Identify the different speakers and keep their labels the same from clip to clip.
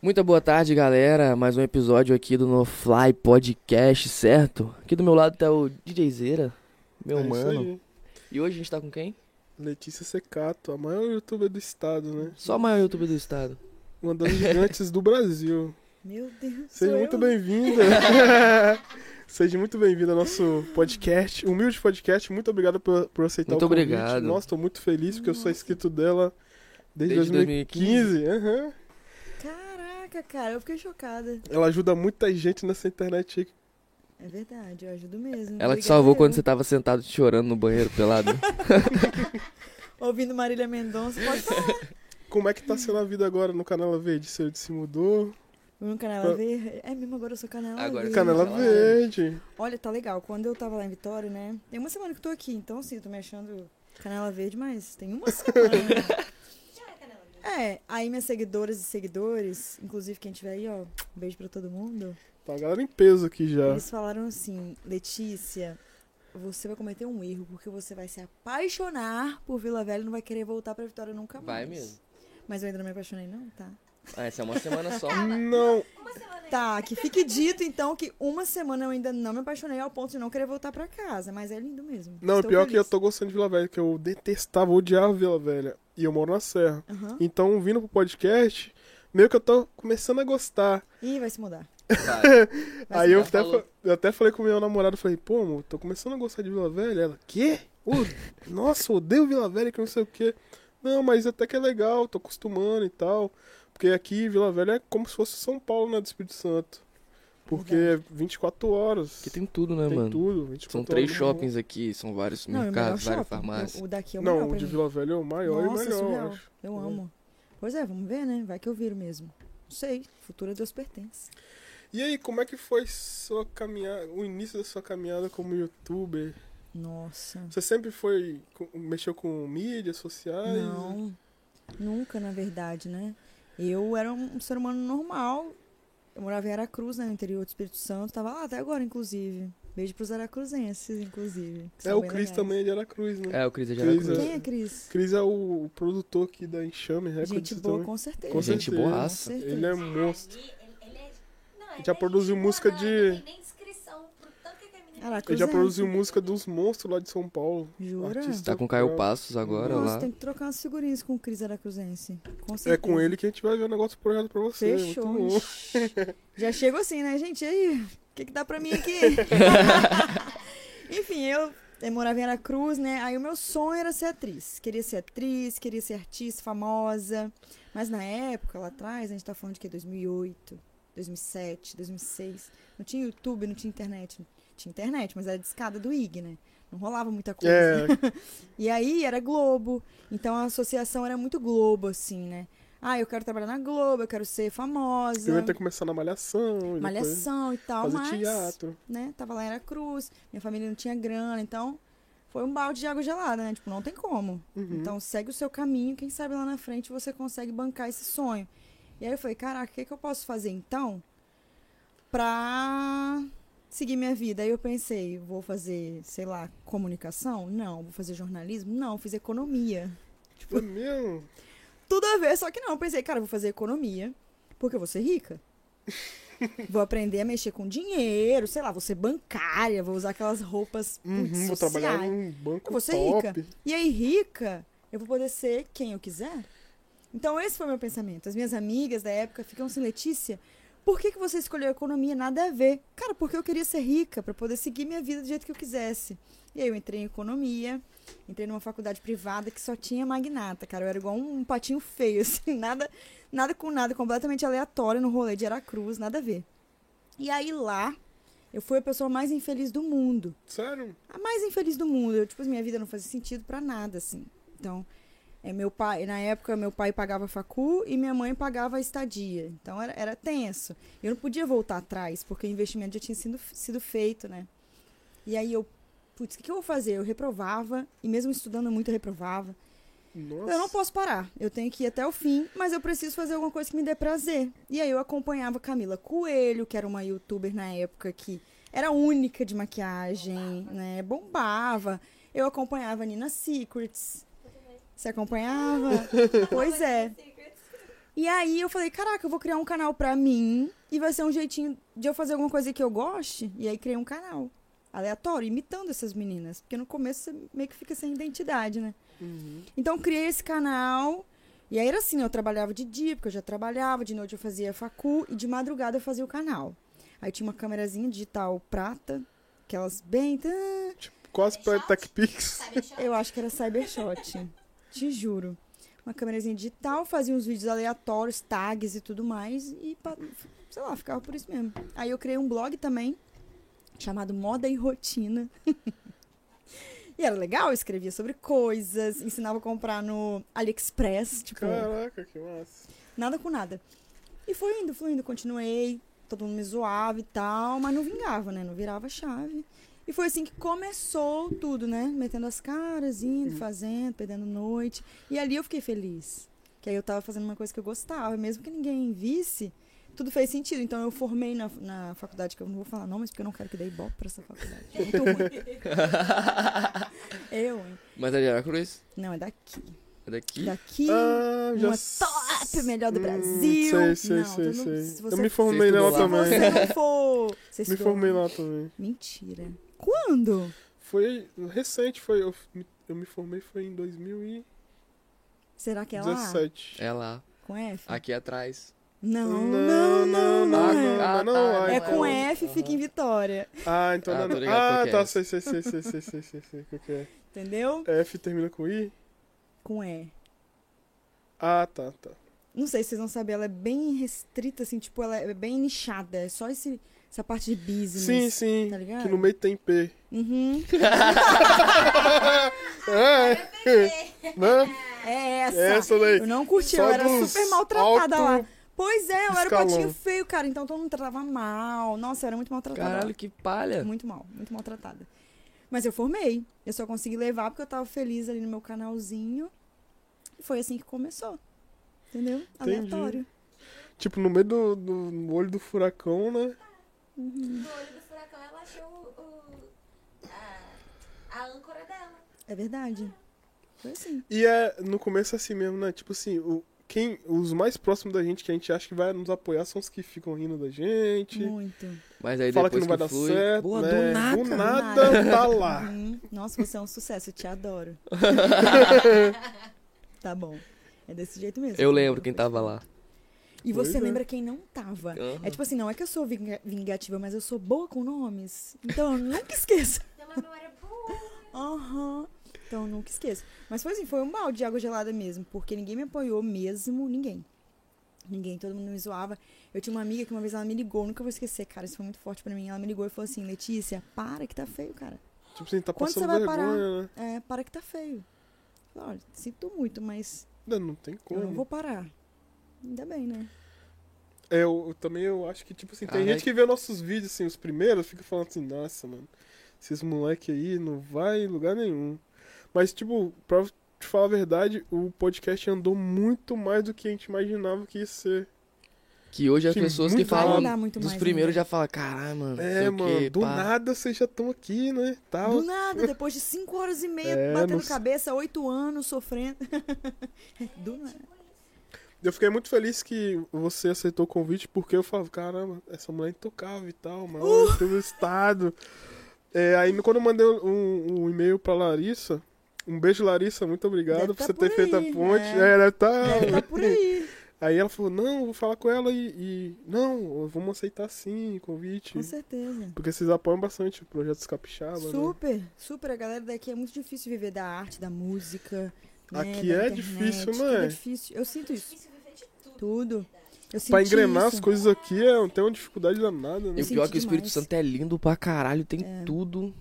Speaker 1: Muito boa tarde, galera. Mais um episódio aqui do No Fly Podcast, certo? Aqui do meu lado tá o DJ Zera, meu
Speaker 2: É isso
Speaker 1: mano.
Speaker 2: aí.
Speaker 1: E hoje a gente tá com quem?
Speaker 2: Letícia Secato, a maior youtuber do estado, né?
Speaker 1: Só a maior youtuber do estado.
Speaker 2: Uma das gigantes do Brasil.
Speaker 3: Meu Deus.
Speaker 2: Seja
Speaker 3: sou
Speaker 2: muito
Speaker 3: eu?
Speaker 2: bem-vinda. Seja muito bem-vinda ao nosso podcast, humilde podcast. Muito obrigado por, por aceitar
Speaker 1: Muito
Speaker 2: o convite.
Speaker 1: obrigado.
Speaker 2: Nossa, tô muito feliz porque eu sou inscrito dela desde,
Speaker 1: Desde
Speaker 2: 2015. Aham.
Speaker 3: Caraca, cara, eu fiquei chocada.
Speaker 2: Ela ajuda muita gente nessa internet aí.
Speaker 3: É verdade, eu ajudo mesmo.
Speaker 1: Ela te
Speaker 3: Obrigada
Speaker 1: salvou
Speaker 3: eu.
Speaker 1: quando você tava sentado chorando no banheiro pelado.
Speaker 3: Ouvindo Marília Mendonça, pode falar.
Speaker 2: Como é que tá sendo a vida agora no Canela Verde? Seu se mudou?
Speaker 3: Meu
Speaker 2: Ah.
Speaker 3: canela verde. É mesmo, agora eu sou canela
Speaker 1: Agora
Speaker 3: verde.
Speaker 2: Canela
Speaker 1: Canela
Speaker 2: Verde.
Speaker 3: Olha, tá legal. Quando eu tava lá em Vitória, né? Tem uma semana que eu tô aqui, então sim, eu tô me achando canela verde, mas tem uma semana. né? É, aí minhas seguidoras e seguidores, inclusive quem tiver aí, ó, um beijo pra todo mundo.
Speaker 2: Tá a galera em peso aqui já.
Speaker 3: Eles falaram assim, Letícia, você vai cometer um erro, porque você vai se apaixonar por Vila Velha e não vai querer voltar pra Vitória nunca mais.
Speaker 1: Vai mesmo.
Speaker 3: Mas eu ainda não me apaixonei, não, tá?
Speaker 1: Ah, essa é uma semana só.
Speaker 2: Não,
Speaker 3: Tá, que fique dito então que uma semana eu ainda não me apaixonei ao ponto de não querer voltar pra casa, mas é lindo mesmo.
Speaker 2: Não,
Speaker 3: Estou
Speaker 2: pior que eu
Speaker 3: feliz.
Speaker 2: tô gostando de Vila Velha, que eu detestava, odiava Vila Velha. E eu moro na Serra.
Speaker 3: Aham.
Speaker 2: Então, vindo pro podcast, meio que eu tô começando a gostar.
Speaker 3: Ih, vai se mudar.
Speaker 1: Vai.
Speaker 3: Mas
Speaker 2: Aí eu
Speaker 1: já
Speaker 2: até,
Speaker 1: falou.
Speaker 2: fa- eu até falei com meu namorado, falei, pô, amor, tô começando a gostar de Vila Velha. Ela, quê? O- Nossa, eu odeio Vila Velha, que não sei o quê. Não, mas até que é legal, tô acostumando e tal. Porque aqui, Vila Velha é como se fosse São Paulo, né, do Espírito Santo. Porque é 24 horas.
Speaker 1: Aqui tem tudo, né,
Speaker 2: tem
Speaker 1: mano?
Speaker 2: tudo, 24
Speaker 1: São três
Speaker 2: horas.
Speaker 1: shoppings aqui, são vários
Speaker 3: Não, é o melhor
Speaker 1: mercados,
Speaker 3: shopping.
Speaker 1: várias farmácias.
Speaker 3: O, o daqui é o melhor
Speaker 2: Não, o
Speaker 3: pra
Speaker 2: de
Speaker 3: mim.
Speaker 2: Vila Velha é o maior
Speaker 3: Nossa,
Speaker 2: e o melhor, eu
Speaker 3: surreal.
Speaker 2: acho.
Speaker 3: Eu
Speaker 2: Hum.
Speaker 3: amo. Pois é, vamos ver, né? Vai que eu viro mesmo. Não sei, futuro a Deus pertence.
Speaker 2: E aí, como é que foi sua caminhada, o início da sua caminhada como youtuber?
Speaker 3: Nossa.
Speaker 2: Você sempre foi, co- mexeu com mídias sociais?
Speaker 3: Não, nunca, na verdade, né? Eu era um ser humano normal. Eu morava em Aracruz, né, no interior do Espírito Santo. Tava lá até agora, inclusive. Beijo pros aracruzenses, inclusive. que
Speaker 2: É,
Speaker 3: são
Speaker 2: o
Speaker 3: bem
Speaker 2: Cris
Speaker 3: legais.
Speaker 2: também é de Aracruz, né?
Speaker 1: É, o Cris é de
Speaker 2: Cris
Speaker 1: Aracruz.
Speaker 3: Quem é Cris?
Speaker 2: Cris é o, o produtor aqui da Enxame Records
Speaker 3: Gente boa,
Speaker 2: É, também.
Speaker 3: com certeza.
Speaker 2: Com
Speaker 1: Gente
Speaker 2: certeza.
Speaker 1: boaça.
Speaker 3: Com certeza.
Speaker 2: Ele é um monstro.
Speaker 4: Ele
Speaker 2: Já produziu música é de-
Speaker 4: Não tem nem descrição pro tanto que a menina
Speaker 3: Caraca,
Speaker 2: Ele já
Speaker 3: Cruzense.
Speaker 2: produziu um música dos monstros lá de São Paulo.
Speaker 3: Jura?
Speaker 2: Artista.
Speaker 1: Tá com o Caio Passos agora
Speaker 3: Nossa,
Speaker 1: lá.
Speaker 3: tem que trocar umas figurinhas com o Cris Aracruzense. Com certeza.
Speaker 2: É com ele que a gente vai ver o negócio projeto pra você. é
Speaker 3: Fechou.
Speaker 2: Muito bom.
Speaker 3: Já chego assim, né, gente? E aí, o que, que dá pra mim aqui? Enfim, eu, eu morava em Aracruz, né? Aí o meu sonho era ser atriz. Queria ser atriz, queria ser artista famosa. Mas na época, lá atrás, a gente tá falando de que 2008, 2007, 2006. Não tinha YouTube, não tinha internet. Tinha internet, mas era de escada do IG, né? Não rolava muita coisa.
Speaker 2: É,
Speaker 3: E aí era Globo. Então a associação era muito Globo, assim, né? Ah, eu quero trabalhar na Globo, eu quero ser famosa.
Speaker 2: eu ia ter começado na Malhação. e depois
Speaker 3: Malhação e tal,
Speaker 2: Fazer
Speaker 3: mas.
Speaker 2: teatro.
Speaker 3: Né, tava lá em Aracruz, minha família não tinha grana, então foi um balde de água gelada, né? Tipo, não tem como.
Speaker 2: Uhum.
Speaker 3: Então segue o seu caminho, quem sabe lá na frente você consegue bancar esse sonho. E aí eu falei, caraca, o que, que eu posso fazer então pra seguir minha vida? Aí eu pensei, vou fazer, sei lá, comunicação? Não. Vou fazer jornalismo? Não, fiz economia tipo,
Speaker 2: Foi É mesmo?
Speaker 3: tudo a ver, só que não. Eu pensei, cara, eu vou fazer economia, porque eu vou ser rica. vou aprender a mexer com dinheiro, sei lá, vou ser bancária, vou usar aquelas roupas putz,
Speaker 2: Uhum, vou
Speaker 3: sociais.
Speaker 2: trabalhar num banco
Speaker 3: Eu vou ser
Speaker 2: top.
Speaker 3: rica. E aí, rica, eu vou poder ser quem eu quiser. Então, esse foi meu pensamento. As minhas amigas da época ficam assim, Letícia, por que, que você escolheu economia? Nada a ver. Cara, porque eu queria ser rica, para poder seguir minha vida do jeito que eu quisesse. E aí, eu entrei em economia, entrei numa faculdade privada que só tinha magnata, cara. Eu era igual um patinho feio, assim, nada, nada com nada, completamente aleatório no rolê de Aracruz, nada a ver. E aí, lá, eu fui a pessoa mais infeliz do mundo
Speaker 2: Sério?
Speaker 3: a mais infeliz do mundo. Eu, tipo, minha vida não fazia sentido pra nada, assim. Então, é, meu pai, na época, meu pai pagava facu e minha mãe pagava a estadia. Então, era, era tenso. Eu não podia voltar atrás, porque o investimento já tinha sido, sido feito, né? E aí eu, putz, o que, que eu vou fazer? Eu reprovava, e mesmo estudando muito, eu reprovava.
Speaker 2: Nossa.
Speaker 3: Eu não posso parar. Eu tenho que ir até o fim, mas eu preciso fazer alguma coisa que me dê prazer. E aí eu acompanhava Camila Coelho, que era uma youtuber na época que era única de maquiagem, né? Bombava. Eu acompanhava a Nina Secrets. Você acompanhava? pois é. E aí eu falei, caraca, eu vou criar um canal pra mim e vai ser um jeitinho de eu fazer alguma coisa que eu goste. E aí criei um canal aleatório, imitando essas meninas. Porque no começo você meio que fica sem identidade, né? Então eu criei esse canal. E aí era assim, eu trabalhava de dia, porque eu já trabalhava, de noite eu fazia facu e de madrugada eu fazia o canal. Aí tinha uma câmerazinha digital prata, aquelas bem. tã,
Speaker 2: Quase pra
Speaker 4: Shot?
Speaker 2: TechPix.
Speaker 4: Sabe, João?
Speaker 3: eu acho que era Cybershot. Te juro. Uma câmerazinha digital, fazia uns vídeos aleatórios, tags e tudo mais. E, pa- sei lá, ficava por isso mesmo. Aí eu criei um blog também, chamado Moda e Rotina. e era legal, eu escrevia sobre coisas, ensinava a comprar no AliExpress. Tipo,
Speaker 2: Caraca, que massa.
Speaker 3: Nada com nada. E foi indo, foi indo, continuei. Todo mundo me zoava e tal, mas não vingava, né? Não virava chave. E foi assim que começou tudo, né? Metendo as caras, indo, fazendo, perdendo noite. E ali eu fiquei feliz. Que aí eu tava fazendo uma coisa que eu gostava, mesmo que ninguém visse, tudo fez sentido. Então eu formei na, na faculdade, que eu não vou falar não, mas porque eu não quero que dê ibope pra essa faculdade. É muito ruim. eu, hein?
Speaker 1: Mas é de Aracruz?
Speaker 3: Não, é daqui.
Speaker 1: É daqui?
Speaker 3: Daqui
Speaker 2: Ah, já
Speaker 3: uma
Speaker 2: s-
Speaker 3: top melhor do
Speaker 2: Hum,
Speaker 3: Brasil.
Speaker 2: Sei, sei,
Speaker 3: Não,
Speaker 2: sei,
Speaker 3: tu não-
Speaker 2: sei.
Speaker 3: se
Speaker 2: Eu
Speaker 3: você-
Speaker 2: me formei
Speaker 1: Vocês
Speaker 2: nela
Speaker 1: estudou
Speaker 3: Se
Speaker 2: também.
Speaker 3: você não for. Você
Speaker 2: é Me
Speaker 3: estudou?
Speaker 2: formei lá também.
Speaker 3: Mentira. Quando?
Speaker 2: Foi recente, foi. Eu, me- eu me formei foi em 2017.
Speaker 3: Será que é lá?
Speaker 1: É lá.
Speaker 3: Com F?
Speaker 1: Aqui atrás.
Speaker 3: Não,
Speaker 2: Não,
Speaker 3: não, não,
Speaker 2: não,
Speaker 3: não
Speaker 2: não,
Speaker 3: é.
Speaker 2: não, não,
Speaker 1: tá,
Speaker 2: ai,
Speaker 3: É
Speaker 2: não.
Speaker 3: com
Speaker 2: Aham.
Speaker 3: F, fica em Vitória.
Speaker 2: Ah, então
Speaker 1: Ah,
Speaker 2: não.
Speaker 1: tô ligado qual
Speaker 2: Ah,
Speaker 1: que é
Speaker 2: tá,
Speaker 1: essa.
Speaker 2: sei, sei, sei, sei, sei, sei, sei, sei, qual que é.
Speaker 3: Entendeu?
Speaker 2: F termina com I?
Speaker 3: Com E.
Speaker 2: Ah, tá, tá.
Speaker 3: Não sei se vocês vão saber, ela é bem restrita, assim, tipo, ela é bem nichada. É só esse, essa parte de
Speaker 2: Sim,
Speaker 3: business.
Speaker 2: sim.
Speaker 3: Tá ligado?
Speaker 2: Que no meio tem P.
Speaker 3: Uhum.
Speaker 2: É, né?
Speaker 3: É essa.
Speaker 2: Essa daí.
Speaker 3: Eu não curti,
Speaker 2: Só
Speaker 3: eu era
Speaker 2: dos
Speaker 3: super maltratada lá.
Speaker 2: alto-
Speaker 3: Pois é, eu era o
Speaker 2: escalão.
Speaker 3: patinho feio, cara. Então todo mundo tratava mal. Nossa, eu era muito maltratada.
Speaker 1: Caralho, que palha.
Speaker 3: Muito mal, muito maltratada. Mas eu formei. Eu só consegui levar porque eu tava feliz ali no meu canalzinho. E foi assim que começou. Entendeu? Aleatório.
Speaker 2: Tipo, no meio do, do no olho do furacão, né?
Speaker 4: No olho do furacão, ela achou o, o- a, a âncora dela.
Speaker 3: É verdade. Foi assim.
Speaker 2: E é no começo é assim mesmo, né? Tipo assim, o, quem, os mais próximos da gente que a gente acha que vai nos apoiar são os que ficam rindo da gente.
Speaker 3: Muito.
Speaker 1: Mas aí
Speaker 2: Fala que
Speaker 1: depois
Speaker 2: não vai dar
Speaker 1: flui...
Speaker 2: certo.
Speaker 1: Boa,
Speaker 2: né?
Speaker 1: do nada.
Speaker 2: Do
Speaker 3: nada.
Speaker 2: nada tá lá.
Speaker 3: Uhum. Nossa, você é um sucesso, eu te adoro. tá bom. É desse jeito mesmo.
Speaker 1: Eu lembro quem tava lá.
Speaker 3: E você
Speaker 2: Pois é.
Speaker 3: lembra quem não tava.
Speaker 1: Aham.
Speaker 3: É tipo assim, não é que eu sou vinga- vingativa, mas eu sou boa com nomes. Então eu nunca esqueço.
Speaker 4: Tem uma memória boa.
Speaker 3: Aham. Então eu nunca esqueço. Mas foi assim, foi um balde de água gelada mesmo, porque ninguém me apoiou mesmo, ninguém. Ninguém, todo mundo me zoava. Eu tinha uma amiga que uma vez ela me ligou, nunca vou esquecer, cara, isso foi muito forte pra mim. Ela me ligou e falou assim: Letícia, para que tá feio, cara.
Speaker 2: Tipo assim, tá
Speaker 3: Quando você
Speaker 2: passando
Speaker 3: vai
Speaker 2: vergonha,
Speaker 3: parar?
Speaker 2: né?
Speaker 3: É, para que tá feio. Eu falei, Olha, sinto muito, mas
Speaker 2: Não, não tem como.
Speaker 3: eu não vou parar. Ainda bem, né?
Speaker 2: É, eu, eu também eu acho que, tipo assim, tem
Speaker 1: Ah,
Speaker 2: gente
Speaker 1: né?
Speaker 2: que vê nossos vídeos, assim, os primeiros, fica falando assim, nossa, mano, esses moleque aí não vai em lugar nenhum. Mas, tipo, pra te falar a verdade, o podcast andou muito mais do que a gente imaginava que ia ser.
Speaker 1: Que hoje as
Speaker 2: Que
Speaker 1: pessoas que
Speaker 2: muito né?
Speaker 3: Vai
Speaker 1: falam
Speaker 3: andar muito
Speaker 1: dos
Speaker 3: mais. né?
Speaker 1: primeiros
Speaker 3: ainda.
Speaker 1: já falam, caralho, mano. não sei
Speaker 2: É,
Speaker 1: o
Speaker 2: mano,
Speaker 1: quê,
Speaker 2: do
Speaker 1: pá."
Speaker 2: nada vocês já estão aqui, né? Tal.
Speaker 3: Do nada, depois de 5 horas e meia
Speaker 2: É,
Speaker 3: batendo
Speaker 2: não sei.
Speaker 3: cabeça, 8 anos sofrendo. Do nada.
Speaker 2: Eu fiquei muito feliz que você aceitou o convite, porque eu falava, caramba, essa mulher é intocável e tal, mano, uh! pelo estado. É, aí quando eu mandei um, um e-mail pra Larissa, um beijo, Larissa, muito obrigado
Speaker 3: Deve
Speaker 2: por
Speaker 3: tá
Speaker 2: você
Speaker 3: por
Speaker 2: ter feito a
Speaker 3: aí,
Speaker 2: ponte.
Speaker 3: é.
Speaker 2: É, deve tá...
Speaker 3: Deve tá por aí,
Speaker 2: Aí ela falou, não, vou falar com ela e, e- Não, vamos aceitar sim o convite.
Speaker 3: com certeza.
Speaker 2: Porque vocês apoiam bastante o projeto dos capixaba, né?
Speaker 3: Super, super. A galera daqui é muito difícil viver da arte, da música. né,
Speaker 2: Aqui
Speaker 3: da
Speaker 2: é
Speaker 3: internet,
Speaker 2: difícil,
Speaker 3: tudo
Speaker 2: né?
Speaker 3: É difícil. Eu sinto isso.
Speaker 4: Isso viver de tudo.
Speaker 3: Tudo. Eu senti
Speaker 2: Pra engrenar
Speaker 3: isso.
Speaker 2: as coisas aqui é, tem uma dificuldade danada, né?
Speaker 1: E
Speaker 3: Eu
Speaker 1: o pior é que o
Speaker 3: senti
Speaker 1: Espírito
Speaker 3: demais.
Speaker 1: Santo é lindo pra caralho, tem
Speaker 3: É.
Speaker 1: tudo.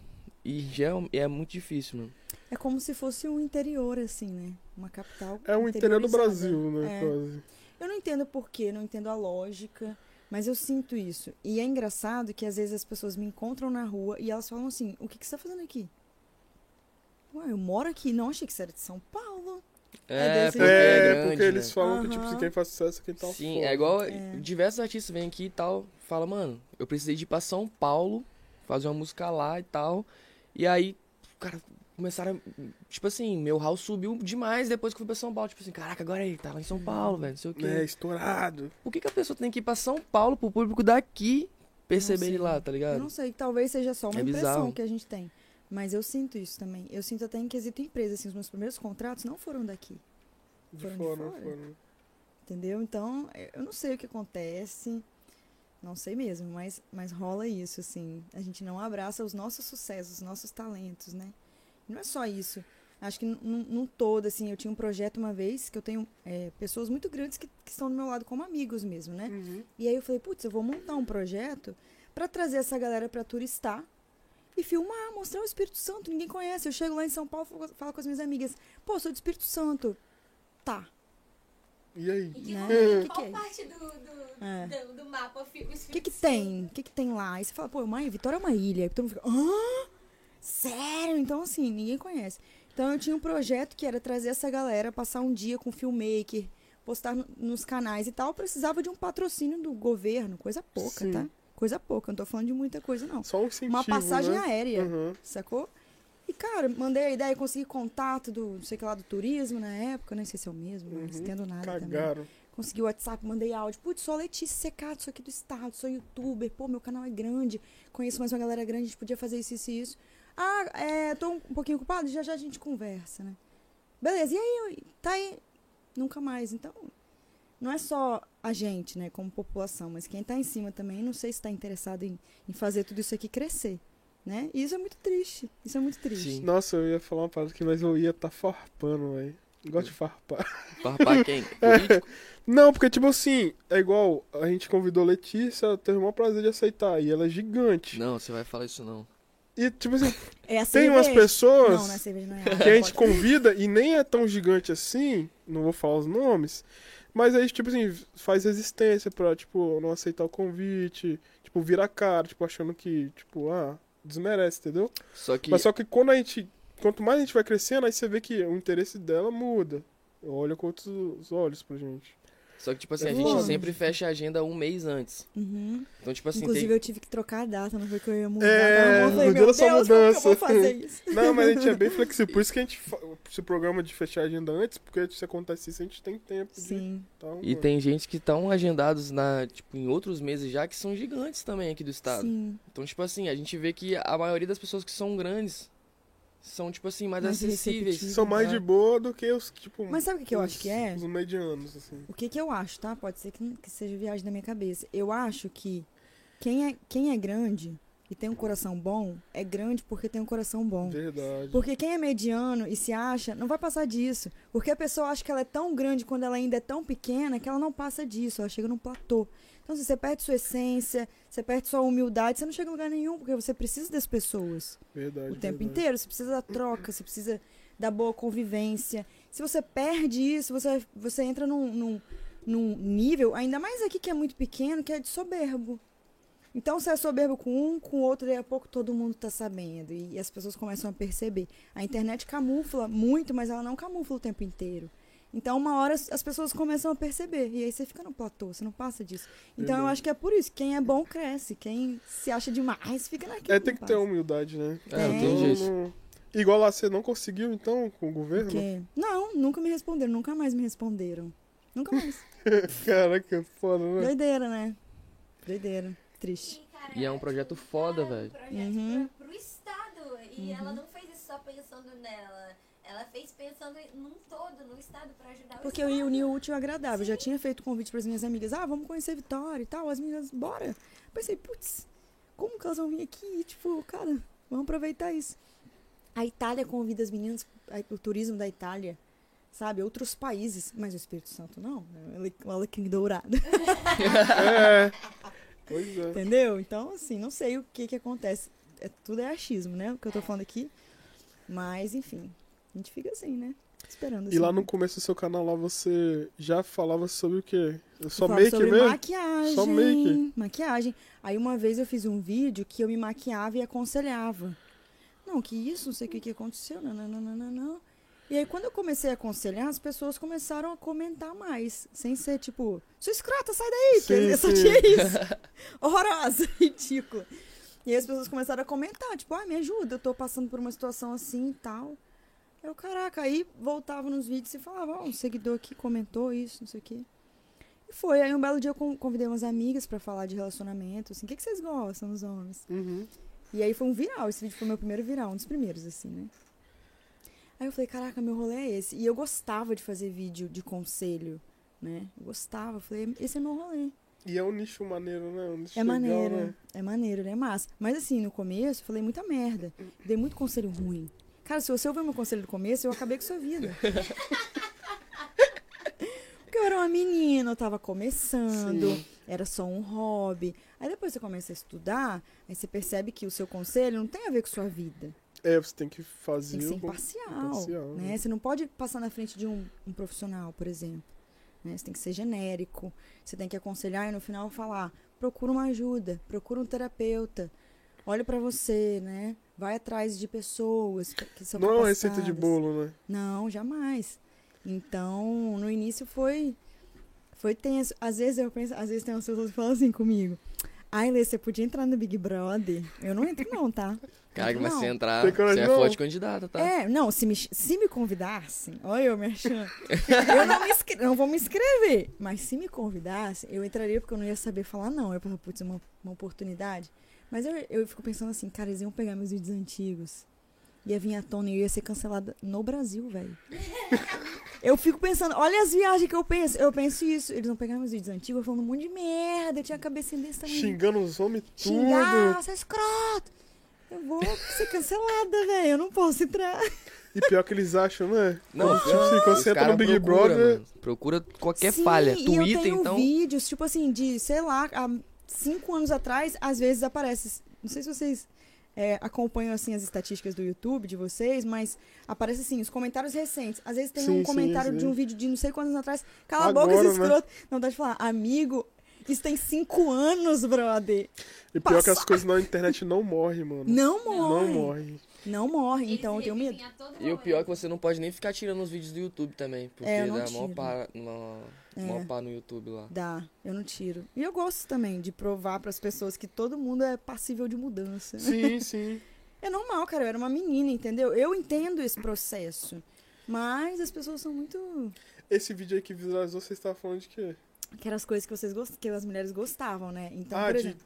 Speaker 1: E já é, é muito difícil, mano.
Speaker 3: É como se fosse um interior, assim, né? Uma capital.
Speaker 2: É o interior do
Speaker 3: interiorizada.
Speaker 2: Brasil, né?
Speaker 3: É.
Speaker 2: Quase.
Speaker 3: Eu não entendo por quê, não entendo a lógica, mas eu sinto isso. E é engraçado que às vezes as pessoas me encontram na rua e elas falam assim: o que, que você tá fazendo aqui? Ué, eu moro aqui, não achei que você era de São Paulo.
Speaker 1: É,
Speaker 3: desse
Speaker 1: porque
Speaker 3: jeito.
Speaker 1: é,
Speaker 2: É,
Speaker 1: grande,
Speaker 2: porque eles
Speaker 1: né?
Speaker 2: falam que, tipo,
Speaker 3: Aham.
Speaker 2: se quem faz sucesso é quem tá
Speaker 1: Sim,
Speaker 2: fora.
Speaker 1: é igual
Speaker 3: É.
Speaker 1: diversos artistas vêm aqui e tal, fala, mano, eu precisei de ir pra São Paulo, fazer uma música lá e tal. E aí, o cara, começaram. a- Tipo assim, meu house subiu demais depois que eu fui pra São Paulo. Tipo assim, caraca, agora aí, tá lá em
Speaker 3: Uhum.
Speaker 1: São Paulo, velho, não sei o quê.
Speaker 2: É, estourado.
Speaker 1: Por que, que a pessoa tem que ir pra São Paulo pro público daqui perceber
Speaker 3: sei.
Speaker 1: ele lá, tá
Speaker 3: Eu
Speaker 1: ligado?
Speaker 3: não sei, talvez seja só uma
Speaker 1: É
Speaker 3: impressão
Speaker 1: bizarro.
Speaker 3: que a gente tem. Mas eu sinto isso também. Eu sinto até em quesito empresa, assim, os meus primeiros contratos não foram daqui,
Speaker 2: De
Speaker 3: Foram de
Speaker 2: fora,
Speaker 3: fora?
Speaker 2: fora.
Speaker 3: entendeu? Então, eh, eu não sei o que acontece, não sei mesmo, mas, mas rola isso, assim. A gente não abraça os nossos sucessos, os nossos talentos, né? Não é só isso. Acho que num- num num todo, assim, eu tinha um projeto uma vez que eu tenho eh, pessoas muito grandes que, que estão do meu lado como amigos mesmo, né?
Speaker 2: Uhum.
Speaker 3: E aí eu falei, putz, eu vou montar um projeto pra trazer essa galera pra turistar e filmar, mostrar o Espírito Santo. Ninguém conhece. Eu chego lá em São Paulo, falo- falo com as minhas amigas, pô, sou do Espírito Santo. Tá.
Speaker 2: E aí?
Speaker 4: E que,
Speaker 3: Né? Que que é
Speaker 4: que, qual
Speaker 3: isso?
Speaker 4: parte do, do,
Speaker 3: É.
Speaker 4: do, do mapa fica
Speaker 3: O que que tem? O que que tem lá? Aí você fala, pô, mãe, Vitória é uma ilha. Aí todo mundo fica, hã? Sério? Então, assim, ninguém conhece. Então, eu tinha um projeto que era trazer essa galera, passar um dia com filmmaker, postar no- nos canais e tal. Eu precisava de um patrocínio do governo, coisa pouca,
Speaker 2: Sim.
Speaker 3: tá? Coisa pouca, eu não tô falando de muita coisa, não.
Speaker 2: Só um incentivo,
Speaker 3: Uma passagem
Speaker 2: né?
Speaker 3: aérea.
Speaker 2: Uhum.
Speaker 3: sacou? E, cara, mandei a ideia, consegui contato do, não sei o que lá, do turismo na época, nem sei se é o mesmo, mas
Speaker 2: Uhum.
Speaker 3: entendo nada né? também.
Speaker 2: Cagaram.
Speaker 3: Consegui o WhatsApp, mandei áudio. Putz, sou a Letícia Secato, sou aqui do estado, sou youtuber, pô, meu canal é grande, conheço mais uma galera grande, a gente podia fazer isso, isso e isso. Ah, é, tô um pouquinho ocupado, já já a gente conversa, né? Beleza, e aí, tá aí? Nunca mais, então... Não é só a gente, né, como população, mas quem tá em cima também, não sei se tá interessado em, em fazer tudo isso aqui crescer, né? E isso é muito triste, isso é muito triste.
Speaker 1: Sim.
Speaker 2: Nossa, eu ia falar uma parada aqui, mas eu ia tá farpando, velho. Gosto de
Speaker 1: É.
Speaker 2: farpar.
Speaker 1: Farpar quem? Político?
Speaker 2: Não, porque, tipo assim, é igual, a gente convidou a Letícia, eu teve o maior prazer de aceitar, e ela é gigante.
Speaker 1: Não, você vai falar isso não.
Speaker 2: E, tipo assim,
Speaker 3: É a
Speaker 2: tem umas
Speaker 3: cerveja.
Speaker 2: pessoas
Speaker 3: Não, não é cerveja, não é
Speaker 2: que
Speaker 3: água,
Speaker 2: a gente
Speaker 3: pode-
Speaker 2: convida e nem é tão gigante assim, não vou falar os nomes, mas aí, tipo assim, faz resistência pra, tipo, não aceitar o convite, tipo, vira a cara, tipo, achando que, tipo, ah, desmerece, entendeu?
Speaker 1: Só que.
Speaker 2: Mas só que quando a gente. Quanto mais a gente vai crescendo, aí você vê que o interesse dela muda. Olha com outros olhos pra gente.
Speaker 1: Só que, tipo assim, a
Speaker 2: É
Speaker 1: gente
Speaker 2: foda.
Speaker 1: sempre fecha a agenda um mês antes.
Speaker 3: Uhum.
Speaker 1: Então, tipo assim,
Speaker 3: Inclusive,
Speaker 1: tem...
Speaker 3: eu tive que trocar a data, não foi que eu ia mudar.
Speaker 2: É,
Speaker 3: não, eu falei,
Speaker 2: mudou
Speaker 3: meu
Speaker 2: a sua
Speaker 3: Deus, como que eu vou
Speaker 2: mudança.
Speaker 3: fazer isso?
Speaker 2: Não, mas a gente é bem flexível. Por isso que a gente fa- se programa de fechar a agenda antes, porque se acontece isso, a gente tem tempo de
Speaker 3: Sim.
Speaker 2: tal.
Speaker 1: E tem gente que estão agendados na, tipo, em outros meses já que são gigantes também aqui do estado.
Speaker 3: Sim.
Speaker 1: Então, tipo assim, a gente vê que a maioria das pessoas que são grandes são, tipo assim, mais,
Speaker 3: Mais
Speaker 1: acessíveis.
Speaker 3: receptivas.
Speaker 2: São mais de boa do que os, tipo.
Speaker 3: Mas sabe o que, que eu
Speaker 2: os-
Speaker 3: acho que é?
Speaker 2: Os medianos, assim.
Speaker 3: O que, que eu acho, tá? Pode ser que, não- que seja viagem da minha cabeça. Eu acho que quem é, quem é grande e tem um coração bom, é grande porque tem um coração bom.
Speaker 2: Verdade.
Speaker 3: Porque quem é mediano e se acha, não vai passar disso. Porque a pessoa acha que ela é tão grande quando ela ainda é tão pequena que ela não passa disso, ela chega num platô. Então, assim, você perde sua essência, você perde sua humildade, você não chega em lugar nenhum, porque você precisa das pessoas
Speaker 2: Verdade.
Speaker 3: o tempo
Speaker 2: verdade.
Speaker 3: inteiro. Você precisa da troca, você precisa da boa convivência. Se você perde isso, você, você entra num, num, num nível, ainda mais aqui que é muito pequeno, que é de soberbo. Então você é soberbo com um, com o outro, daí a pouco todo mundo tá sabendo. E, e as pessoas começam a perceber. A internet camufla muito, mas ela não camufla o tempo inteiro. Então, uma hora as as pessoas começam a perceber. E aí você fica no platô, você não passa disso. Então, eu
Speaker 2: Verdade.
Speaker 3: acho que é por isso. Quem é bom cresce. Quem se acha demais fica naquilo.
Speaker 2: É, tem
Speaker 3: não
Speaker 2: que ter
Speaker 3: passa.
Speaker 2: humildade, né?
Speaker 1: É,
Speaker 3: não
Speaker 2: Então,
Speaker 1: tem jeito.
Speaker 2: não- Igual lá, você não conseguiu, então, com o governo?
Speaker 3: Porque... Não, nunca me responderam, nunca mais me responderam. Nunca mais.
Speaker 2: Caraca, foda, né?
Speaker 3: Doideira, né? Doideira. Triste.
Speaker 4: cara,
Speaker 1: E é um projeto foda, velho.
Speaker 4: Um projeto
Speaker 3: Uhum.
Speaker 4: pro, pro Estado. E ela não fez isso só pensando nela. Ela fez pensando em- num todo, no Estado, pra ajudar
Speaker 3: Porque
Speaker 4: o
Speaker 3: eu
Speaker 4: Estado.
Speaker 3: ia unir o útil ao agradável. Eu já tinha feito convite para as minhas amigas. Ah, vamos conhecer a Vitória e tal. As meninas, bora. Pensei, putz, como que elas vão vir aqui? Tipo, cara, vamos aproveitar isso. A Itália convida as meninas, a- o turismo da Itália, sabe? Outros países. Mas o Espírito Santo não. né? Ele- O Alecrim Dourado.
Speaker 2: É. Pois é.
Speaker 3: Entendeu? Então, assim, não sei o que que acontece. É, tudo é achismo, né? O que eu tô falando aqui. Mas, enfim, a gente fica assim, né? Esperando.
Speaker 2: E
Speaker 3: assim.
Speaker 2: lá no começo do seu canal lá você já falava sobre o quê? Só
Speaker 3: Eu falo
Speaker 2: make
Speaker 3: sobre
Speaker 2: mesmo?
Speaker 3: maquiagem.
Speaker 2: Só make?
Speaker 3: Maquiagem. Aí uma vez eu fiz um vídeo que eu me maquiava e aconselhava. Não, que isso, não sei o que, que aconteceu. Não, não, não, não, não, não. E aí, quando eu comecei a aconselhar, as pessoas começaram a comentar mais. Sem ser tipo, sua escrota, sai daí!
Speaker 2: Sim,
Speaker 3: que eu só
Speaker 2: sim.
Speaker 3: tinha isso. Horrorosa, ridícula. E aí as pessoas começaram a comentar, tipo, ah, me ajuda, eu tô passando por uma situação assim e tal. Eu, caraca, aí voltava nos vídeos e falava, ó, um seguidor aqui comentou isso, não sei o quê. E foi, aí um belo dia eu con- convidei umas amigas pra falar de relacionamento, assim, o que, que vocês gostam dos homens?
Speaker 2: Uhum.
Speaker 3: E aí foi um viral, esse vídeo foi meu primeiro viral, um dos primeiros, assim, né? Aí eu falei, caraca, meu rolê é esse. E eu gostava de fazer vídeo de conselho, né? Eu gostava, eu falei, esse é meu rolê.
Speaker 2: E é um nicho maneiro, né? Um nicho
Speaker 3: É
Speaker 2: legal,
Speaker 3: maneiro,
Speaker 2: né?
Speaker 3: é maneiro, ele é massa. Mas assim, no começo, eu falei muita merda. Dei muito conselho ruim. Cara, se você ouvir meu conselho do começo, eu acabei com sua vida. Porque eu era uma menina, eu tava começando,
Speaker 2: Sim.
Speaker 3: era só um hobby. Aí depois você começa a estudar, aí você percebe que o seu conselho não tem a ver com sua vida.
Speaker 2: É, você tem que
Speaker 3: Tem
Speaker 2: fazer.
Speaker 3: que ser
Speaker 2: o-
Speaker 3: imparcial,
Speaker 2: imparcial,
Speaker 3: né?
Speaker 2: né?
Speaker 3: Você não pode passar na frente de um, um profissional, por exemplo. né? Você tem que ser genérico. Você tem que aconselhar e no final falar: procura uma ajuda, procura um terapeuta, olha pra você, né? Vai atrás de pessoas que- que são
Speaker 2: Não é uma receita de
Speaker 3: capacitadas.
Speaker 2: bolo, né?
Speaker 3: Não, jamais. Então, no início foi foi tenso. Às vezes eu penso, às vezes tem umas pessoas que falam assim comigo. Ai, Lê, você podia entrar no Big Brother? Eu não entro não, tá?
Speaker 1: Caraca, mas
Speaker 3: Não.
Speaker 1: se entrar,
Speaker 2: Tem coragem,
Speaker 1: você é
Speaker 2: não?
Speaker 1: forte candidata, tá?
Speaker 3: É, não, se me, se me convidassem, olha eu me achando. eu não, me inscre- não vou me inscrever, mas se me convidassem, eu entraria porque eu não ia saber falar não. Eu pensava, putz, é uma, uma oportunidade. Mas eu, eu fico pensando assim, cara, eles iam pegar meus vídeos antigos, ia vir à tona e eu ia ser cancelada no Brasil, velho. Eu fico pensando, olha as viagens que eu penso. Eu penso isso. Eles vão pegar meus vídeos antigos, eu falando um monte de merda. Eu tinha a cabecinha desse tamanho.
Speaker 2: Xingando os homens tudo.
Speaker 3: Xingar, você é escroto. Eu vou ser cancelada, velho. Eu não posso entrar.
Speaker 2: E pior que eles acham, né?
Speaker 1: Não,
Speaker 2: tipo assim, quando
Speaker 1: os
Speaker 2: você entra
Speaker 1: cara
Speaker 2: no Big
Speaker 1: procura,
Speaker 2: Brother.
Speaker 1: mano. Procura qualquer
Speaker 3: Sim,
Speaker 1: falha.
Speaker 3: e eu
Speaker 1: Twitter,
Speaker 3: tenho
Speaker 1: então.
Speaker 3: vídeos, tipo assim, de, sei lá, há cinco anos atrás, às vezes aparece. Não sei se vocês é, acompanham, assim, as estatísticas do YouTube de vocês, mas aparece, assim, os comentários recentes. Às vezes tem
Speaker 2: Sim,
Speaker 3: um
Speaker 2: sim,
Speaker 3: comentário
Speaker 2: sim.
Speaker 3: de um vídeo de não sei quantos anos atrás. Cala a boca,
Speaker 2: Agora,
Speaker 3: esse
Speaker 2: né?
Speaker 3: escroto. Não, dá de falar, amigo, isso tem cinco anos, brother.
Speaker 2: E pior que as coisas na internet não morrem, mano.
Speaker 3: Não morre.
Speaker 2: Não morre.
Speaker 3: Não morre,
Speaker 4: Eles
Speaker 3: então eu tenho medo.
Speaker 4: revivem a todo
Speaker 1: E o pior é que
Speaker 4: momento.
Speaker 1: você não pode nem ficar tirando os vídeos do YouTube também. Porque
Speaker 3: É, eu não
Speaker 1: dá mó
Speaker 3: tiro. É.
Speaker 1: pá, mó, mó pá no YouTube lá.
Speaker 3: Dá, eu não tiro. E eu gosto também de provar pras pessoas que todo mundo é passível de mudança.
Speaker 2: Sim, sim.
Speaker 3: É normal, cara. Eu era uma menina, entendeu? Eu entendo esse processo. Mas as pessoas são muito.
Speaker 2: Esse vídeo aí que visualizou, vocês estavam falando de quê?
Speaker 3: Aquelas coisas que vocês gost... que as mulheres gostavam, né? Então,
Speaker 2: ah,
Speaker 3: por
Speaker 2: de.
Speaker 3: exemplo,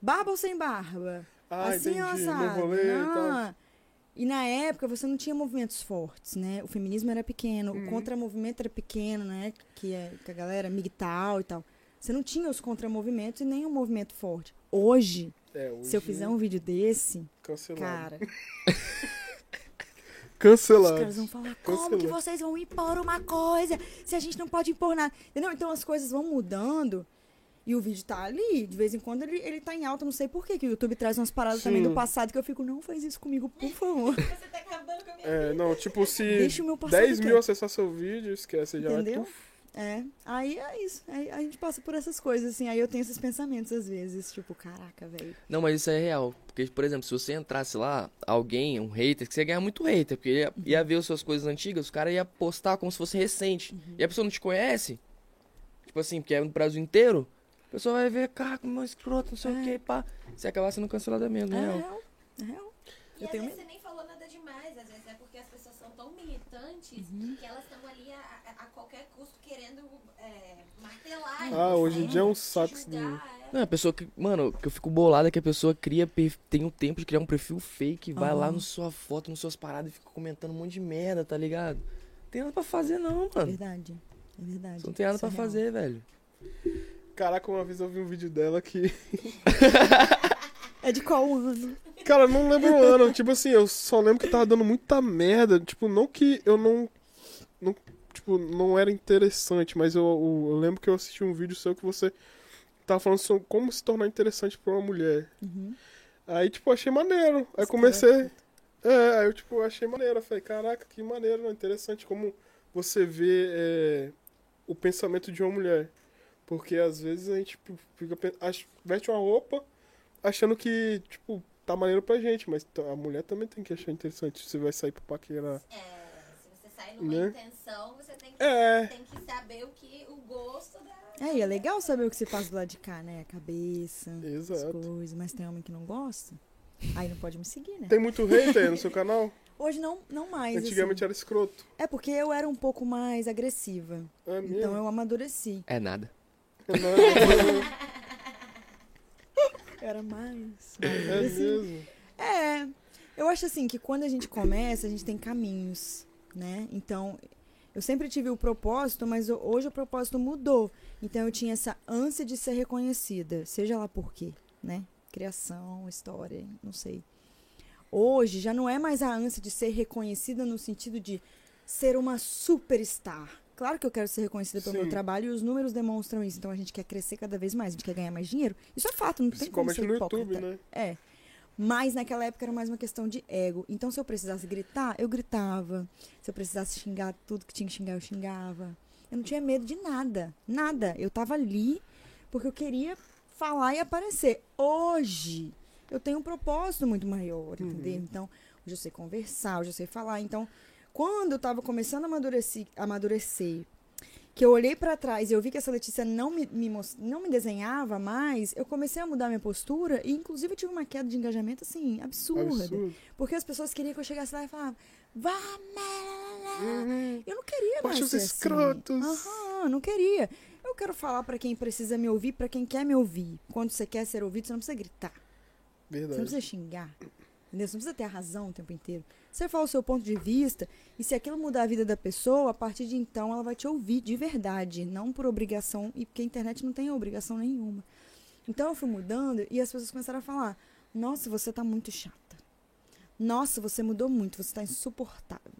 Speaker 3: barba ou sem barba?
Speaker 2: Ah,
Speaker 3: assim
Speaker 2: entendi.
Speaker 3: ela
Speaker 2: Meu
Speaker 3: sabe.
Speaker 2: rolê e tal. É,
Speaker 3: Ah, E na época você não tinha movimentos fortes, né? O feminismo era pequeno,
Speaker 2: Uhum.
Speaker 3: o contramovimento era pequeno, né? Que, é, que a galera, MGTOW e tal. Você não tinha os contramovimentos e nem um movimento forte. Hoje,
Speaker 2: É, hoje,
Speaker 3: se eu fizer um vídeo desse,
Speaker 2: Cancelado.
Speaker 3: cara, Os
Speaker 2: Cancelado.
Speaker 3: caras vão falar, como que
Speaker 2: Cancelou.
Speaker 3: vocês vão impor uma coisa se a gente não pode impor nada? Entendeu? Então as coisas vão mudando e o vídeo tá ali. De vez em quando ele, ele tá em alta, não sei por quê, que o YouTube traz umas paradas também
Speaker 2: Sim.
Speaker 3: do passado que eu fico, não faz isso comigo, por favor.
Speaker 4: Você tá acabando com a minha
Speaker 2: É, não, tipo, se
Speaker 3: Deixa o meu passado.
Speaker 2: 10 mil
Speaker 3: quieto.
Speaker 2: acessar seu vídeo, esquece, já vai.
Speaker 3: Entendeu?
Speaker 2: puf,
Speaker 3: É, aí é isso. Aí a gente passa por essas coisas, assim. Aí eu tenho esses pensamentos às vezes, tipo, caraca, velho.
Speaker 1: Não, mas isso é real. Porque, por exemplo, se você entrasse lá, alguém, um hater, que você ia ganhar muito hater, porque ia,
Speaker 3: Uhum.
Speaker 1: ia ver as suas coisas antigas, os caras iam postar como se fosse recente.
Speaker 3: Uhum.
Speaker 1: E a pessoa não te conhece, tipo assim, porque é no Brasil inteiro, a pessoa vai ver, caraca, meu escroto, não sei o
Speaker 3: É.
Speaker 1: que, pá. Você acaba sendo cancelada mesmo,
Speaker 3: É
Speaker 1: é real.
Speaker 3: real, é real.
Speaker 4: E
Speaker 3: Eu
Speaker 4: às
Speaker 3: tenho
Speaker 4: vezes você nem falou nada demais, às vezes é porque as pessoas são tão militantes
Speaker 2: Uhum.
Speaker 4: que elas estão ali a, a- a qualquer custo querendo é, martelar.
Speaker 2: Ah,
Speaker 4: em
Speaker 2: hoje em
Speaker 4: você,
Speaker 2: dia é um
Speaker 4: te
Speaker 2: saco isso
Speaker 4: julgar, é.
Speaker 1: Não, a pessoa que. Mano, que eu fico bolada é que a pessoa cria. per- Tem um tempo de criar um perfil fake, vai lá
Speaker 3: Aham.
Speaker 1: na sua foto, nas suas paradas e fica comentando um monte de merda, tá ligado? Não tem nada pra fazer, não,
Speaker 3: É
Speaker 1: mano.
Speaker 3: verdade. É verdade.
Speaker 1: Você não tem nada
Speaker 3: Isso é
Speaker 1: pra
Speaker 3: real.
Speaker 1: fazer, velho.
Speaker 2: Caraca, uma vez eu vi um vídeo dela que.
Speaker 3: É de qual ano?
Speaker 2: Cara, eu não lembro o ano. Tipo assim, eu só lembro que tava dando muita merda. Tipo, não que eu não. não tipo, não era interessante, mas eu, eu- eu lembro que eu assisti um vídeo seu que você tava falando sobre como se tornar interessante pra uma mulher.
Speaker 3: Uhum.
Speaker 2: Aí, tipo, eu achei maneiro. Aí comecei. É, aí eu, tipo, eu achei maneiro. Eu falei, caraca, que maneiro, né? Interessante como você vê é, o pensamento de uma mulher. Porque às vezes a gente tipo, fica, pen- ach- veste uma roupa achando que, tipo, tá maneiro pra gente, mas t- a mulher também tem que achar interessante. Você vai sair pra paquerar.
Speaker 4: É, se você sai numa
Speaker 2: Né?
Speaker 4: intenção, você tem que,
Speaker 2: É.
Speaker 4: tem que saber o que o gosto da.
Speaker 3: É, e é legal saber o que se passa do lado de cá, né? A cabeça, as
Speaker 2: Exato.
Speaker 3: coisas. Mas tem homem que não gosta, aí não pode me seguir, né?
Speaker 2: Tem muito hater no seu canal?
Speaker 3: Hoje não, não mais. assim.
Speaker 2: Antigamente era escroto.
Speaker 3: É porque eu era um pouco mais agressiva.
Speaker 2: É mesmo?
Speaker 3: Então eu amadureci.
Speaker 1: É nada.
Speaker 2: Não,
Speaker 3: Eu era mais.
Speaker 2: é mesmo.
Speaker 3: É. Eu acho assim que quando a gente começa, a gente tem caminhos, né? Então, eu sempre tive o propósito, mas ho- hoje o propósito mudou. Então eu tinha essa ânsia de ser reconhecida, seja lá por quê, né? Criação, história, não sei. Hoje já não é mais a ânsia de ser reconhecida no sentido de ser uma superstar. Claro que eu quero ser reconhecida pelo
Speaker 2: Sim.
Speaker 3: meu trabalho e os números demonstram isso. Então a gente quer crescer cada vez mais, a gente quer ganhar mais dinheiro. Isso é fato, não tem como
Speaker 2: Principalmente
Speaker 3: ser
Speaker 2: no
Speaker 3: hipócrita.
Speaker 2: YouTube, né?
Speaker 3: É. Mas naquela época era mais uma questão de ego. Então, se eu precisasse gritar, eu gritava. Se eu precisasse xingar tudo que tinha que xingar, eu xingava. Eu não tinha medo de nada. Nada. Eu tava ali porque eu queria falar e aparecer. Hoje, eu tenho um propósito muito maior, entendeu? Então, hoje eu sei conversar, hoje eu sei falar. Então, quando eu tava começando a amadurecer, amadurecer que eu olhei pra trás e eu vi que essa Letícia não me, me mos- não me desenhava mais, eu comecei a mudar minha postura e, inclusive, eu tive uma queda de engajamento, assim, absurda.
Speaker 2: Absurdo.
Speaker 3: Porque as pessoas queriam que eu chegasse lá e falasse, vá, merda!
Speaker 2: Uhum.
Speaker 3: Eu não queria mais
Speaker 2: Baixa os
Speaker 3: ser assim.
Speaker 2: escrotos.
Speaker 3: Aham, não queria. Eu quero falar pra quem precisa me ouvir, pra quem quer me ouvir. Quando você quer ser ouvido, você não precisa gritar. Você não
Speaker 2: Verdade.
Speaker 3: precisa xingar. Entendeu? Você não precisa ter a razão o tempo inteiro. Você fala o seu ponto de vista, e se aquilo mudar a vida da pessoa, a partir de então ela vai te ouvir de verdade, não por obrigação, e porque a internet não tem obrigação nenhuma. Então eu fui mudando e as pessoas começaram a falar: Nossa, você tá muito chata. Nossa, você mudou muito, você tá insuportável.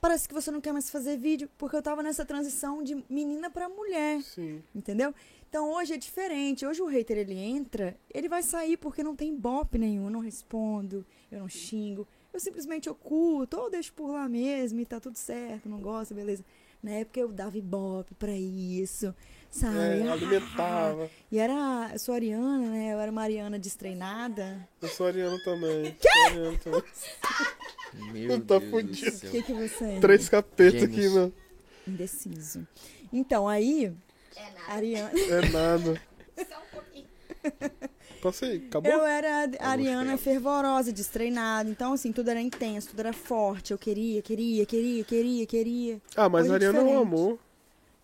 Speaker 3: Parece que você não quer mais fazer vídeo, porque eu tava nessa transição de menina pra mulher.
Speaker 2: Sim.
Speaker 3: Entendeu? Então hoje é diferente. Hoje o hater ele entra, ele vai sair porque não tem bop nenhum. Eu não respondo, eu não xingo, eu simplesmente oculto ou deixo por lá mesmo e tá tudo certo, não gosto, beleza. Na época eu dava ibope pra isso, sabe?
Speaker 2: É,
Speaker 3: Ah,
Speaker 2: alimentava.
Speaker 3: E era. Eu sou ariana, né? Eu era uma ariana destreinada.
Speaker 2: Eu sou ariano também. Sou ariano também.
Speaker 1: Meu
Speaker 2: Tá
Speaker 1: Deus
Speaker 2: fudido.
Speaker 1: do
Speaker 3: O
Speaker 1: céu.
Speaker 3: que, que você é?
Speaker 2: Três capetas
Speaker 1: Gêmeos.
Speaker 2: aqui, mano.
Speaker 3: Indeciso. Então, aí,
Speaker 4: É nada.
Speaker 3: Ariana.
Speaker 2: É nada.
Speaker 4: Só um pouquinho.
Speaker 2: Passa aí, acabou?
Speaker 3: Eu era a- a Ariana
Speaker 1: Obrigado.
Speaker 3: fervorosa, destreinada. Então, assim, tudo era intenso, tudo era forte. Eu queria, queria, queria, queria, queria.
Speaker 2: Ah, mas
Speaker 3: Hoje é
Speaker 2: Ariano é um
Speaker 3: diferente.
Speaker 2: amor.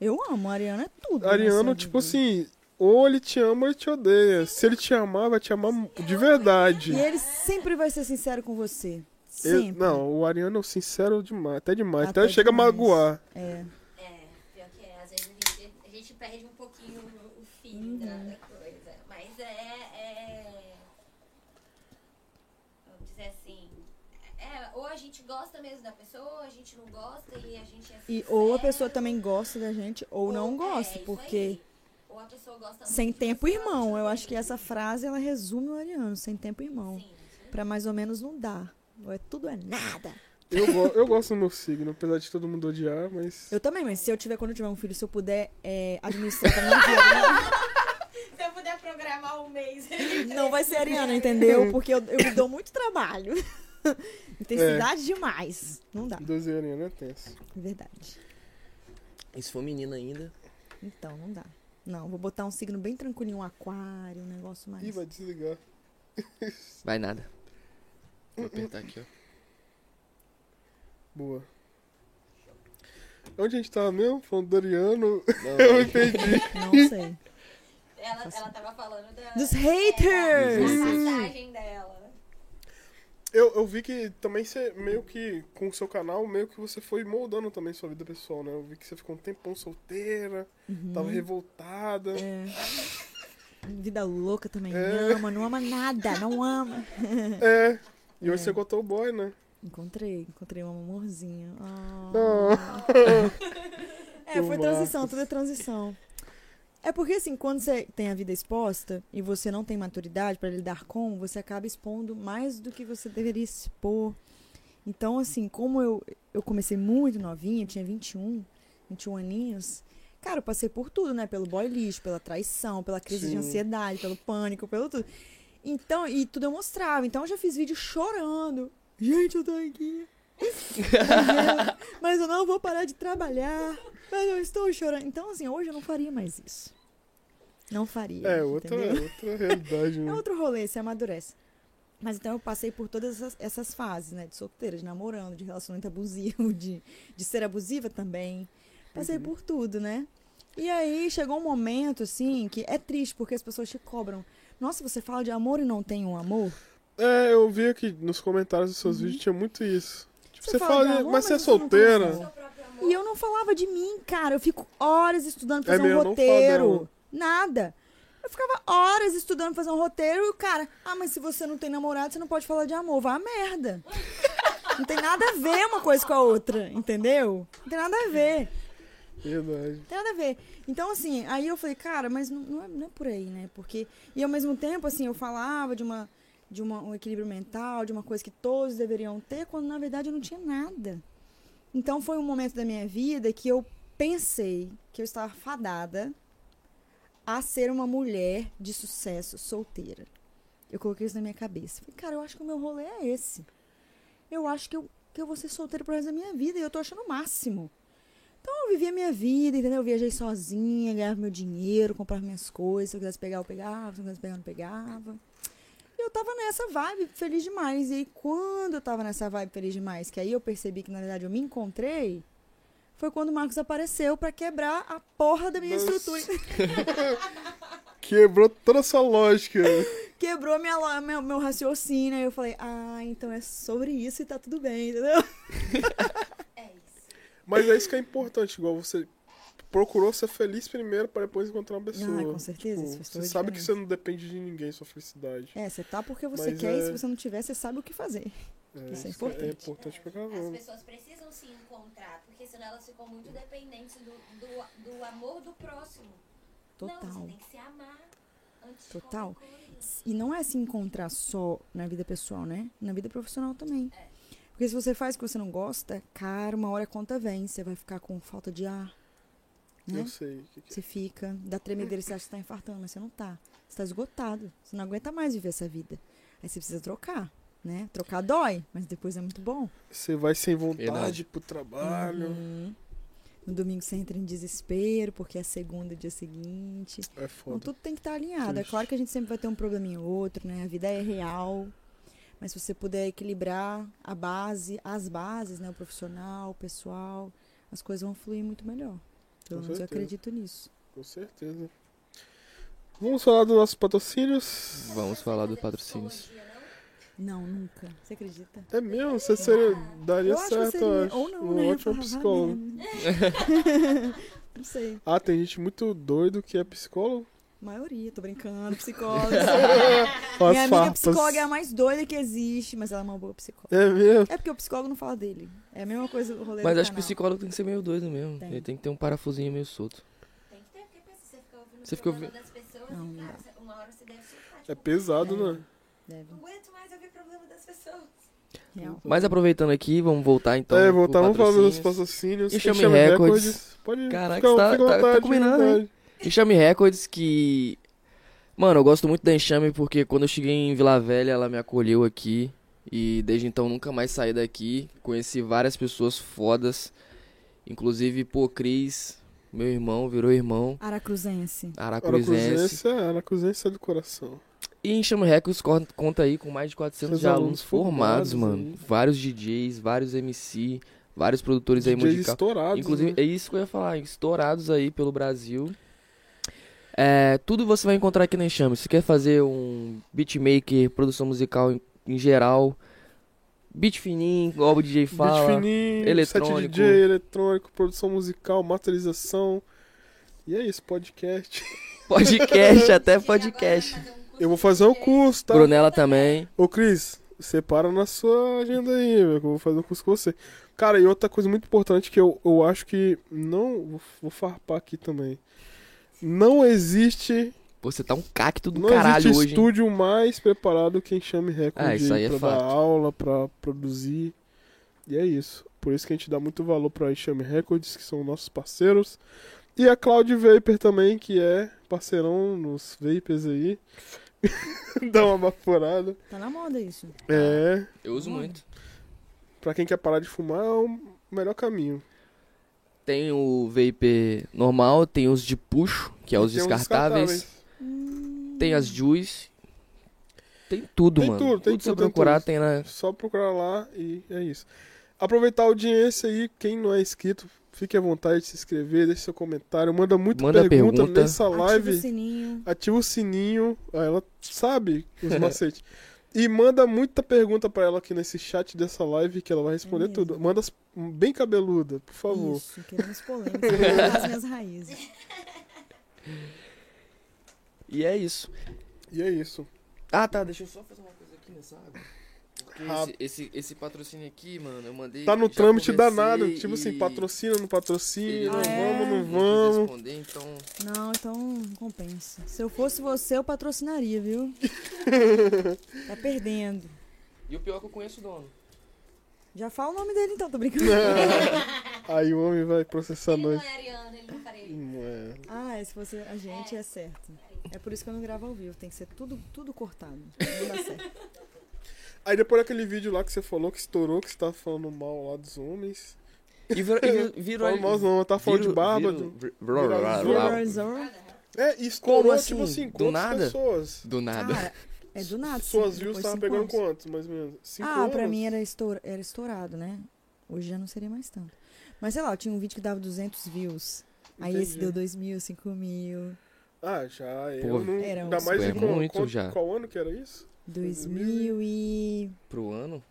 Speaker 3: Eu amo, a Ariana é tudo.
Speaker 2: Ariano,
Speaker 3: nessa
Speaker 2: tipo
Speaker 3: vida.
Speaker 2: assim, ou ele te ama ou ele te odeia. Se ele te amar, vai te amar de verdade.
Speaker 3: E ele sempre vai ser sincero com você.
Speaker 2: Eu-
Speaker 3: Sempre.
Speaker 2: não, o Ariano é sincero demais, até demais, até,
Speaker 3: Até
Speaker 2: chega a
Speaker 3: demais.
Speaker 2: magoar.
Speaker 3: É.
Speaker 4: É, pior que é, às vezes a gente, a gente perde um pouquinho o o
Speaker 3: Uhum.
Speaker 4: fim da- da coisa. Mas é, é. Vamos dizer assim. É, ou a gente gosta mesmo da pessoa, ou a gente não gosta e a gente é
Speaker 3: E ou a
Speaker 4: sincero,
Speaker 3: pessoa também gosta da gente ou não
Speaker 4: é,
Speaker 3: gosta,
Speaker 4: isso
Speaker 3: porque
Speaker 4: aí. Ou a pessoa gosta
Speaker 3: sem
Speaker 4: muito de
Speaker 3: tempo
Speaker 4: você,
Speaker 3: irmão.
Speaker 4: outra
Speaker 3: Eu
Speaker 4: pessoa
Speaker 3: acho que é essa frase ela resume o Ariano, sem tempo irmão.
Speaker 4: Sim, sim.
Speaker 3: Pra mais ou menos não dar. Ou é tudo é nada.
Speaker 2: Eu, go- eu gosto do meu signo, apesar de todo mundo odiar, mas.
Speaker 3: Eu também, mas se eu tiver, quando eu tiver um filho, se eu puder é, administrar pra né? não virar.
Speaker 4: Se eu puder programar um mês.
Speaker 3: Não vai ser Ariana, entendeu? Porque eu, eu me dou muito trabalho. Intensidade
Speaker 2: É.
Speaker 3: demais. Não dá.
Speaker 2: 12 anos, né? Tenso.
Speaker 3: É verdade.
Speaker 1: E se for menina ainda,
Speaker 3: Então, não dá. Não, vou botar um signo bem tranquilinho, um aquário, um negócio mais.
Speaker 2: Ih, vai desligar.
Speaker 1: vai nada. Vou apertar aqui, ó.
Speaker 2: Boa. Onde a gente tava mesmo? Falando do Ariano.
Speaker 1: Não,
Speaker 2: Eu
Speaker 1: não.
Speaker 2: entendi.
Speaker 3: Não sei.
Speaker 4: Ela, ela tava falando da.
Speaker 3: Dos
Speaker 4: é,
Speaker 3: haters!
Speaker 4: da passagem dela.
Speaker 2: Eu, eu vi que também você, meio que, com o seu canal, meio que você foi moldando também sua vida pessoal, né? Eu vi que você ficou um tempão solteira,
Speaker 3: Uhum.
Speaker 2: tava revoltada.
Speaker 3: É. Vida louca também.
Speaker 2: É.
Speaker 3: Não ama, não ama nada. Não ama.
Speaker 2: É. E hoje você botou o boy, né?
Speaker 3: Encontrei, encontrei um amorzinho. Ah.
Speaker 2: Ah.
Speaker 3: É, foi
Speaker 2: Marcos.
Speaker 3: transição, tudo é transição. É porque assim, quando você tem a vida exposta e você não tem maturidade pra lidar com, você acaba expondo mais do que você deveria expor. Então, assim, como eu, eu comecei muito novinha, tinha 21, 21 aninhos, cara, eu passei por tudo, né? Pelo boy lixo, pela traição, pela crise de
Speaker 2: Sim.
Speaker 3: ansiedade, pelo pânico, pelo tudo. Então, e tudo eu mostrava. Então eu já fiz vídeo chorando. Gente, eu tô aqui. mas eu não vou parar de trabalhar. Mas eu estou chorando. Então, assim, hoje eu não faria mais isso. Não faria.
Speaker 2: É, outra,
Speaker 3: entendeu?
Speaker 2: outra realidade,
Speaker 3: É
Speaker 2: né?
Speaker 3: outro rolê, você amadurece. Mas então eu passei por todas essas, essas fases, né? De solteira, de namorando, de relacionamento abusivo, de, de ser abusiva também. Passei por tudo, né? E aí chegou um momento, assim, que é triste, porque as pessoas te cobram. Nossa, você fala de amor e não tem um amor?
Speaker 2: É, eu vi aqui nos comentários dos seus vídeos tinha muito isso. Tipo, você fala,
Speaker 3: Uhum. de
Speaker 2: né,
Speaker 3: amor,
Speaker 2: mas você é
Speaker 3: não né? tem
Speaker 2: solteira.
Speaker 3: amor.
Speaker 4: Seu próprio amor.
Speaker 3: E eu não falava de mim, cara. Eu fico horas estudando pra
Speaker 2: É
Speaker 3: fazer
Speaker 2: mesmo,
Speaker 3: um
Speaker 2: eu não falo
Speaker 3: roteiro.
Speaker 2: dela.
Speaker 3: Nada. Eu ficava horas estudando pra fazer um roteiro e o cara, ah, mas se você não tem namorado, você não pode falar de amor. Vá a merda. Não tem nada a ver uma coisa com a outra, entendeu? Não tem nada a ver.
Speaker 2: Verdade.
Speaker 3: Não tem nada a ver. Então, assim, aí eu falei, cara, mas não, não é, não é por aí, né? Porque. E ao mesmo tempo, assim, eu falava de uma. De uma, um equilíbrio mental, de uma coisa que todos deveriam ter, quando na verdade eu não tinha nada. Então foi um momento da minha vida que eu pensei que eu estava fadada a ser uma mulher de sucesso solteira. Eu coloquei isso na minha cabeça. Falei, cara, eu acho que o meu rolê é esse. Eu acho que eu, que eu vou ser solteira pro resto da minha vida e eu tô achando o máximo. Então eu vivi a minha vida, entendeu? Eu viajei sozinha, ganhava meu dinheiro, comprava minhas coisas. Se eu quisesse pegar, eu pegava. Se eu quisesse pegar, eu não pegava. E eu tava nessa vibe feliz demais. E aí, quando eu tava nessa vibe feliz demais, que aí eu percebi que na verdade eu me encontrei, foi quando o Marcos apareceu pra quebrar a porra da minha
Speaker 2: Nossa.
Speaker 3: estrutura.
Speaker 2: Quebrou toda a sua lógica.
Speaker 3: quebrou minha, lo- meu, meu raciocínio. Aí eu falei, ah, então é sobre isso e tá tudo bem, entendeu?
Speaker 4: É isso.
Speaker 2: Mas é isso que é importante, igual você procurou ser feliz primeiro pra depois encontrar uma pessoa.
Speaker 3: Ah, com certeza, isso faz
Speaker 2: tipo, você
Speaker 3: toda a
Speaker 2: sabe que
Speaker 3: diferença.
Speaker 2: você não depende de ninguém, sua felicidade.
Speaker 3: É, você tá porque você
Speaker 2: Mas
Speaker 3: quer
Speaker 2: é-
Speaker 3: e se você não tiver, você sabe o que fazer.
Speaker 2: É,
Speaker 3: Isso é
Speaker 2: É
Speaker 3: importante.
Speaker 2: importante pra
Speaker 4: As
Speaker 2: caramba.
Speaker 4: pessoas precisam se encontrar, porque senão elas ficam muito dependentes do, do, do amor do próximo. Não, você
Speaker 3: Total.
Speaker 4: tem que se amar antes
Speaker 3: Total.
Speaker 4: de qualquer coisa.
Speaker 3: E não é se encontrar só na vida pessoal, né? Na vida profissional também. Porque se você faz o que você não gosta, cara, uma hora a conta vem. Você vai ficar com falta de ar, né?
Speaker 2: Eu sei. o que que
Speaker 3: Você fica, dá tremedeira, você acha que você tá infartando, mas você não tá. Você tá esgotado. Você não aguenta mais viver essa vida. Aí você precisa trocar, né? Trocar dói, mas depois é muito bom.
Speaker 2: é. Você vai sem vontade
Speaker 1: Verdade.
Speaker 2: pro trabalho.
Speaker 3: Uhum. No domingo você entra em desespero, porque é segunda, dia seguinte.
Speaker 2: É
Speaker 3: Então
Speaker 2: foda.
Speaker 3: tudo tem que estar alinhado. É
Speaker 2: Triste.
Speaker 3: claro que a gente sempre vai ter um probleminha ou outro, né? A vida é real. Mas se você puder equilibrar a base, as bases, né? O profissional, o pessoal, as coisas vão fluir muito melhor. Pelo
Speaker 2: Com
Speaker 3: menos eu
Speaker 2: certeza.
Speaker 3: acredito nisso.
Speaker 2: Com certeza. Vamos falar dos nossos patrocínios.
Speaker 1: Vamos falar dos
Speaker 4: Fazer
Speaker 1: patrocínios.
Speaker 4: psicologia, não?
Speaker 3: Não, nunca. Você acredita?
Speaker 2: É mesmo, você seria, daria
Speaker 3: eu acho que
Speaker 2: certo, eu
Speaker 3: seria.
Speaker 2: acho.
Speaker 3: Ou não,
Speaker 2: um
Speaker 3: né?
Speaker 2: ótimo
Speaker 3: Falar, "Vai
Speaker 2: psicólogo.
Speaker 3: mesmo." não sei.
Speaker 2: Ah, tem gente muito doido que é psicólogo.
Speaker 3: Maioria, tô brincando, psicóloga.
Speaker 2: As
Speaker 3: Minha amiga
Speaker 2: farpas.
Speaker 3: psicóloga é a mais doida que existe, mas ela é uma boa psicóloga.
Speaker 2: É mesmo?
Speaker 3: É porque o psicólogo não fala dele. É a mesma coisa o rolê
Speaker 1: Mas
Speaker 3: do
Speaker 1: acho que o
Speaker 3: canal.
Speaker 1: psicólogo tem que ser meio doido mesmo.
Speaker 3: Tem.
Speaker 1: Ele tem que ter um parafusinho meio solto.
Speaker 4: Tem que ter, porque pensa, você fica ouvindo
Speaker 1: Você
Speaker 4: você
Speaker 1: fica
Speaker 4: fica
Speaker 1: ouvi-
Speaker 4: das pessoas
Speaker 3: Não,
Speaker 4: e,
Speaker 3: não
Speaker 4: cara, você- uma hora você deve surtar.
Speaker 2: É
Speaker 4: Tipo,
Speaker 2: pesado, né?
Speaker 3: Deve,
Speaker 4: não aguento mais ouvir problema das pessoas.
Speaker 1: É
Speaker 3: real.
Speaker 1: Mas aproveitando aqui, vamos voltar então.
Speaker 2: é,
Speaker 1: pro
Speaker 2: voltar, vamos falar dos
Speaker 1: patrocínios.
Speaker 2: patrocínios.
Speaker 1: E
Speaker 2: Quem
Speaker 1: Chame
Speaker 2: chama
Speaker 1: Records.
Speaker 2: Pode
Speaker 1: Caraca,
Speaker 2: ficar,
Speaker 1: tá-
Speaker 2: fica
Speaker 1: tá-
Speaker 2: à
Speaker 1: tá
Speaker 2: vontade, né?
Speaker 1: combinando,
Speaker 2: fica à
Speaker 1: hein?
Speaker 2: vontade.
Speaker 1: Enxame Records que. Mano, eu gosto muito da Enxame porque quando eu cheguei em Vila Velha ela me acolheu aqui. E desde então nunca mais saí daqui. Conheci várias pessoas fodas. Inclusive, pô, Cris, meu irmão, virou irmão.
Speaker 3: Aracruzense.
Speaker 1: Aracruzense.
Speaker 2: Aracruzense, é, Aracruzense é do coração.
Speaker 1: E Enxame Records co- conta aí com mais de 400
Speaker 2: Seus
Speaker 1: de alunos
Speaker 2: alunos
Speaker 1: formados,
Speaker 2: formados
Speaker 1: mano.
Speaker 2: aí.
Speaker 1: Vários DJs, vários MC, vários produtores aí
Speaker 2: DJs
Speaker 1: musicais.
Speaker 2: estourados,
Speaker 1: Inclusive,
Speaker 2: né?
Speaker 1: é isso que eu ia falar, estourados aí pelo Brasil. É, tudo você vai encontrar aqui na Enxame. Se quer fazer um beatmaker, produção musical em, em geral, beat fininho, igual o DJ
Speaker 2: Beat
Speaker 1: fala.
Speaker 2: fininho,
Speaker 1: eletrônico.
Speaker 2: set DJ, eletrônico, produção musical, masterização. E é isso, podcast.
Speaker 1: Podcast, até
Speaker 4: Diga, agora
Speaker 1: podcast.
Speaker 4: vai fazer um curso
Speaker 2: Eu vou fazer um
Speaker 4: de-
Speaker 2: curso, tá?
Speaker 1: Brunella também.
Speaker 2: Ô, Cris, separa na sua agenda aí, velho, que eu vou fazer um curso com você. Cara, e outra coisa muito importante que eu, eu acho que não. Vou, vou farpar aqui também. Não existe.
Speaker 1: Pô, Você tá um cacto do
Speaker 2: não
Speaker 1: caralho
Speaker 2: existe
Speaker 1: hoje. hein?
Speaker 2: estúdio mais preparado que Enxame Record
Speaker 1: Ah, isso aí é
Speaker 2: pra
Speaker 1: fato.
Speaker 2: dar aula, pra produzir. E é isso. Por isso que a gente dá muito valor pra Enxame Records, que são nossos parceiros. E a Cloud Vapor também, que é parceirão nos vapers aí. Dá uma baforada.
Speaker 3: Tá na moda isso.
Speaker 2: É.
Speaker 1: Eu uso
Speaker 3: Olha.
Speaker 1: muito.
Speaker 2: Pra quem quer parar de fumar, é o melhor caminho.
Speaker 1: Tem o vape normal, tem os de puxo, que é os
Speaker 2: Tem um uns
Speaker 1: descartáveis.
Speaker 3: Hum,
Speaker 1: Tem as juice. Tem tudo,
Speaker 2: Tem
Speaker 1: mano.
Speaker 2: tudo, tem
Speaker 1: que você
Speaker 2: tudo, tem
Speaker 1: procurar
Speaker 2: tudo.
Speaker 1: tem na.
Speaker 2: É Só procurar lá e é isso. Aproveitar a audiência aí, quem não é inscrito, fique à vontade de se inscrever, deixe seu comentário, manda muita
Speaker 1: Manda
Speaker 2: pergunta,
Speaker 1: pergunta.
Speaker 2: nessa live.
Speaker 3: Ativa o sininho.
Speaker 2: Ativa o sininho, ah, ela sabe os macetes. E manda muita pergunta pra ela aqui nesse chat dessa live que ela vai responder
Speaker 3: É mesmo.
Speaker 2: tudo. Manda as- hum, bem cabeluda, por favor.
Speaker 3: Isso, queremos polêmica. queremos as minhas raízes.
Speaker 1: E é isso.
Speaker 2: E é isso.
Speaker 1: Ah, tá. Deixa eu só fazer uma coisa aqui nessa água. Porque
Speaker 2: Rápido.
Speaker 1: Esse, esse, esse patrocínio aqui, mano, eu mandei.
Speaker 2: Tá no
Speaker 1: já
Speaker 2: trâmite
Speaker 1: conversei
Speaker 2: danado, tipo assim,
Speaker 1: e
Speaker 2: patrocina, não patrocina,
Speaker 1: ele
Speaker 3: Ah, é?
Speaker 2: vamos,
Speaker 1: não
Speaker 2: não
Speaker 1: quis
Speaker 2: vamos.
Speaker 1: responder, então.
Speaker 3: Não, então não compensa. Se eu fosse você, eu patrocinaria, viu? Tá perdendo.
Speaker 1: E o pior é que eu conheço o dono.
Speaker 3: Já fala o nome dele então, tô brincando.
Speaker 2: Aí o homem vai processar
Speaker 4: Ele não
Speaker 2: nós.
Speaker 4: é ariano, ele não faria.
Speaker 2: Não é.
Speaker 3: Ah, se fosse a gente, é certo. É por isso que eu não gravo ao vivo. Tem que ser tudo, tudo cortado. Não dá certo.
Speaker 2: Aí depois daquele vídeo lá que você falou que estourou, que você tava falando mal lá dos homens.
Speaker 1: E virou. E vir- virou
Speaker 2: Falou mal não, tá falando de barba.
Speaker 1: virou-
Speaker 2: do-
Speaker 1: vir-
Speaker 2: viralizou.
Speaker 3: Zor.
Speaker 2: É, e estourou,
Speaker 1: assim?
Speaker 2: tipo assim,
Speaker 1: Do
Speaker 2: quantas
Speaker 1: nada?
Speaker 2: pessoas?
Speaker 1: Do nada.
Speaker 3: Ah, é do nada.
Speaker 2: Suas
Speaker 3: sim,
Speaker 2: views
Speaker 3: depois
Speaker 2: tava
Speaker 3: cinco
Speaker 2: pegando
Speaker 3: anos.
Speaker 2: quantos, mais ou menos? Cinco
Speaker 3: Ah, pra
Speaker 2: anos?
Speaker 3: mim era, estour... era estourado, né? Hoje já não seria mais tanto. Mas sei lá, eu tinha um vídeo que dava 200 views. Aí esse
Speaker 2: Entendi.
Speaker 3: deu 2 mil, 5 mil.
Speaker 2: Ah, já, eu
Speaker 1: Pô,
Speaker 2: não...
Speaker 3: Era
Speaker 2: Ainda
Speaker 3: uns-
Speaker 2: mais
Speaker 1: É
Speaker 2: em qual,
Speaker 1: muito
Speaker 2: qual-
Speaker 1: já.
Speaker 2: qual ano que era isso?
Speaker 3: 2017,
Speaker 1: Pro ano.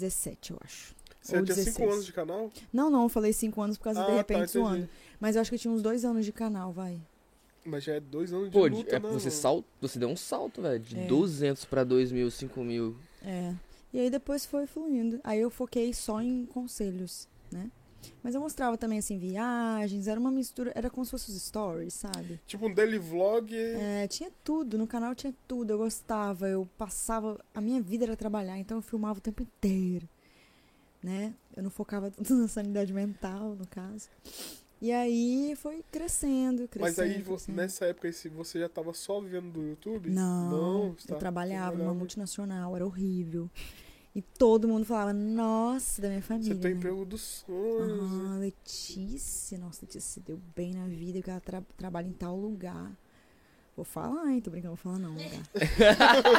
Speaker 3: eu acho.
Speaker 2: Você
Speaker 3: Ou
Speaker 2: tinha 5
Speaker 3: 16.
Speaker 2: anos de canal? Ah, tá,
Speaker 3: Não, não, eu falei 5 anos por causa do de repente do
Speaker 2: entendi.
Speaker 3: ano. Mas eu acho que eu tinha uns 2 anos de canal, vai.
Speaker 2: Mas já é 2 anos de
Speaker 1: Pô,
Speaker 2: luta,
Speaker 1: é,
Speaker 2: né,
Speaker 1: você,
Speaker 2: mano?
Speaker 1: sal, você deu um salto, velho. De
Speaker 3: É.
Speaker 1: 200 pra 2 mil, 5 mil.
Speaker 3: É. E aí depois foi fluindo. Aí eu foquei só em conselhos, né? Mas eu mostrava também, assim, viagens, era uma mistura, era como se fosse os stories, sabe?
Speaker 2: Tipo um daily vlog...
Speaker 3: É, tinha tudo, no canal tinha tudo, eu gostava, eu passava, a minha vida era trabalhar, então eu filmava o tempo inteiro, né? Eu não focava tanto na sanidade mental, no caso. E aí foi crescendo, crescendo.
Speaker 2: Mas aí, vo- né,
Speaker 3: crescendo.
Speaker 2: nessa época, aí, se você já tava só vivendo do YouTube? tá
Speaker 3: Não,
Speaker 2: está-
Speaker 3: eu trabalhava numa
Speaker 2: trabalhava.
Speaker 3: multinacional, era horrível. E todo mundo falava, nossa, da minha família.
Speaker 2: Você tá tem
Speaker 3: né?
Speaker 2: emprego dos sonhos.
Speaker 3: Ah, Letícia, nossa, Letícia se deu bem na vida, porque ela tra- trabalha em tal lugar. Vou falar, hein? Tô brincando, vou falar não, lugar.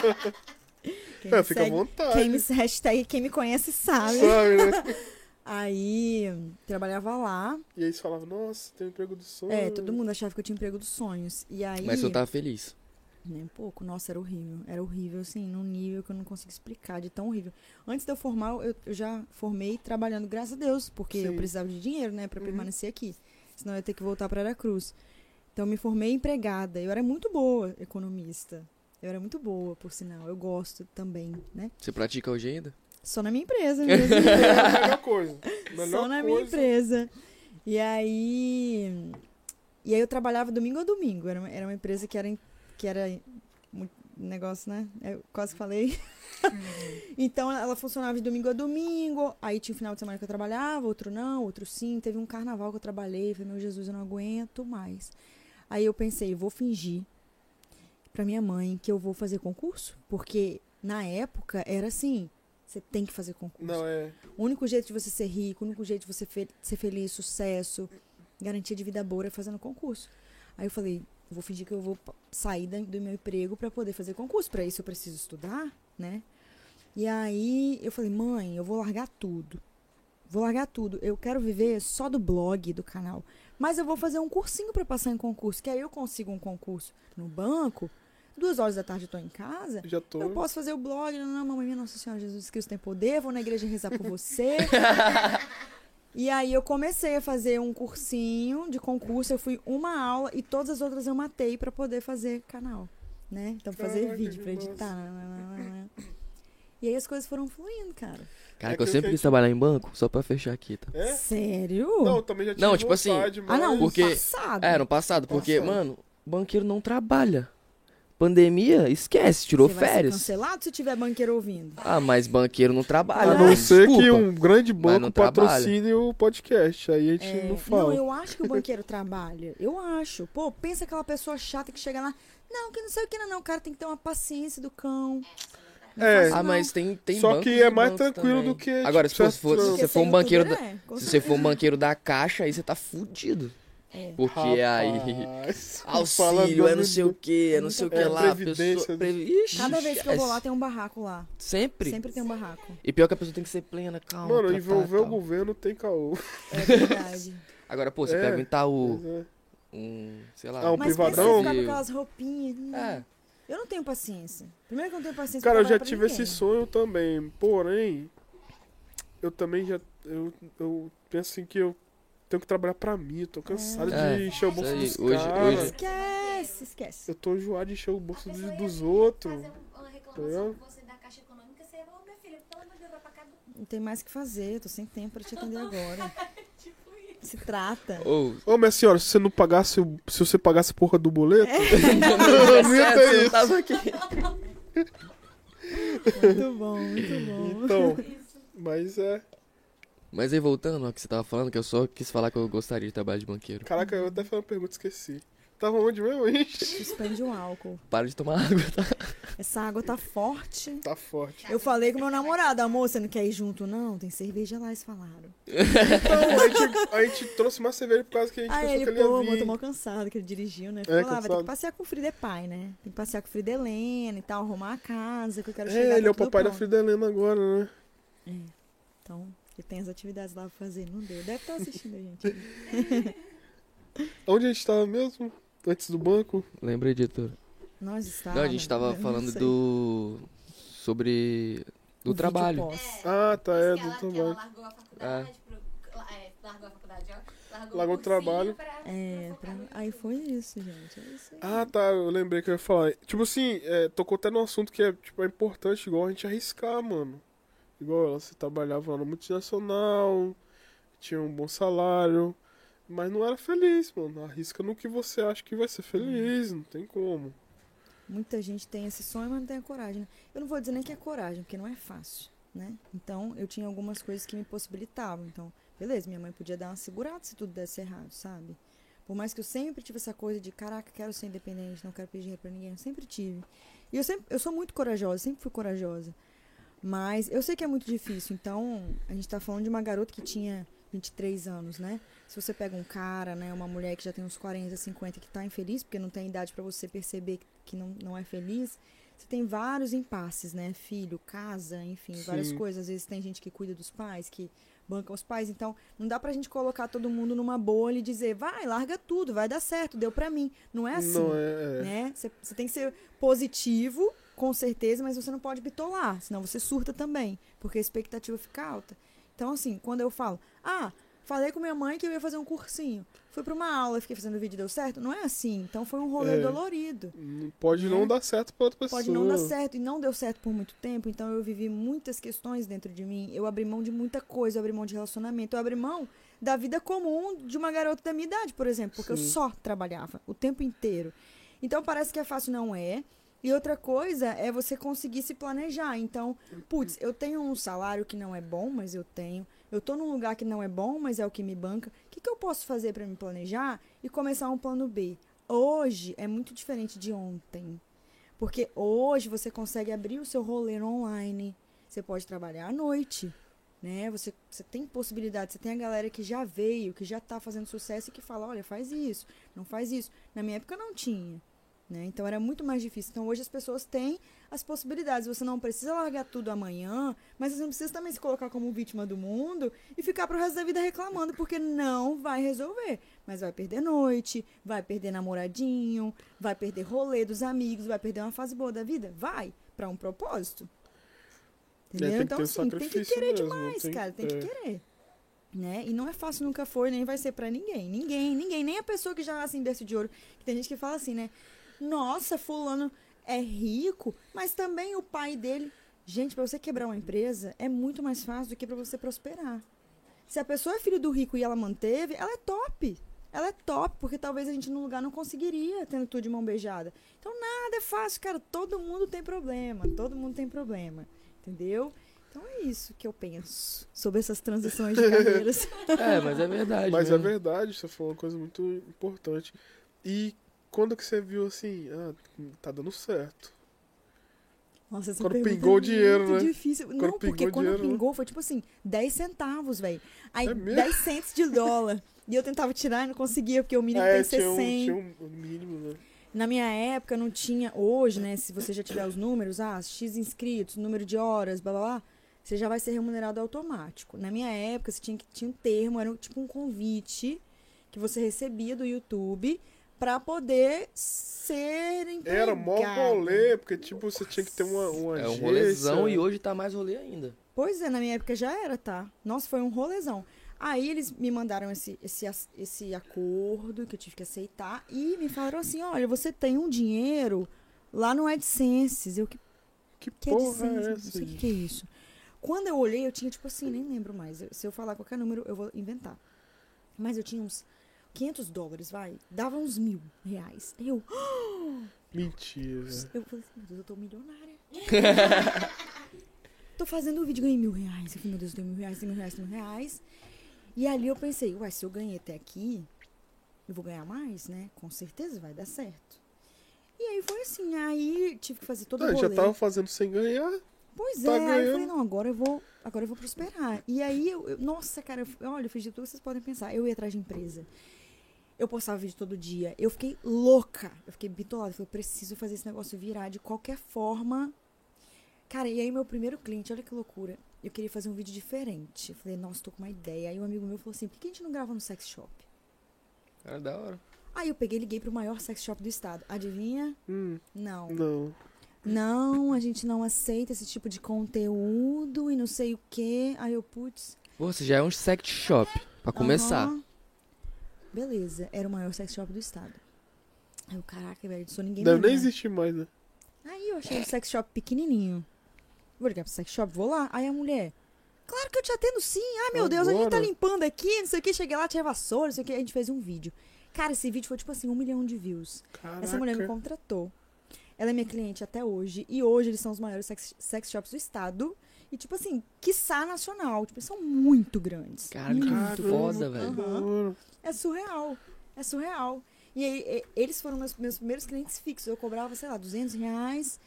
Speaker 3: Quem
Speaker 2: É,
Speaker 3: me
Speaker 2: fica à
Speaker 3: segue-
Speaker 2: vontade.
Speaker 3: quem me, hashtag quem me conhece sabe.
Speaker 2: Sabe, né?
Speaker 3: Aí, trabalhava lá.
Speaker 2: E aí você falava, nossa, tem um emprego do sonho.
Speaker 3: É, todo mundo achava que eu tinha emprego dos sonhos. E
Speaker 2: É
Speaker 3: aí.
Speaker 1: Mas eu tava feliz.
Speaker 3: Nem um pouco. Nossa, era horrível. Era horrível, assim, num nível que eu não consigo explicar, de tão horrível. Antes de eu formar, eu, eu já formei trabalhando, graças a Deus, porque eu
Speaker 2: Sim.
Speaker 3: precisava de dinheiro, né, pra
Speaker 2: Uhum.
Speaker 3: permanecer aqui. Senão eu ia ter que voltar pra Aracruz. Então eu me formei empregada. Eu era muito boa economista. Eu era muito boa, por sinal. Eu gosto também, né?
Speaker 1: Você pratica hoje ainda?
Speaker 3: Só na minha empresa mesmo.
Speaker 2: É a melhor coisa. Melhor
Speaker 3: Só na
Speaker 2: coisa.
Speaker 3: minha empresa. E aí. E aí eu trabalhava domingo a domingo. Era uma, era uma empresa que era. em- Que era em- mu- negócio, né? Eu quase falei. então ela funcionava de domingo a domingo. Aí tinha um final de semana que eu trabalhava, outro não, outro sim. Teve um carnaval que eu trabalhei. Falei, meu Jesus, eu não aguento mais. Aí eu pensei, vou fingir pra minha mãe que eu vou fazer concurso. Porque na época era assim. Você tem que fazer concurso.
Speaker 2: Não, é.
Speaker 3: O único jeito de você ser rico, o único jeito de você fe- ser feliz, sucesso, garantia de vida boa é fazendo concurso. Aí eu falei, vou fingir que eu vou pa- sair da- do meu emprego para poder fazer concurso. Para isso eu preciso estudar, né? E aí eu falei, mãe, eu vou largar tudo. Vou largar tudo. Eu quero viver só do blog, do canal. Mas eu vou fazer um cursinho para passar em concurso, que aí eu consigo um concurso no banco. Duas horas da tarde eu tô em casa.
Speaker 2: Já tô.
Speaker 3: Eu posso fazer o blog, não, não, mamãe minha Nossa Senhora Jesus Cristo tem poder, vou na igreja rezar por você. e aí eu comecei a fazer um cursinho de concurso, eu fui uma aula e todas as outras eu matei pra poder fazer canal, né? Então fazer
Speaker 2: Caraca, que
Speaker 3: vídeo pra
Speaker 2: massa.
Speaker 3: editar. né, nananana. E aí as coisas foram fluindo, cara.
Speaker 1: Cara,
Speaker 2: É
Speaker 1: que eu
Speaker 2: que eu
Speaker 1: sempre
Speaker 2: sei
Speaker 1: quis
Speaker 2: que-
Speaker 1: trabalhar em banco, só pra fechar aqui, tá?
Speaker 2: É?
Speaker 3: Sério?
Speaker 2: Não, eu também já tinha
Speaker 1: Não, tipo assim,
Speaker 2: vontade,
Speaker 3: ah, não,
Speaker 2: mas- um
Speaker 1: porque-
Speaker 3: passado.
Speaker 1: É, no passado, porque,
Speaker 3: Passado.
Speaker 1: mano, banqueiro não trabalha. Pandemia, esquece, tirou
Speaker 3: Você vai ser
Speaker 1: férias.
Speaker 3: cancelado se tiver banqueiro ouvindo.
Speaker 1: Ah, mas banqueiro não trabalha.
Speaker 2: A não ser
Speaker 1: Desculpa.
Speaker 2: que um grande
Speaker 1: Mas
Speaker 2: banco
Speaker 1: não trabalha.
Speaker 2: patrocine o podcast. Aí a gente
Speaker 3: É,
Speaker 2: não fala.
Speaker 3: eu acho que o banqueiro trabalha. Eu acho. Pô, pensa aquela pessoa chata que chega lá. Não, que não sei o que não, não. O cara tem que ter uma paciência do cão. Não
Speaker 2: É.
Speaker 3: faço,
Speaker 1: Ah,
Speaker 3: não.
Speaker 1: mas tem, tem
Speaker 2: Só
Speaker 1: banco
Speaker 2: que é mais
Speaker 1: banco
Speaker 2: tranquilo
Speaker 1: também.
Speaker 2: do que,
Speaker 1: Agora, se
Speaker 2: tipo,
Speaker 1: você for,
Speaker 2: essas-
Speaker 1: se
Speaker 3: Porque
Speaker 1: você
Speaker 3: ser
Speaker 1: for um banqueiro da,
Speaker 3: youtuber é, com
Speaker 1: se você for um
Speaker 3: certeza.
Speaker 1: banqueiro da caixa, aí você tá fudido.
Speaker 2: um
Speaker 3: É.
Speaker 1: Porque aí
Speaker 2: Rapaz, fala
Speaker 1: auxílio, é não
Speaker 2: nome
Speaker 1: sei o que, é não sei o que
Speaker 2: É,
Speaker 1: lá, a
Speaker 2: previdência,
Speaker 1: pessoa...
Speaker 2: né?
Speaker 1: previ- Ixi,
Speaker 3: Cada vez que eu vou lá
Speaker 1: esquece.
Speaker 3: tem um barraco lá.
Speaker 1: Sempre?
Speaker 3: Sempre tem um barraco.
Speaker 1: E pior que a pessoa tem que ser plena, calma. tá,
Speaker 2: Mano,
Speaker 1: tratar
Speaker 3: tá,
Speaker 1: e
Speaker 2: envolver o
Speaker 1: tal.
Speaker 2: governo tem caô.
Speaker 3: É verdade.
Speaker 1: Agora, pô, você
Speaker 2: É.
Speaker 1: pega um Itaú,
Speaker 2: Mas
Speaker 1: um, sei lá...
Speaker 2: Ah, um
Speaker 3: Mas
Speaker 2: privadão?
Speaker 3: precisa ficar com aquelas roupinhas. hum.
Speaker 1: É,
Speaker 3: Eu não tenho paciência. Primeiro que eu não tenho
Speaker 2: é.
Speaker 3: paciência
Speaker 2: Cara,
Speaker 3: pra
Speaker 2: eu já
Speaker 3: trabalhar pra
Speaker 2: tive esse
Speaker 3: ninguém.
Speaker 2: sonho também. Porém, eu também já. Eu, eu penso assim que eu tenho que trabalhar pra mim. Eu tô cansado
Speaker 1: É,
Speaker 2: de encher o bolso
Speaker 1: isso aí.
Speaker 2: dos
Speaker 1: Hoje-
Speaker 2: caras.
Speaker 1: hoje-
Speaker 3: Esquece, esquece.
Speaker 2: Eu tô enjoado de encher o
Speaker 4: A
Speaker 2: bolso
Speaker 4: pessoa
Speaker 2: de-
Speaker 4: ia
Speaker 2: dos
Speaker 4: vir
Speaker 2: outros.
Speaker 4: Fazer um- uma reclamação com você da Caixa Econômica, você ia falar, "Ô, minha filha, pelo amor de Deus, vai pra cá do
Speaker 3: Não tem mais o que fazer. Eu tô sem tempo pra te atender agora.
Speaker 4: tipo isso.
Speaker 3: Se trata.
Speaker 1: ou...
Speaker 2: Ô, minha senhora, se você não pagasse, o- se você pagasse a porra do boleto,
Speaker 1: Não,
Speaker 2: ia ter
Speaker 1: você não
Speaker 2: isso.
Speaker 1: tava aqui.
Speaker 3: Muito bom, muito bom.
Speaker 2: então. Mas é.
Speaker 1: Mas aí, voltando ao que você tava falando, que eu só quis falar que eu gostaria de trabalhar de banqueiro.
Speaker 2: Caraca, eu até fiz uma pergunta, esqueci. Tava onde mesmo, gente?
Speaker 3: Suspende o álcool.
Speaker 1: Para de tomar água, tá?
Speaker 3: Essa água tá forte.
Speaker 2: Tá forte.
Speaker 3: Eu falei com meu namorado, amor, você não quer ir junto, não? Tem cerveja lá, eles falaram.
Speaker 2: Então, a gente, a gente trouxe mais cerveja por causa que a gente
Speaker 3: Aí
Speaker 2: pensou
Speaker 3: ele,
Speaker 2: que ele
Speaker 3: pô,
Speaker 2: ia
Speaker 3: amor,
Speaker 2: vir. É,
Speaker 3: tô mal cansado que ele dirigiu, né? Ficou lá, vai ter
Speaker 2: cansado.
Speaker 3: que passear com o Frida Pai, né? Tem que passear com o Frida Helena e tal, arrumar a casa, que eu quero chegar
Speaker 2: É, ele é o
Speaker 3: tá tudo
Speaker 2: papai da
Speaker 3: pronto.
Speaker 2: Frida Helena agora, né?
Speaker 3: Então, ele tem as atividades lá pra fazer, não deu. Deve estar assistindo a gente.
Speaker 2: Onde a gente tava mesmo? Antes do banco?
Speaker 1: Lembrei, editor.
Speaker 3: Nós estávamos...
Speaker 1: Não, a gente tava
Speaker 3: Ah, eu não
Speaker 1: falando
Speaker 3: sei.
Speaker 1: do. sobre.
Speaker 3: O
Speaker 1: do
Speaker 3: vídeo
Speaker 1: trabalho.
Speaker 3: pós.
Speaker 2: Ah, tá, é,
Speaker 4: Diz
Speaker 2: do
Speaker 4: que ela, que ela
Speaker 2: trabalho.
Speaker 4: largou a faculdade, pro- la- é, largou a faculdade, ó. Largou,
Speaker 2: Largou o
Speaker 4: cursinho
Speaker 2: trabalho.
Speaker 4: pra- pra
Speaker 3: É,
Speaker 4: focar no
Speaker 3: pra- aí
Speaker 4: YouTube.
Speaker 3: foi isso, gente. É isso aí.
Speaker 2: Ah, tá, eu lembrei que eu ia falar. Tipo assim, é, tocou até num assunto que é, tipo, é importante, igual a gente arriscar, mano. Igual ela, você trabalhava lá no multinacional, tinha um bom salário, mas não era feliz, mano. Arrisca no que você acha que vai ser feliz, não tem como.
Speaker 3: Muita gente tem esse sonho, mas não tem a coragem. né? Eu não vou dizer nem que é coragem, porque não é fácil, né? Então, eu tinha algumas coisas que me possibilitavam. Então, beleza, minha mãe podia dar uma segurada se tudo desse errado, sabe? Por mais que eu sempre tive essa coisa de, caraca, quero ser independente, não quero pedir dinheiro pra ninguém, eu sempre tive. E eu sempre, eu sou muito corajosa, sempre fui corajosa. Mas eu sei que é muito difícil. Então, a gente tá falando de uma garota que tinha 23 anos, né? Se você pega um cara, né, uma mulher que já tem uns 40, 50 que tá infeliz, porque não tem idade pra você perceber que não, não é feliz, você tem vários impasses, né? Filho, casa, enfim, várias
Speaker 2: Sim.
Speaker 3: coisas. Às vezes tem gente que cuida dos pais, que banca os pais. Então, não dá pra gente colocar todo mundo numa bolha e dizer, vai, larga tudo, vai dar certo, deu pra mim. Não é assim
Speaker 2: Não é. é.
Speaker 3: né? Você você tem que ser positivo, com certeza, mas você não pode bitolar, senão você surta também, porque a expectativa fica alta. Então, assim, quando eu falo, ah, falei com minha mãe que eu ia fazer um cursinho, fui pra uma aula, fiquei fazendo vídeo e deu certo, não é assim. Então foi um rolê
Speaker 2: É.
Speaker 3: dolorido.
Speaker 2: Não Pode
Speaker 3: Né?
Speaker 2: não dar certo pra outra pessoa.
Speaker 3: Pode não dar certo, e não deu certo por muito tempo, então eu vivi muitas questões dentro de mim. Eu abri mão de muita coisa, eu abri mão de relacionamento, eu abri mão da vida comum de uma garota da minha idade, por exemplo, porque
Speaker 2: Sim.
Speaker 3: eu só trabalhava o tempo inteiro. Então parece que é fácil, não é. E outra coisa é você conseguir se planejar. Então, putz, eu tenho um salário que não é bom, mas eu tenho. Eu tô num lugar que não é bom, mas é o que me banca. O que, que eu posso fazer para me planejar e começar um plano B? Hoje é muito diferente de ontem. Porque hoje você consegue abrir o seu rolê no online. Você pode trabalhar à noite, né? Você, você tem possibilidade, você tem a galera que já veio, que já tá fazendo sucesso e que fala, olha, faz isso, não faz isso. Na minha época não tinha, né? Então era muito mais difícil. Então hoje as pessoas têm as possibilidades. Você não precisa largar tudo amanhã, mas você não precisa também se colocar como vítima do mundo e ficar pro resto da vida reclamando, porque não vai resolver. Mas vai perder noite, vai perder namoradinho, vai perder rolê dos amigos, vai perder uma fase boa da vida? Vai, pra um propósito.
Speaker 2: É,
Speaker 3: Entendeu?
Speaker 2: tem que
Speaker 3: então,
Speaker 2: ter um
Speaker 3: assim, tem que
Speaker 2: sacrifício
Speaker 3: querer
Speaker 2: mesmo,
Speaker 3: demais,
Speaker 2: tem-
Speaker 3: cara, tem
Speaker 2: é.
Speaker 3: que querer. Né? E não é fácil, nunca foi, nem vai ser pra ninguém. Ninguém, ninguém, nem a pessoa que já nasce em berço de ouro. Que tem gente que fala assim, né? Nossa, fulano é rico, mas também o pai dele. Gente, pra você quebrar uma empresa é muito mais fácil do que pra você prosperar. Se a pessoa é filho do rico e ela manteve, ela é top. Ela é top, porque talvez a gente num lugar não conseguiria tendo tudo de mão beijada. Então nada é fácil, cara. Todo mundo tem problema. Todo mundo tem problema. Entendeu? Então é isso que eu penso sobre essas transições de carreiras.
Speaker 1: É, mas é verdade.
Speaker 2: Mas é
Speaker 1: mesmo.
Speaker 2: verdade, você falou uma coisa muito importante. E quando que você viu assim, ah, tá dando certo?
Speaker 3: Nossa, essa
Speaker 2: Quando
Speaker 3: pergunta
Speaker 2: pingou o
Speaker 3: é
Speaker 2: dinheiro,
Speaker 3: muito
Speaker 2: né?
Speaker 3: difícil. não,
Speaker 2: Quando
Speaker 3: porque
Speaker 2: pingou o
Speaker 3: quando
Speaker 2: dinheiro, né?
Speaker 3: pingou foi tipo assim, 10 centavos, velho. Aí
Speaker 2: É mesmo?
Speaker 3: 10 centos de dólar. e eu tentava tirar e não conseguia, porque o mínimo tem que ser
Speaker 2: tinha um,
Speaker 3: 100.
Speaker 2: tinha um mínimo, né?
Speaker 3: Na minha época não tinha, hoje, né? Se você já tiver os números, ah, X inscritos, número de horas, blá blá blá, você já vai ser remunerado automático. Na minha época, você tinha que tinha um termo, era um- tipo um convite que você recebia do YouTube pra poder ser empregado.
Speaker 2: Era mó rolê, porque tipo, você tinha que ter uma, uma
Speaker 1: É um
Speaker 2: agência.
Speaker 1: rolezão e hoje tá mais rolê ainda.
Speaker 3: Pois é, na minha época já era, tá? Nossa, foi um rolezão. Aí eles me mandaram esse, esse, as- esse acordo que eu tive que aceitar e me falaram assim: olha, você tem um dinheiro lá no AdSense. Eu, que,
Speaker 2: Que
Speaker 3: que
Speaker 2: porra
Speaker 3: AdSense?
Speaker 2: é
Speaker 3: Não
Speaker 2: essa?
Speaker 3: sei o que,
Speaker 2: gente?
Speaker 3: que é isso. Quando eu olhei, eu tinha tipo assim, nem lembro mais. Eu- Se eu falar qualquer número, eu vou inventar. Mas eu tinha uns 500 dólares, vai. Dava uns mil reais. Eu,
Speaker 2: É. Mentira.
Speaker 3: eu falei assim, meu Deus, eu tô milionária. tô fazendo um vídeo, ganhei mil reais. Eu falei, meu Deus, deu mil reais, deu mil reais, deu mil reais. E ali eu pensei, uai, se eu ganhei até aqui, eu vou ganhar mais, né? Com certeza vai dar certo. E aí foi assim, aí tive que fazer todo o
Speaker 2: Ah,
Speaker 3: rolê.
Speaker 2: já tava fazendo sem ganhar.
Speaker 3: Pois
Speaker 2: Tá
Speaker 3: é, aí eu falei,
Speaker 2: ganhando.
Speaker 3: não, agora eu vou, agora eu vou prosperar. E aí, eu, eu- nossa, cara, eu, fui- olha, eu fiz de tudo que vocês podem pensar. Eu ia atrás de empresa. Eu postava vídeo todo dia. Eu fiquei louca. Eu fiquei bitolada. Eu falei, eu preciso fazer esse negócio virar de qualquer forma. Cara, e aí meu primeiro cliente, olha que loucura. Eu queria fazer um vídeo diferente. Eu falei, nossa, tô com uma ideia. Aí um amigo meu falou assim, por que a gente não grava no sex shop?
Speaker 1: Era da hora.
Speaker 3: Aí eu peguei e liguei pro maior sex shop do estado. Adivinha?
Speaker 2: Hum,
Speaker 3: Não.
Speaker 2: não.
Speaker 3: Não, a gente não aceita esse tipo de conteúdo e não sei o quê. Aí eu, putz.
Speaker 1: Pô, você já é um sex shop, pra começar.
Speaker 3: aham. Beleza, era o maior sex shop do estado. Aí eu, caraca, velho, sou ninguém.
Speaker 2: Deve
Speaker 3: lembra,
Speaker 2: nem
Speaker 3: né?
Speaker 2: existir mais, né?
Speaker 3: Aí eu achei um sex shop pequenininho. Vou ligar pro sex shop, vou lá. Aí a mulher, claro que eu te atendo sim. Ai, meu Deus, a gente tá
Speaker 2: Agora.
Speaker 3: limpando aqui, não sei o que. Cheguei lá, tinha vassoura, não sei o que. A gente fez um vídeo. Cara, esse vídeo foi tipo assim, um milhão de views.
Speaker 2: Caraca.
Speaker 3: Essa mulher me contratou. Ela é minha cliente até hoje. E hoje eles são os maiores sex, sex shops do estado. E, tipo assim, quiçá nacional. Tipo, eles são muito grandes.
Speaker 1: Cara, que
Speaker 2: Caramba.
Speaker 1: foda, velho.
Speaker 2: Mano,
Speaker 3: É surreal. É surreal. E aí, e- eles foram meus, meus primeiros clientes fixos. Eu cobrava, sei lá, 200 reais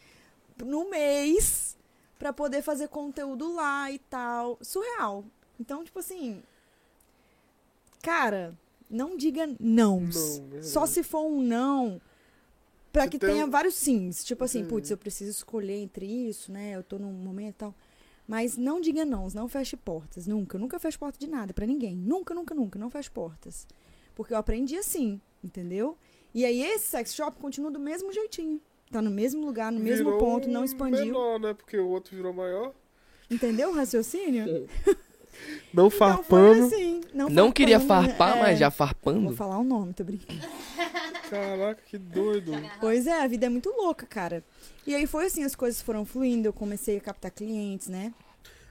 Speaker 3: no mês pra poder fazer conteúdo lá e tal. Surreal. Então, tipo assim. Cara, não diga não.
Speaker 2: Não,
Speaker 3: Só
Speaker 2: verdade.
Speaker 3: se for um não. Pra
Speaker 2: Você
Speaker 3: que
Speaker 2: tem
Speaker 3: tenha
Speaker 2: um-
Speaker 3: vários sims. Tipo assim,
Speaker 2: Entendi.
Speaker 3: putz, eu preciso escolher entre isso, né? Eu tô num momento e tal. Mas não diga não, não feche portas. Nunca. Eu nunca fecho porta de nada pra ninguém. Nunca, nunca, nunca. Não fecho portas. Porque eu aprendi assim, entendeu? E aí esse sex shop continua do mesmo jeitinho. Tá no mesmo lugar, no mesmo
Speaker 2: virou
Speaker 3: ponto, não
Speaker 2: um
Speaker 3: expandiu.
Speaker 2: Menor, né? Porque o outro virou maior.
Speaker 3: Entendeu o raciocínio?
Speaker 2: Não
Speaker 3: Então
Speaker 2: farpando.
Speaker 3: foi assim. Não,
Speaker 1: Não queria
Speaker 3: farpando,
Speaker 1: farpar,
Speaker 3: é.
Speaker 1: mas já
Speaker 3: Vou
Speaker 1: farpando.
Speaker 3: falar o nome, tô brincando.
Speaker 2: Caraca, que doido.
Speaker 3: Pois é, a vida é muito louca, cara. E aí foi assim, as coisas foram fluindo, eu comecei a captar clientes, né?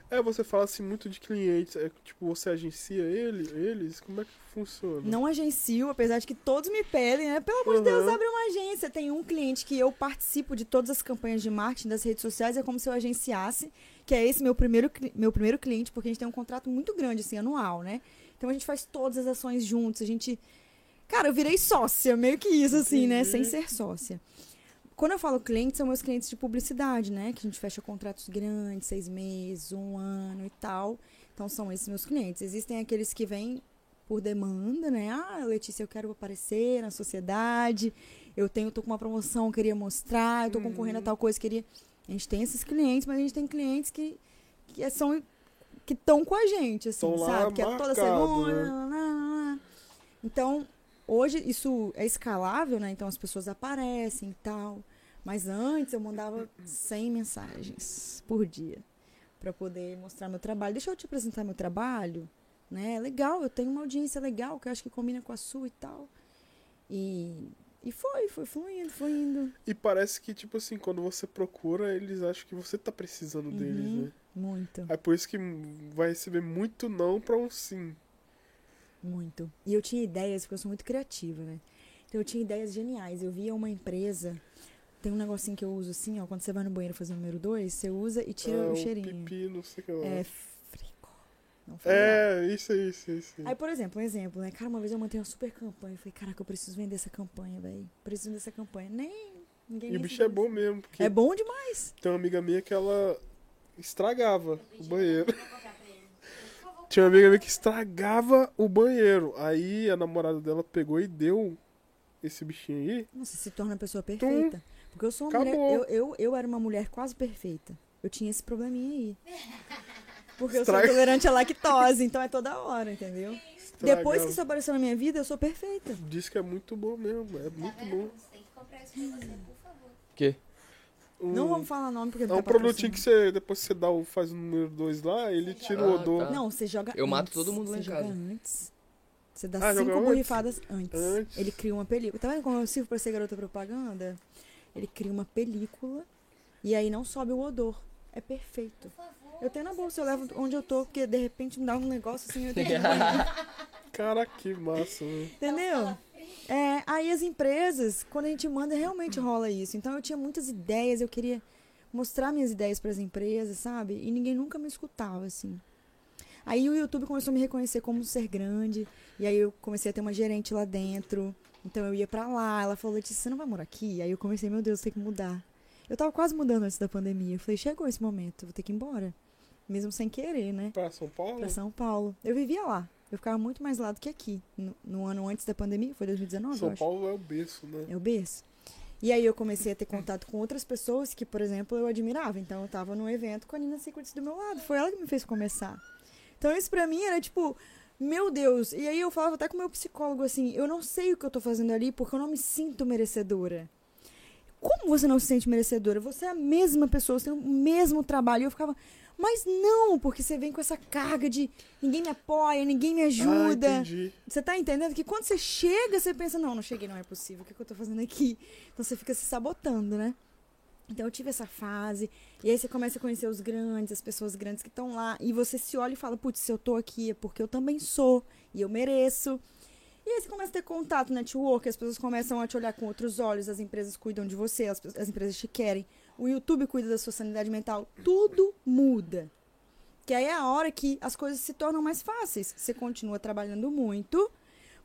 Speaker 2: É, você fala assim muito de clientes. É, tipo, você agencia ele, eles? Como é que funciona?
Speaker 3: Não agencio, apesar de que todos me pedem, né? Pelo amor de
Speaker 2: Uhum.
Speaker 3: Deus, abre uma agência. Tem um cliente que eu participo de todas as campanhas de marketing das redes sociais, é como se eu agenciasse, que é esse meu primeiro, cli- meu primeiro cliente, porque a gente tem um contrato muito grande, assim, anual, né? Então a gente faz todas as ações juntos, a gente. Cara, eu virei sócia, meio que isso, assim, né?
Speaker 2: Entendi.
Speaker 3: Sem ser sócia. Quando eu falo clientes, são meus clientes de publicidade, né? Que a gente fecha contratos grandes, seis meses, um ano e tal. Então são esses meus clientes. Existem aqueles que vêm por demanda, né? Ah, Letícia, eu quero aparecer na sociedade, eu tenho, tô com uma promoção, eu queria mostrar, eu tô concorrendo a
Speaker 2: Uhum.
Speaker 3: tal coisa, queria. A gente tem esses clientes, mas a gente tem clientes que, que é, são que estão com a gente, assim,
Speaker 2: Tão lá
Speaker 3: sabe? Que é toda
Speaker 2: marcado,
Speaker 3: semana.
Speaker 2: né?
Speaker 3: lá, lá, lá. Então, hoje isso é escalável, né? Então as pessoas aparecem e tal. Mas antes eu mandava 100 mensagens por dia para poder mostrar meu trabalho. Deixa eu te apresentar meu trabalho, né? Legal, eu tenho uma audiência legal que eu acho que combina com a sua e tal. E, e foi, foi fluindo, fluindo.
Speaker 2: E parece que, tipo assim, quando você procura, eles acham que você tá precisando deles,
Speaker 3: Uhum.
Speaker 2: né?
Speaker 3: Muito,
Speaker 2: É por isso que vai receber muito não pra um sim.
Speaker 3: muito. E eu tinha ideias, porque eu sou muito criativa, né? Então eu tinha ideias geniais. Eu via uma empresa, tem um negocinho que eu uso assim, ó, quando você vai no banheiro fazer o número 2, você usa e tira
Speaker 2: Ah,
Speaker 3: o
Speaker 2: o
Speaker 3: cheirinho.
Speaker 2: pipi, não sei o que lá.
Speaker 3: É frico. Não foi nada.
Speaker 2: É, isso aí, isso aí. Isso aí.
Speaker 3: Aí, por exemplo, um exemplo, né? Cara, uma vez eu montei uma super campanha. Eu falei, caraca, eu preciso vender essa campanha, velho. Preciso vender essa campanha. Nem Ninguém
Speaker 2: E o
Speaker 3: nem
Speaker 2: bicho
Speaker 3: se
Speaker 2: é bom mesmo, porque
Speaker 3: É bom demais.
Speaker 2: tem uma amiga minha que ela estragava o banheiro.
Speaker 4: Vou comprar pra ele. Por favor.
Speaker 2: Tinha uma amiga minha que estragava o banheiro. Aí a namorada dela pegou e deu esse bichinho aí.
Speaker 3: Nossa, se torna a pessoa perfeita. Porque eu sou uma
Speaker 2: Acabou.
Speaker 3: mulher. Eu, eu, eu era uma mulher quase perfeita. Eu tinha esse probleminha aí. Porque eu sou
Speaker 2: Estraga-
Speaker 3: intolerante à lactose, então é toda hora, entendeu? Depois que isso apareceu na minha vida, eu sou perfeita.
Speaker 2: Diz que é muito bom mesmo, é
Speaker 4: Tá
Speaker 2: muito bom.
Speaker 4: vendo? Você tem que comprar isso pra você, por favor.
Speaker 1: Que?
Speaker 2: Um-
Speaker 3: Não vamos falar nome porque
Speaker 2: É
Speaker 3: não
Speaker 2: um
Speaker 3: tá
Speaker 2: produtinho que
Speaker 3: patrocinando.
Speaker 2: você, depois que você dá o, faz o número 2 lá, ele tira o
Speaker 1: Ah,
Speaker 2: odor.
Speaker 1: tá.
Speaker 3: Não, você joga
Speaker 1: Eu mato
Speaker 3: antes,
Speaker 1: todo mundo lá
Speaker 3: você
Speaker 1: em
Speaker 3: joga
Speaker 1: casa.
Speaker 3: antes. Você dá
Speaker 2: Ah, joga
Speaker 3: cinco
Speaker 2: antes?
Speaker 3: borrifadas antes.
Speaker 2: Antes.
Speaker 3: Ele cria uma película. Tá vendo como eu sirvo pra ser garota propaganda? Ele cria uma película e aí não sobe o odor. É perfeito.
Speaker 4: Por favor.
Speaker 3: Eu tenho na bolsa, eu levo onde eu tô, porque de repente me dá um negócio assim, eu tenho que ir no banheiro.
Speaker 2: Cara, que massa, né?
Speaker 3: Entendeu? É, aí as empresas, quando a gente manda, realmente rola isso. Então eu tinha muitas ideias, eu queria mostrar minhas ideias para as empresas, sabe? E ninguém nunca me escutava, assim. Aí o YouTube começou a me reconhecer como um ser grande, e aí eu comecei a ter uma gerente lá dentro. Então eu ia pra lá, ela falou, Letícia, você não vai morar aqui? Aí eu comecei, meu Deus, eu tenho que mudar. Eu tava quase mudando antes da pandemia. Eu falei, chegou esse momento, eu vou ter que ir embora. Mesmo sem querer, né?
Speaker 2: Pra São Paulo?
Speaker 3: Pra São Paulo. Eu vivia lá. Eu ficava muito mais lá do que aqui. No, no ano antes da pandemia, foi 2019, eu
Speaker 2: São
Speaker 3: acho.
Speaker 2: Paulo é o berço, né?
Speaker 3: É o berço. E aí eu comecei a ter contato com outras pessoas que, por exemplo, eu admirava. Então eu tava num evento com a Nina Secrets do meu lado. Foi ela que me fez começar. Então isso pra mim era tipo, meu Deus. E aí eu falava até com o meu psicólogo assim, eu não sei o que eu tô fazendo ali porque eu não me sinto merecedora. Como você não se sente merecedora? Você é a mesma pessoa, você tem o mesmo trabalho. E eu ficava, mas não, porque você vem com essa carga de ninguém me apoia, ninguém me
Speaker 2: Ah,
Speaker 3: ajuda.
Speaker 2: entendi.
Speaker 3: Você tá entendendo que quando você chega, você pensa, não, não cheguei, não é possível, o que, que eu tô fazendo aqui? Então você fica se sabotando, né? Então eu tive essa fase, e aí você começa a conhecer os grandes, as pessoas grandes que estão lá, e você se olha e fala, putz, se eu tô aqui é porque eu também sou, e eu mereço. E aí você começa a ter contato, network, as pessoas começam a te olhar com outros olhos, as empresas cuidam de você, as, pe- as empresas te querem, o YouTube cuida da sua sanidade mental, tudo muda. Que aí é a hora que as coisas se tornam mais fáceis. Você continua trabalhando muito,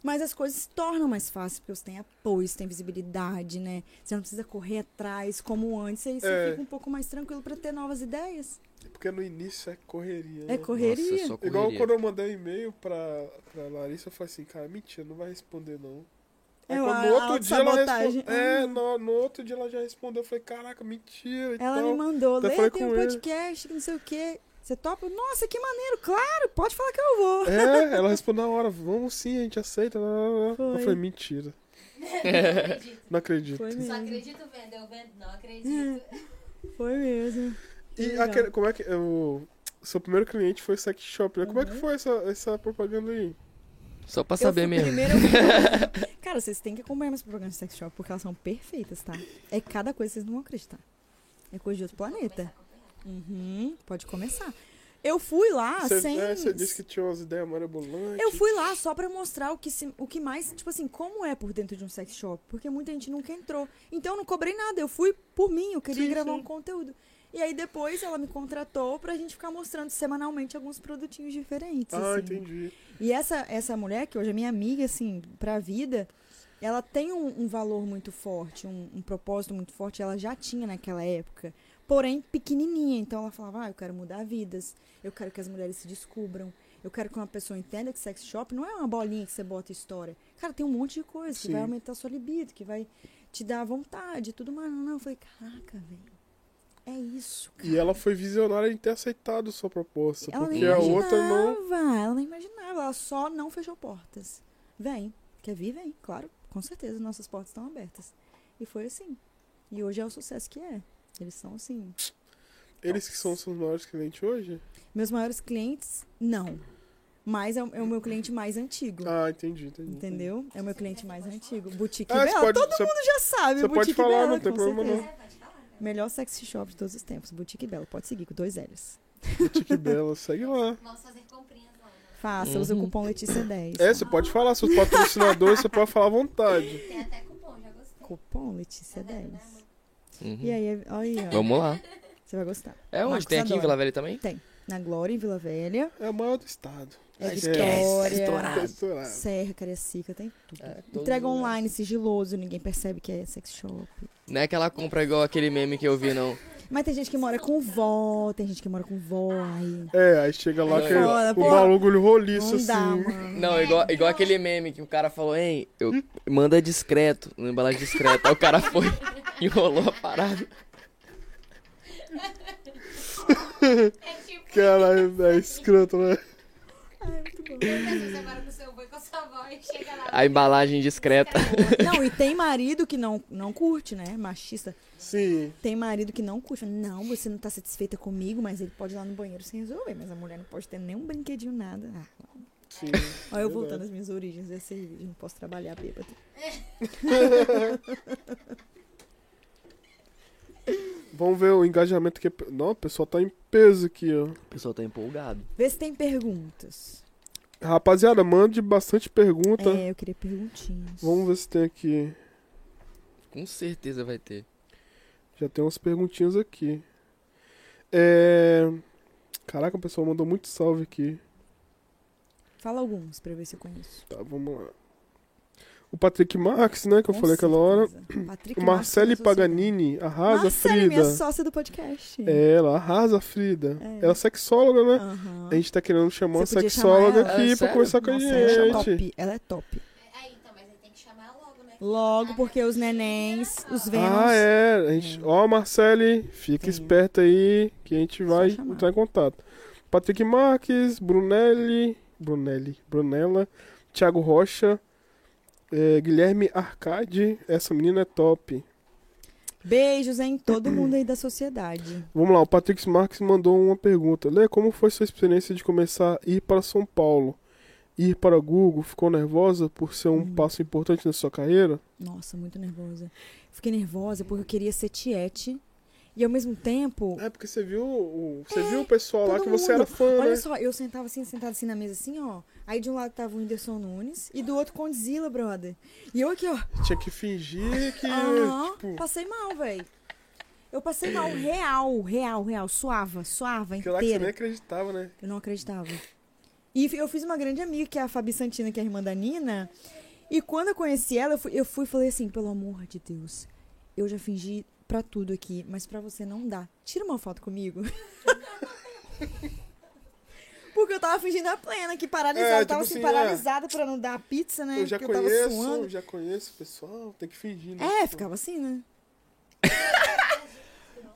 Speaker 3: mas as coisas se tornam mais fáceis, porque você tem apoio, você tem visibilidade, né? Você não precisa correr atrás como antes, aí você
Speaker 2: É.
Speaker 3: fica um pouco mais tranquilo pra ter novas ideias.
Speaker 2: Porque no início é correria, né?
Speaker 3: É correria.
Speaker 1: Nossa, é só correria.
Speaker 2: Igual quando eu mandei um e-mail pra, pra Larissa, eu falei assim, cara, mentira, não vai responder não. Aí
Speaker 3: É
Speaker 2: quando
Speaker 3: uma
Speaker 2: no outro dia ela
Speaker 3: autossabotagem.
Speaker 2: respondeu. É,
Speaker 3: Ah.
Speaker 2: no, no outro dia ela já respondeu. Eu falei, caraca, mentira. então." e
Speaker 3: Ela
Speaker 2: tal.
Speaker 3: me mandou,
Speaker 2: até
Speaker 3: Lê,
Speaker 2: falei
Speaker 3: tem um
Speaker 2: com ele.
Speaker 3: podcast, que não sei o quê. Você topa? Nossa, que maneiro, claro, pode falar que eu vou.
Speaker 2: É, ela respondeu na hora, vamos sim, a gente aceita. lá, lá, lá. Eu
Speaker 3: Foi.
Speaker 2: falei, mentira.
Speaker 4: Não
Speaker 2: É.
Speaker 4: acredito.
Speaker 2: Não acredito.
Speaker 3: Foi
Speaker 4: Só
Speaker 3: mesmo.
Speaker 4: acredito vendo, eu vendo, não acredito.
Speaker 3: É. Foi mesmo. Que
Speaker 2: E
Speaker 3: legal.
Speaker 2: aquele, como é que. O seu primeiro cliente foi o Sex Shop, né? Como é que
Speaker 3: Uhum.
Speaker 2: foi essa, essa propaganda aí?
Speaker 1: Só pra
Speaker 3: Eu
Speaker 1: saber
Speaker 3: fui
Speaker 1: mesmo.
Speaker 3: Primeiro eu- Cara, vocês têm que acompanhar meus programas de sex shop, porque elas são perfeitas, tá? É cada coisa que vocês não vão acreditar. É coisa de outro planeta. Uhum, pode começar. Eu fui lá
Speaker 2: você,
Speaker 3: Ah, sem.
Speaker 2: é, você disse que tinha umas ideias marabolantes.
Speaker 3: Eu fui lá só pra mostrar o que, se- o que mais, tipo assim, como é por dentro de um sex shop. Porque muita gente nunca entrou. Então eu não cobrei nada, eu fui por mim, eu queria
Speaker 2: Sim,
Speaker 3: gravar
Speaker 2: sim.
Speaker 3: um conteúdo. E aí depois ela me contratou pra gente ficar mostrando semanalmente alguns produtinhos diferentes.
Speaker 2: Ah,
Speaker 3: assim.
Speaker 2: entendi.
Speaker 3: E essa, essa mulher, que hoje é minha amiga, assim, pra vida, ela tem um, um valor muito forte, um, um propósito muito forte, ela já tinha naquela época. Porém, pequenininha. Então ela falava, ah, eu quero mudar vidas, eu quero que as mulheres se descubram, eu quero que uma pessoa entenda que sex shop não é uma bolinha que você bota história. Cara, tem um monte de coisa que
Speaker 2: Sim.
Speaker 3: vai aumentar a sua libido, que vai te dar vontade e tudo mais. Não, não. Eu falei, caraca, velho, é isso, cara.
Speaker 2: E ela foi visionária em ter aceitado sua proposta.
Speaker 3: Ela nem
Speaker 2: porque a
Speaker 3: imaginava,
Speaker 2: outra não.
Speaker 3: ela nem imaginava, ela só não fechou portas. Vem, quer vir? Vem, claro, com certeza, nossas portas estão abertas. E foi assim. E hoje é o sucesso que é. Eles são assim.
Speaker 2: Eles que são seus maiores clientes hoje?
Speaker 3: Meus maiores clientes, não. Mas é o, é o meu cliente mais antigo.
Speaker 2: Ah, entendi, entendi.
Speaker 3: Hum. Entendeu? É o meu cliente mais antigo. Boutique
Speaker 2: Ah, você
Speaker 3: Bela.
Speaker 2: pode-
Speaker 3: Todo
Speaker 2: você-
Speaker 3: mundo já sabe.
Speaker 2: você pode
Speaker 3: Boutique
Speaker 2: falar,
Speaker 3: Bela,
Speaker 2: não tem
Speaker 3: com
Speaker 2: problema
Speaker 3: certeza.
Speaker 4: É, pode falar.
Speaker 3: Melhor sexy shop de todos os tempos. Boutique Bela. Pode seguir com dois L's.
Speaker 2: Boutique Bela, segue lá.
Speaker 4: Vamos fazer comprinhas lá. né?
Speaker 3: Faça, usa o
Speaker 1: Uhum.
Speaker 3: cupom Letícia10.
Speaker 2: É, você pode falar, seus patrocinadores, você pode falar à vontade.
Speaker 4: Tem até cupom, já gostei.
Speaker 3: Cupom
Speaker 4: Tá vendo, né,
Speaker 3: Letícia10.
Speaker 4: amor?
Speaker 1: Uhum.
Speaker 3: E aí, é- olha aí, ó.
Speaker 1: Vamos lá.
Speaker 3: Você vai gostar.
Speaker 1: É onde?
Speaker 3: Marcos
Speaker 1: Tem aqui em
Speaker 3: adora.
Speaker 1: Vila Velha também?
Speaker 3: Tem. Na Glória, em Vila Velha.
Speaker 2: É a maior do estado.
Speaker 3: É
Speaker 1: Ah,
Speaker 3: Vitória.
Speaker 1: esquece, estourado.
Speaker 2: Estourado.
Speaker 3: Serra, Cariacica, tem tudo.
Speaker 1: É, todos
Speaker 3: Entrega
Speaker 1: os lugares.
Speaker 3: online, sigiloso, ninguém percebe que é sex shop.
Speaker 1: Não é aquela compra igual aquele meme que eu vi, não.
Speaker 3: Mas tem gente que mora com vó, tem gente que mora com vó aí.
Speaker 2: É, aí chega lá
Speaker 1: Não,
Speaker 2: que
Speaker 3: foda,
Speaker 2: o
Speaker 3: pô.
Speaker 2: bagulho roliço,
Speaker 3: Não
Speaker 2: assim.
Speaker 3: dá, mano.
Speaker 1: Não, igual, igual aquele meme que o cara falou, hein, eu, manda discreto, no embalagem discreta. Aí o cara foi, enrolou a parada.
Speaker 4: É tipo,
Speaker 2: Caralho, é escroto, né?
Speaker 4: muitas vezes agora com seu avô e com a sua avó e chega lá.
Speaker 1: A embalagem discreta.
Speaker 3: Não, e tem marido que não, não curte, né? Machista.
Speaker 2: Sim.
Speaker 3: Tem marido que não curte. Não, você não tá satisfeita comigo, mas ele pode ir lá no banheiro sem resolver. Mas a mulher não pode ter nenhum brinquedinho, nada. Ah,
Speaker 2: Sim.
Speaker 3: olha eu voltando às minhas origens. Esse vídeo, não posso trabalhar bêbado.
Speaker 2: Vamos ver o engajamento que. é Não, o pessoal tá em peso aqui, ó.
Speaker 1: O pessoal tá empolgado.
Speaker 3: Vê se tem perguntas.
Speaker 2: Rapaziada, mande bastante pergunta.
Speaker 3: É, eu queria perguntinhas.
Speaker 2: Vamos ver se tem aqui.
Speaker 1: Com certeza vai ter.
Speaker 2: Já tem umas perguntinhas aqui. É. Caraca, o pessoal mandou muito salve aqui.
Speaker 3: Fala alguns pra eu ver se eu conheço.
Speaker 2: Tá, vamos lá. O Patrick Marx, né, que eu falei aquela hora.
Speaker 3: Patrick
Speaker 2: O Marcele
Speaker 3: Marcos, eu sou
Speaker 2: Paganini, arrasa,
Speaker 3: Marcele,
Speaker 2: Frida.
Speaker 3: minha sócia do podcast.
Speaker 2: É, ela arrasa, Frida.
Speaker 3: É.
Speaker 2: Ela é sexóloga, né?
Speaker 3: Aham.
Speaker 2: A gente tá querendo chamar uma
Speaker 3: Você podia
Speaker 2: sexóloga
Speaker 3: chamar ela?
Speaker 2: aqui
Speaker 1: É,
Speaker 2: pra
Speaker 1: sério?
Speaker 2: conversar com
Speaker 3: Nossa,
Speaker 2: a
Speaker 3: ela é
Speaker 2: gente.
Speaker 3: top. Ela é top.
Speaker 4: Aí, então, mas aí tem que chamar logo, né?
Speaker 3: Logo, porque os nenéns, os Vênus.
Speaker 2: Ah, é. A gente... Ó, Marcele, fica
Speaker 3: Sim.
Speaker 2: esperta aí que a gente vai
Speaker 3: chamar.
Speaker 2: entrar em contato. Patrick Marques, Brunelli, Brunelli, Brunella, Thiago Rocha, eh, Guilherme Arcade. Essa menina é top.
Speaker 3: Beijos em todo mundo aí da sociedade.
Speaker 2: Vamos lá, o Patrick Marques mandou uma pergunta. Lê, como foi sua experiência de começar a ir para São Paulo? Ir para Google, ficou nervosa por ser um
Speaker 3: Hum.
Speaker 2: passo importante na sua carreira?
Speaker 3: Nossa, muito nervosa. Fiquei nervosa porque eu queria ser tiete. E ao mesmo tempo.
Speaker 2: É, porque você viu, o- você viu o pessoal lá
Speaker 3: todo
Speaker 2: que você
Speaker 3: mundo.
Speaker 2: era fã,
Speaker 3: Olha
Speaker 2: né?
Speaker 3: só, eu sentava assim, sentada assim na mesa, assim, ó. Aí de um lado tava o Whindersson Nunes e do outro Condzilla, brother. E eu aqui, ó.
Speaker 2: Tinha que fingir que.
Speaker 3: Aham,
Speaker 2: tipo,
Speaker 3: passei mal, velho. Eu passei mal, real, real, real. Suava, suava
Speaker 2: que lá que você nem
Speaker 3: É inteira.
Speaker 2: acreditava, né?
Speaker 3: Eu não acreditava. E fi- eu fiz uma grande amiga, que é a Fabi Santina, que é a irmã da Nina. E quando eu conheci ela, eu fui, eu fui e falei assim, pelo amor de Deus, eu já fingi pra tudo aqui, mas pra você não dá. Tira uma foto comigo. Porque eu tava fingindo a plena, que paralisada.
Speaker 2: É,
Speaker 3: eu tava
Speaker 2: tipo
Speaker 3: assim,
Speaker 2: assim,
Speaker 3: paralisada pra não dar a pizza, né?
Speaker 2: eu já
Speaker 3: Porque eu tava
Speaker 2: conheço,
Speaker 3: suando.
Speaker 2: eu já conheço o pessoal, tem que fingir, né?
Speaker 3: É,
Speaker 2: Tipo,
Speaker 3: ficava assim, né?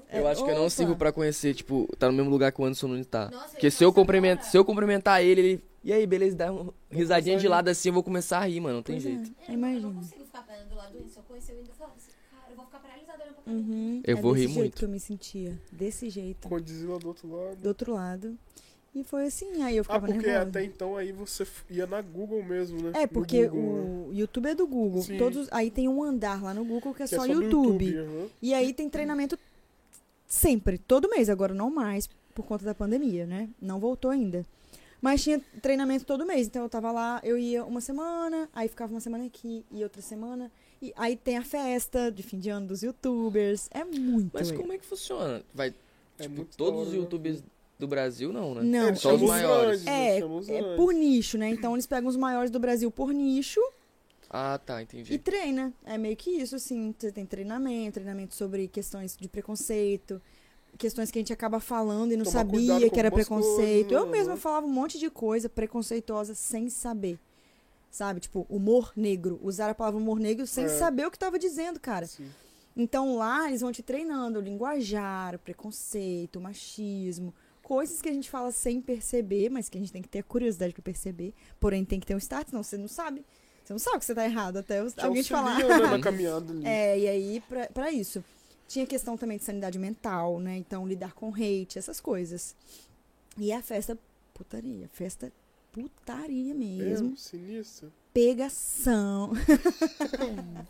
Speaker 1: É, Eu acho que eu não
Speaker 3: Opa.
Speaker 1: sirvo pra conhecer, tipo, tá no mesmo lugar que o Anderson Nunes tá.
Speaker 4: Nossa,
Speaker 1: Porque
Speaker 4: ele
Speaker 1: se eu,
Speaker 4: passa
Speaker 1: cumprimento,
Speaker 4: agora.
Speaker 1: se eu cumprimentar ele, ele. E aí, beleza, dá uma risadinha
Speaker 2: começar
Speaker 1: de
Speaker 2: a rir.
Speaker 1: lado assim, eu vou começar a rir, mano. Não tem
Speaker 3: Pois é,
Speaker 1: jeito.
Speaker 4: Eu, não- eu não
Speaker 3: imagina.
Speaker 4: consigo ficar parando do lado do Whindersson. Eu conheci o Whindersson e falava assim, cara, eu vou ficar paralisada olhando pra cara dele.
Speaker 3: Uhum,
Speaker 1: Eu
Speaker 3: é
Speaker 1: vou
Speaker 3: desse
Speaker 1: rir
Speaker 3: jeito
Speaker 1: muito.
Speaker 3: que eu me sentia. Desse jeito.
Speaker 2: Com o Dizila do outro lado.
Speaker 3: do outro lado. E foi assim, aí eu
Speaker 2: Ah,
Speaker 3: ficava
Speaker 2: porque
Speaker 3: nervosa.
Speaker 2: até então aí você f- ia na Google mesmo, né?
Speaker 3: É,
Speaker 2: No
Speaker 3: porque
Speaker 2: Google, né?
Speaker 3: o YouTube é do Google.
Speaker 2: Sim.
Speaker 3: Todos, aí tem um andar lá no Google que é
Speaker 2: Que
Speaker 3: só
Speaker 2: no
Speaker 3: YouTube.
Speaker 2: aham.
Speaker 3: E aí tem treinamento sempre, todo mês, agora não mais, por conta da pandemia, né? Não voltou ainda. Mas tinha treinamento todo mês, então eu tava lá, eu ia uma semana, aí ficava uma semana aqui e outra semana. E aí tem a festa de fim de ano dos youtubers. É muito.
Speaker 1: Mas
Speaker 3: legal.
Speaker 1: como é que funciona? Vai,
Speaker 2: É
Speaker 1: tipo,
Speaker 2: muito da
Speaker 1: todos
Speaker 2: hora,
Speaker 1: os
Speaker 2: né? É,
Speaker 1: youtubers do Brasil, não, né?
Speaker 3: Não, é
Speaker 2: Eles
Speaker 1: Só os
Speaker 2: chamam
Speaker 3: eles-
Speaker 1: maiores.
Speaker 2: grandes,
Speaker 3: é,
Speaker 2: eles chamam os
Speaker 3: é
Speaker 2: grandes.
Speaker 3: por nicho, né? Então eles pegam os maiores do Brasil por nicho
Speaker 1: Ah, tá,
Speaker 3: E
Speaker 1: entendi.
Speaker 3: treina. É meio que isso, assim. Você tem treinamento, treinamento sobre questões de preconceito, questões que a gente acaba falando e não
Speaker 2: Tomar cuidado
Speaker 3: sabia
Speaker 2: com
Speaker 3: que era
Speaker 2: algumas
Speaker 3: preconceito.
Speaker 2: coisas,
Speaker 3: eu mesma
Speaker 2: né?
Speaker 3: falava um monte de coisa preconceituosa sem saber. Sabe? Tipo, humor negro. Usar a palavra humor negro sem
Speaker 2: É.
Speaker 3: saber o que tava dizendo, cara.
Speaker 2: Sim.
Speaker 3: Então lá eles vão te treinando o linguajar, o preconceito, o machismo, coisas que a gente fala sem perceber, mas que a gente tem que ter a curiosidade pra perceber. Porém, tem que ter um start, senão você não sabe. Você não sabe que você tá errado até os-
Speaker 2: Te
Speaker 3: alguém te falar.
Speaker 2: auxilia, né, na caminhada ali.
Speaker 3: é, e aí, pra, pra isso. Tinha questão também de sanidade mental, né? Então, lidar com hate, essas coisas. E a festa, putaria. Festa putaria mesmo.
Speaker 2: É, sinistro.
Speaker 3: Pegação.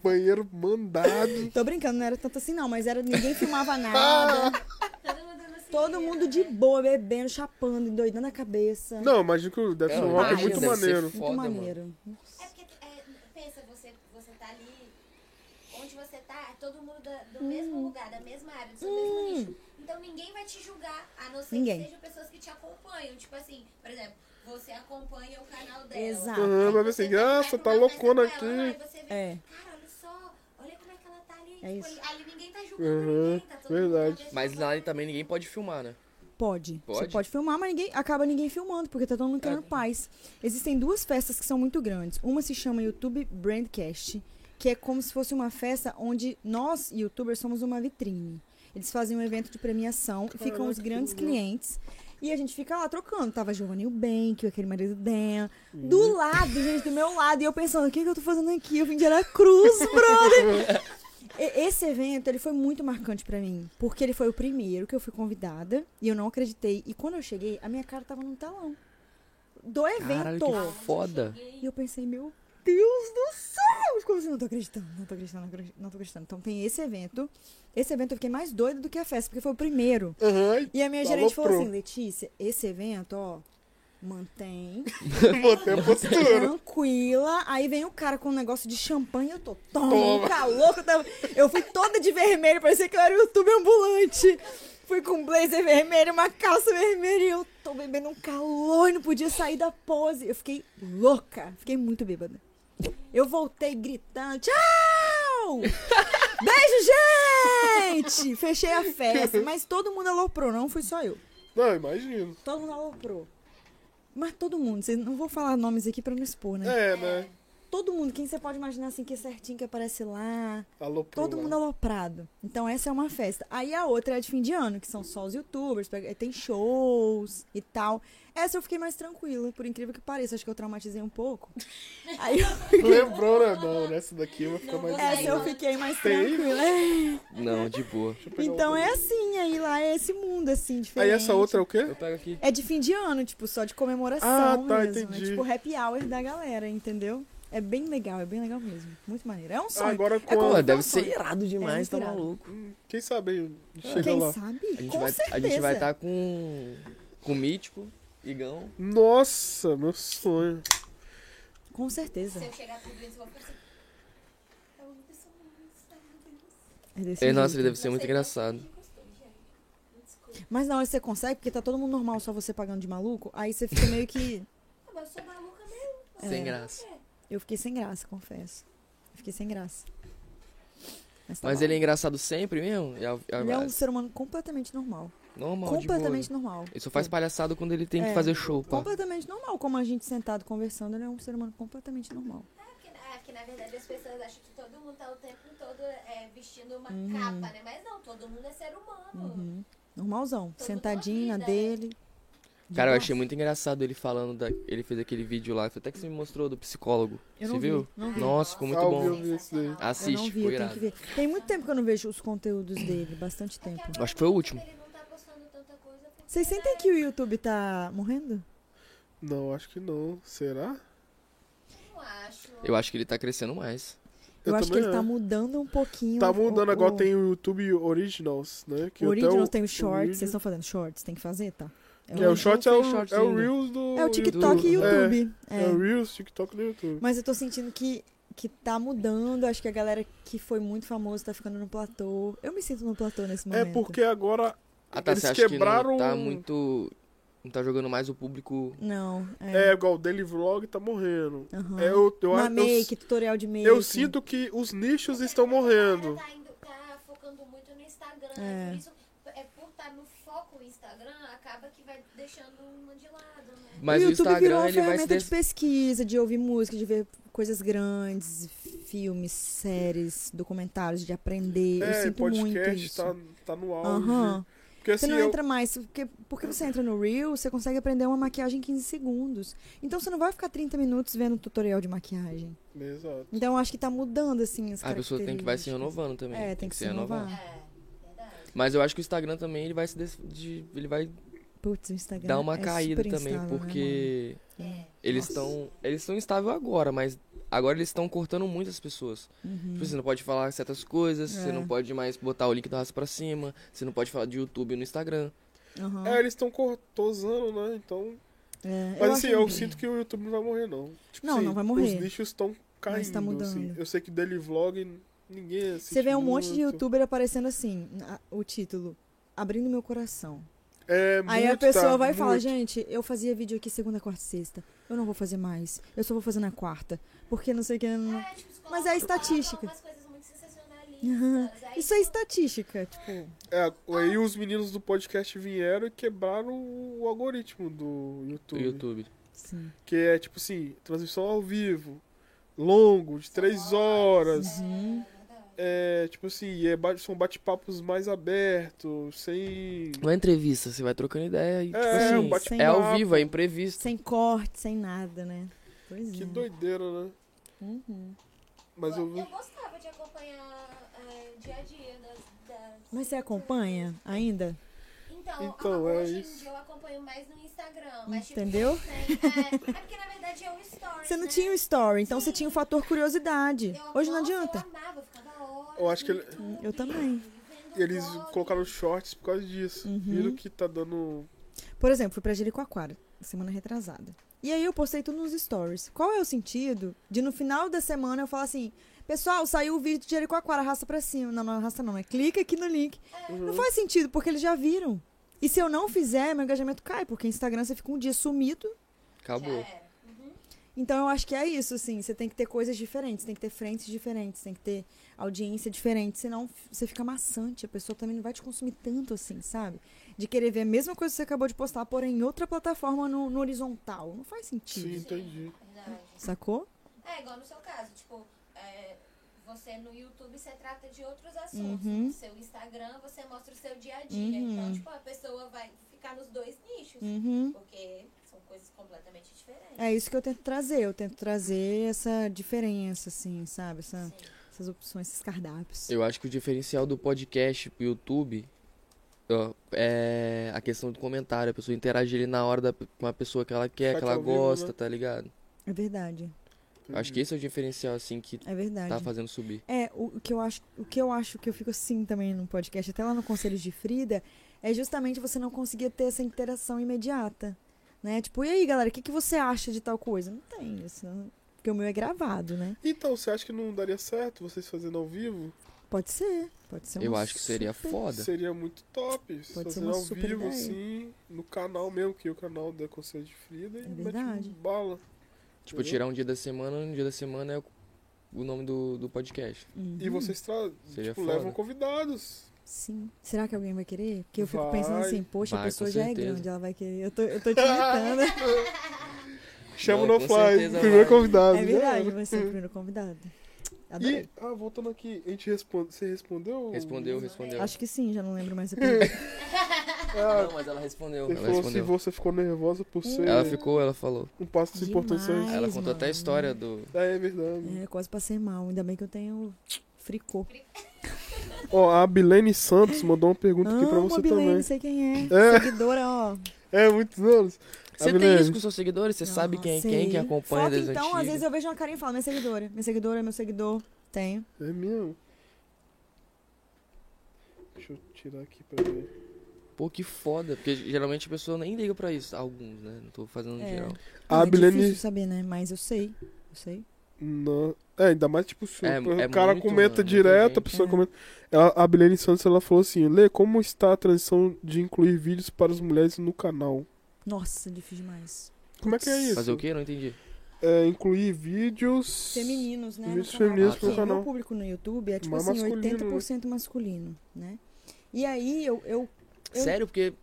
Speaker 2: Banheiro mandado.
Speaker 3: Tô brincando, não era tanto assim, não, mas era ninguém filmava nada.
Speaker 4: Todo mundo no
Speaker 3: Todo
Speaker 4: cinema,
Speaker 3: mundo de
Speaker 4: né?
Speaker 3: boela, bebendo, chapando, endoidando a cabeça.
Speaker 2: Não, imagino que o Death
Speaker 1: Cara,
Speaker 2: Rock é
Speaker 3: imagina,
Speaker 2: muito
Speaker 1: deve ser
Speaker 2: maneiro.
Speaker 3: Muito
Speaker 1: Foda,
Speaker 3: maneiro.
Speaker 4: É porque, é, pensa, você, você tá ali, onde você tá, é todo mundo da- do
Speaker 3: Hum.
Speaker 4: mesmo lugar, da mesma área, do seu mesmo nicho. Então ninguém vai te julgar, a não ser
Speaker 3: Ninguém.
Speaker 4: que sejam pessoas que te acompanham. Tipo assim, por exemplo, você acompanha o canal dela.
Speaker 3: Exato.
Speaker 4: Aí
Speaker 2: Aham, vai ver
Speaker 4: você
Speaker 2: assim,
Speaker 4: vai-
Speaker 2: ah,
Speaker 4: vai
Speaker 2: você
Speaker 4: pra
Speaker 2: tá
Speaker 4: uma festa
Speaker 2: loucona
Speaker 4: com
Speaker 2: aqui.
Speaker 4: ela, aí você vê,
Speaker 3: É.
Speaker 4: Cara, olha só, olha como é que ela tá ali.
Speaker 3: É
Speaker 4: Tipo,
Speaker 3: isso.
Speaker 4: ali ninguém tá julgando
Speaker 2: Uhum,
Speaker 4: ninguém, tá todo mundo
Speaker 2: verdade.
Speaker 4: na mesma
Speaker 1: Mas lá
Speaker 4: vibe.
Speaker 1: também ninguém pode filmar, né?
Speaker 3: Pode. Você
Speaker 1: Pode?
Speaker 3: pode filmar, mas ninguém, acaba ninguém filmando, porque tá todo mundo querendo
Speaker 1: É.
Speaker 3: paz. Existem duas festas que são muito grandes. Uma se chama YouTube Brandcast, que é como se fosse uma festa onde nós, youtubers, somos uma vitrine. Eles fazem um evento de premiação, ficam
Speaker 2: Caraca,
Speaker 3: os
Speaker 2: que
Speaker 3: grandes
Speaker 2: legal.
Speaker 3: clientes. E a gente fica lá trocando. Tava Giovanni Bank, aquele marido Dan.
Speaker 2: Uhum.
Speaker 3: Do lado, gente, do meu lado. E eu pensando, o que, que eu tô fazendo aqui? Eu vim de Aracruz, brother. E- Esse evento, ele foi muito marcante pra mim. Porque ele foi o primeiro que eu fui convidada. E eu não acreditei. E quando eu cheguei, a minha cara tava no telão. Do
Speaker 1: Caralho,
Speaker 3: evento.
Speaker 1: que foda.
Speaker 3: E eu pensei, meu Deus do céu! Como assim? Não tô acreditando, não tô acreditando, não acredi- não tô acreditando. Então tem esse evento. Esse evento eu fiquei mais doida do que a festa, porque foi o primeiro.
Speaker 2: Aham,
Speaker 3: E a minha
Speaker 2: Falou
Speaker 3: gerente falou
Speaker 2: pro.
Speaker 3: assim, Letícia, esse evento, ó, mantém
Speaker 2: botei a postura.
Speaker 3: tranquila. Aí vem o cara com um negócio de champanhe, eu tô toma,
Speaker 2: Toma.
Speaker 3: tá louco. Eu, tava- eu fui toda de vermelho, parecia que eu era o YouTube ambulante. Fui com um blazer vermelho, uma calça vermelha e eu tô bebendo um calor e não podia sair da pose. Eu fiquei louca, fiquei muito bêbada. Eu voltei gritando, tchau! Beijo, gente! Fechei a festa, mas todo mundo aloprou, não fui só eu.
Speaker 2: Não, imagino.
Speaker 3: Todo mundo aloprou. Mas todo mundo, vocês- não vou falar nomes aqui pra não expor, né?
Speaker 2: É, né?
Speaker 3: todo mundo, quem você pode imaginar assim que é certinho que aparece lá,
Speaker 2: Alô, pro
Speaker 3: todo
Speaker 2: lá.
Speaker 3: mundo aloprado. Então essa é uma festa. Aí a outra é de fim de ano, que são só os youtubers, pega- tem shows e tal. Essa eu fiquei mais tranquila, por incrível que pareça, acho que eu traumatizei um pouco. Aí eu fiquei,
Speaker 2: Lembrou, né? Não, nessa daqui vai ficar mais.
Speaker 3: essa eu fiquei mais
Speaker 2: Tem?
Speaker 3: tranquila.
Speaker 1: Não, de boa.
Speaker 2: Deixa eu pegar
Speaker 3: Então
Speaker 2: outra.
Speaker 3: é assim, aí lá é esse mundo assim
Speaker 2: Aí
Speaker 3: diferente.
Speaker 2: essa outra é o quê?
Speaker 1: Eu pego aqui.
Speaker 3: é de fim de ano, tipo, só de comemoração
Speaker 2: Ah, tá,
Speaker 3: mesmo,
Speaker 2: entendi.
Speaker 3: é tipo happy hour da galera, entendeu? É bem legal, é bem legal mesmo. Muito maneiro.
Speaker 2: Ah,
Speaker 3: É um sonho.
Speaker 2: Agora com Hum,
Speaker 1: Pô,
Speaker 3: como-
Speaker 1: deve
Speaker 3: Então,
Speaker 1: ser
Speaker 3: sonho.
Speaker 1: irado demais,
Speaker 3: É muito
Speaker 1: tá
Speaker 3: irado.
Speaker 1: maluco.
Speaker 2: Quem sabe aí chega
Speaker 3: Quem
Speaker 2: lá.
Speaker 3: sabe?
Speaker 1: A gente,
Speaker 3: Com
Speaker 1: vai,
Speaker 3: certeza.
Speaker 1: a gente vai tá estar com, com o Mítico, Igão.
Speaker 2: Nossa, meu sonho.
Speaker 3: Com certeza.
Speaker 4: Se eu chegar pro Brito, eu vou falar assim. "É uma pessoa muito sábia".
Speaker 3: É desse
Speaker 1: É, nossa,
Speaker 3: jeito.
Speaker 1: ele deve ser muito engraçado.
Speaker 3: Mas na hora você consegue, porque tá todo mundo normal, só você pagando de maluco. Aí você fica meio que.
Speaker 4: Ah, mas Eu sou maluca mesmo.
Speaker 3: É.
Speaker 1: Sem graça.
Speaker 3: Eu fiquei sem graça, confesso. Eu fiquei sem graça. tá
Speaker 1: Mas
Speaker 3: bom.
Speaker 1: ele é engraçado sempre mesmo? É, é,
Speaker 3: Ele é um ser humano completamente normal.
Speaker 1: normal,
Speaker 3: completamente
Speaker 1: de boa. né? Tá.
Speaker 3: normal.
Speaker 1: Ele só faz palhaçado quando ele tem
Speaker 3: É.
Speaker 1: que fazer show, pá.
Speaker 3: Completamente normal. Como a gente sentado conversando, ele é um ser humano completamente normal.
Speaker 4: Ah, porque, ah, porque, na verdade as pessoas acham que todo mundo tá o tempo todo é, vestindo uma
Speaker 3: Uhum.
Speaker 4: capa, né? Mas não, todo mundo é ser humano.
Speaker 3: Normalzão.
Speaker 4: Todo
Speaker 3: Sentadinho na
Speaker 4: mundo
Speaker 3: dele. De
Speaker 1: Cara, eu
Speaker 3: boa.
Speaker 1: achei muito engraçado ele falando, da... ele fez aquele vídeo lá, que até que você me mostrou do psicólogo.
Speaker 3: Eu
Speaker 1: você
Speaker 3: não vi,
Speaker 1: viu?
Speaker 3: não vi.
Speaker 1: Nossa, ficou muito
Speaker 2: Ah, eu
Speaker 1: bom.
Speaker 2: vi, eu vi isso daí.
Speaker 4: Acho
Speaker 3: Eu não
Speaker 1: Assiste,
Speaker 3: vi,
Speaker 1: ficou
Speaker 3: eu tenho que
Speaker 1: irado.
Speaker 3: ver. Tem muito tempo que eu não vejo os conteúdos dele, bastante tempo.
Speaker 1: Acho que foi o último.
Speaker 4: Ele não tá postando tanta coisa assim, porque
Speaker 3: Vocês sentem que o YouTube tá morrendo?
Speaker 2: Não, acho que não. Será?
Speaker 4: eu não acho.
Speaker 1: Eu acho que ele tá crescendo mais.
Speaker 3: Eu,
Speaker 2: Eu
Speaker 3: acho que ele
Speaker 2: também
Speaker 3: tá
Speaker 2: acho.
Speaker 3: mudando um pouquinho.
Speaker 2: Tá
Speaker 3: o-
Speaker 2: mudando,
Speaker 3: o-
Speaker 2: agora
Speaker 3: o-
Speaker 2: tem o YouTube Originals, né? Que
Speaker 3: o
Speaker 2: até
Speaker 3: Originals, tem o Shorts.
Speaker 2: vídeo-
Speaker 3: Vocês estão fazendo Shorts? Tem que fazer, tá?
Speaker 2: É, o Shorts é o,
Speaker 1: tem Shorts
Speaker 2: é o
Speaker 1: ainda.
Speaker 2: Reels do.
Speaker 3: É o TikTok e o
Speaker 2: É,
Speaker 3: YouTube.
Speaker 2: É.
Speaker 3: é.
Speaker 2: o Reels, TikTok do YouTube.
Speaker 3: Mas eu tô sentindo que, que tá mudando. Acho que a galera que foi muito famosa tá ficando no platô. Eu me sinto no platô nesse
Speaker 2: é
Speaker 3: momento.
Speaker 2: porque agora.
Speaker 1: Ah, tá,
Speaker 2: Eles
Speaker 1: você acha
Speaker 2: quebraram- um-
Speaker 1: que não tá muito... Não tá jogando mais o público...
Speaker 3: Não, é.
Speaker 2: É, igual o Daily Vlog tá morrendo.
Speaker 3: Aham.
Speaker 2: É, eu, eu,
Speaker 3: Uma
Speaker 2: eu,
Speaker 3: make, tutorial de make.
Speaker 2: eu sinto que os nichos estão morrendo.
Speaker 4: É, Tá, indo, tá focando muito no Instagram.
Speaker 3: É.
Speaker 4: É. Por isso, é por estar no foco o Instagram, acaba que vai deixando uma de lado, né?
Speaker 1: Mas
Speaker 3: o
Speaker 1: o,
Speaker 3: YouTube virou
Speaker 1: Instagram,
Speaker 3: uma
Speaker 1: ele vai se...
Speaker 3: ferramenta
Speaker 1: Des...
Speaker 3: de pesquisa, de ouvir música, de ver coisas grandes, filmes, séries, documentários, de aprender. eu
Speaker 2: É,
Speaker 3: sinto muito
Speaker 2: podcast
Speaker 3: isso.
Speaker 2: tá, tá no auge.
Speaker 3: Aham.
Speaker 2: Porque
Speaker 3: Você
Speaker 2: assim,
Speaker 3: não
Speaker 2: eu,
Speaker 3: entra mais. Porque, porque você entra no Reel, você consegue aprender uma maquiagem em 15 segundos. Então você não vai ficar 30 minutos vendo tutorial de maquiagem.
Speaker 2: Exato.
Speaker 3: Então eu acho que tá mudando, assim, as
Speaker 1: Ah, A pessoa tem que vai se
Speaker 3: características.
Speaker 1: renovando também.
Speaker 3: É, tem que se renovar.
Speaker 4: É, verdade.
Speaker 1: Mas eu acho que o Instagram também, ele vai se... Des... de- Ele vai
Speaker 3: Putz, o Instagram.
Speaker 1: dar uma
Speaker 3: é
Speaker 1: caída
Speaker 3: super
Speaker 1: também,
Speaker 3: instável, né,
Speaker 1: porque...
Speaker 4: É.
Speaker 1: Eles
Speaker 3: Nossa.
Speaker 1: estão. Eles estão instável agora, mas agora eles estão cortando muitas pessoas.
Speaker 3: mano? Uhum.
Speaker 1: Tipo, você não pode falar certas coisas,
Speaker 3: É.
Speaker 1: você não pode mais botar o link da raça pra cima, você não pode falar de YouTube no Instagram.
Speaker 3: Aham.
Speaker 2: É, eles estão cortosando, né? Então.
Speaker 3: É,
Speaker 2: Mas assim,
Speaker 3: acho
Speaker 2: eu
Speaker 3: que-
Speaker 2: sinto que o YouTube não vai morrer, não. Tipo,
Speaker 3: Não,
Speaker 2: assim,
Speaker 3: não vai morrer.
Speaker 2: Os nichos estão caindo.
Speaker 3: Mas tá mudando.
Speaker 2: assim. Eu sei que daily vlog, ninguém assiste.
Speaker 3: Você vê um monte
Speaker 2: muito.
Speaker 3: de youtuber aparecendo assim, a- o título. Abrindo meu coração.
Speaker 2: É,
Speaker 3: Aí a
Speaker 2: muito,
Speaker 3: pessoa
Speaker 2: tá,
Speaker 3: vai e fala,
Speaker 2: muito.
Speaker 3: gente, eu fazia vídeo aqui segunda, quarta e sexta. Eu não vou fazer mais. Eu só vou fazer na quarta. Porque não sei o que. não-
Speaker 4: É, tipo,
Speaker 3: Mas é a
Speaker 4: colocam-
Speaker 3: estatística.
Speaker 4: colocam umas coisas muito sensacionalistas,
Speaker 3: Aham.
Speaker 4: feministas. Aí,
Speaker 3: Isso é estatística, tipo.
Speaker 2: É, aí os meninos do podcast vieram e quebraram o algoritmo do
Speaker 1: Do
Speaker 2: YouTube.
Speaker 1: YouTube.
Speaker 3: Sim.
Speaker 2: Que é tipo assim, transmissão ao vivo, longo, de três horas.
Speaker 3: Uhum.
Speaker 2: É, tipo assim, e é ba- são bate-papos mais abertos, sem.
Speaker 1: Não é entrevista, você vai trocando ideia e, tipo
Speaker 2: É,
Speaker 1: assim,
Speaker 2: um bate-papo.
Speaker 1: é ao vivo, é imprevisto.
Speaker 3: Sem corte, sem nada, né? Pois
Speaker 2: Que
Speaker 3: é.
Speaker 2: doideira, né?
Speaker 3: Uhum.
Speaker 2: Mas eu vi.
Speaker 4: gostava de acompanhar é, dia a dia das. das-
Speaker 3: Mas você acompanha ainda?
Speaker 4: Então,
Speaker 2: Então,
Speaker 4: a-
Speaker 2: é
Speaker 4: hoje em
Speaker 2: isso.
Speaker 4: dia eu acompanho mais no Instagram. Mas, tipo,
Speaker 3: Entendeu?
Speaker 4: tem- é, é porque na verdade é um story.
Speaker 3: Você não
Speaker 4: né?
Speaker 3: tinha o story, então você
Speaker 4: Sim.
Speaker 3: tinha o fator curiosidade.
Speaker 4: Eu-
Speaker 3: Hoje não
Speaker 4: nossa,
Speaker 3: adianta.
Speaker 4: Eu amava, eu ficava horas
Speaker 2: Eu acho que
Speaker 4: no
Speaker 2: ele-
Speaker 4: YouTube,
Speaker 3: Eu também.
Speaker 4: vendo
Speaker 2: Eles
Speaker 4: vlog.
Speaker 2: colocaram shorts por causa disso.
Speaker 3: Uhum.
Speaker 2: Viram que tá dando.
Speaker 3: Por exemplo, fui pra Jericoacoara, semana retrasada. E aí eu postei tudo nos stories. Qual é o sentido de no final da semana eu falar assim, pessoal, saiu o vídeo de Jericoacoara, arrasta pra cima. Não, não arrasta não, é clica aqui no link. Não faz sentido, porque eles já viram. E se eu não fizer, meu engajamento cai, porque Instagram você fica um dia sumido.
Speaker 4: Já
Speaker 1: Acabou.
Speaker 4: era.
Speaker 3: Então eu acho que é isso, assim. Você tem que ter coisas diferentes, tem que ter frentes diferentes, tem que ter audiência diferente. Senão f- você fica maçante, a pessoa também não vai te consumir tanto assim, sabe? De querer ver a mesma coisa que você acabou de postar, porém em outra plataforma no, no horizontal. Não faz sentido.
Speaker 2: Sim, entendi.
Speaker 4: Verdade.
Speaker 3: Sacou?
Speaker 4: É, igual no seu caso, tipo, é, você no YouTube você trata de outros assuntos.
Speaker 3: Uhum.
Speaker 4: No seu Instagram você mostra o seu dia a dia.
Speaker 3: Uhum.
Speaker 4: Então, tipo, a pessoa vai ficar nos dois nichos.
Speaker 3: Uhum.
Speaker 4: Porque são coisas completamente diferentes.
Speaker 3: É isso que eu tento trazer. Eu tento trazer essa diferença, assim, sabe? Essa- essas opções, esses cardápios.
Speaker 1: Eu acho que o diferencial do podcast pro YouTube ó, é a questão do comentário. A pessoa interage ali na hora da, com a pessoa que ela quer,
Speaker 2: Chat
Speaker 1: que ela
Speaker 2: ao vivo,
Speaker 1: gosta,
Speaker 2: né?
Speaker 1: tá ligado?
Speaker 3: É verdade.
Speaker 1: Eu Acho que esse é o diferencial, assim, que
Speaker 3: É verdade.
Speaker 1: tá fazendo subir.
Speaker 3: É, o o que eu acho, o que eu acho que eu fico assim também no podcast, até lá no Conselhos de Frida, é justamente você não conseguir ter essa interação imediata, né? Tipo, e aí, galera, o que, que você acha de tal coisa? Não tem isso, não- porque o meu é gravado, né?
Speaker 2: Então, você acha que não daria certo vocês fazendo ao vivo?
Speaker 3: Pode ser, pode ser.
Speaker 1: Eu
Speaker 3: uma
Speaker 1: acho que seria
Speaker 3: Então, super-
Speaker 1: foda.
Speaker 2: Seria muito top. se
Speaker 3: Pode ser
Speaker 2: Fazer
Speaker 3: uma
Speaker 2: ao
Speaker 3: super
Speaker 2: vivo,
Speaker 3: ideia.
Speaker 2: assim, no canal mesmo, que é o canal da Conselho de Frida, e mete
Speaker 3: É verdade.
Speaker 2: um bala.
Speaker 1: Tipo, tirar um dia da semana, um dia da semana é o- o nome do, do podcast.
Speaker 3: Uhum,
Speaker 2: E vocês tra...
Speaker 1: Seria
Speaker 2: tipo,
Speaker 1: foda.
Speaker 2: levam convidados.
Speaker 3: Sim. Será que alguém vai querer? Porque eu fico pensando
Speaker 2: Vai.
Speaker 3: assim, poxa,
Speaker 1: Vai,
Speaker 3: a pessoa
Speaker 1: com
Speaker 3: já é
Speaker 1: certeza.
Speaker 3: grande, ela vai querer. Eu tô, eu tô te É imitando.
Speaker 2: Chama
Speaker 1: Não,
Speaker 2: no
Speaker 1: com
Speaker 2: fly,
Speaker 1: certeza
Speaker 2: primeiro
Speaker 1: vai.
Speaker 2: convidado.
Speaker 3: é
Speaker 2: já
Speaker 3: verdade,
Speaker 2: era.
Speaker 3: vai ser o primeiro convidado. Adorei.
Speaker 2: E, ah, voltando aqui, a gente responde. Você respondeu?
Speaker 1: Respondeu, respondeu.
Speaker 3: Acho que é. sim, já não lembro mais a pergunta.
Speaker 1: Não, mas ela respondeu.
Speaker 2: Ele
Speaker 1: Ela
Speaker 2: falou Ah, se
Speaker 1: respondeu.
Speaker 2: você ficou nervosa por ser
Speaker 1: Ela ficou, ela falou.
Speaker 2: um passo importante.
Speaker 3: Demais.
Speaker 1: Ela contou
Speaker 3: mano.
Speaker 1: até a história do.
Speaker 2: É, é verdade.
Speaker 3: É, quase passei mal. Ainda bem que eu tenho fricô.
Speaker 2: Ó, a Bilene Santos mandou uma pergunta aqui pra
Speaker 3: Amo
Speaker 2: você
Speaker 3: a Bilene,
Speaker 2: também.
Speaker 3: sei quem é.
Speaker 2: É.
Speaker 3: Seguidora, ó.
Speaker 2: É, muitos anos. A
Speaker 1: Você tem
Speaker 2: Bilene,
Speaker 1: isso com seus seguidores? Você sabe quem é quem, quem acompanha
Speaker 3: Foca,
Speaker 1: desde
Speaker 3: então, às vezes
Speaker 1: antigas.
Speaker 3: eu vejo uma carinha e falo, minha seguidora. Minha seguidora, meu seguidor. Tenho.
Speaker 2: É mesmo? Deixa eu tirar aqui pra ver.
Speaker 1: Pô, que foda. Porque geralmente a pessoa nem liga pra isso. Alguns, né? Não tô fazendo
Speaker 3: É.
Speaker 1: geral.
Speaker 2: A
Speaker 3: é
Speaker 2: Bilene-
Speaker 3: difícil saber, né? Mas eu sei. Eu sei.
Speaker 2: Não. É, ainda mais tipo, se
Speaker 1: É,
Speaker 2: o
Speaker 1: é
Speaker 2: cara
Speaker 1: muito,
Speaker 2: comenta
Speaker 1: mano, muita
Speaker 2: direto,
Speaker 1: gente.
Speaker 2: a pessoa
Speaker 3: É.
Speaker 2: comenta. Ela- a Bilene Santos ela falou assim: Lê, como está a transição de incluir vídeos para as mulheres no canal?
Speaker 3: Nossa, difícil demais.
Speaker 2: Como é que é isso?
Speaker 1: Fazer o quê? Não entendi.
Speaker 2: É, incluir vídeos.
Speaker 3: Femininos, né?
Speaker 2: Vídeos
Speaker 3: no canal.
Speaker 2: femininos
Speaker 1: pro
Speaker 3: Porque
Speaker 2: canal.
Speaker 3: Meu público no YouTube é, tipo
Speaker 2: Mais
Speaker 3: assim,
Speaker 2: masculino, né?
Speaker 3: 80% masculino, né? E aí, eu... eu Eu-
Speaker 1: Sério, porque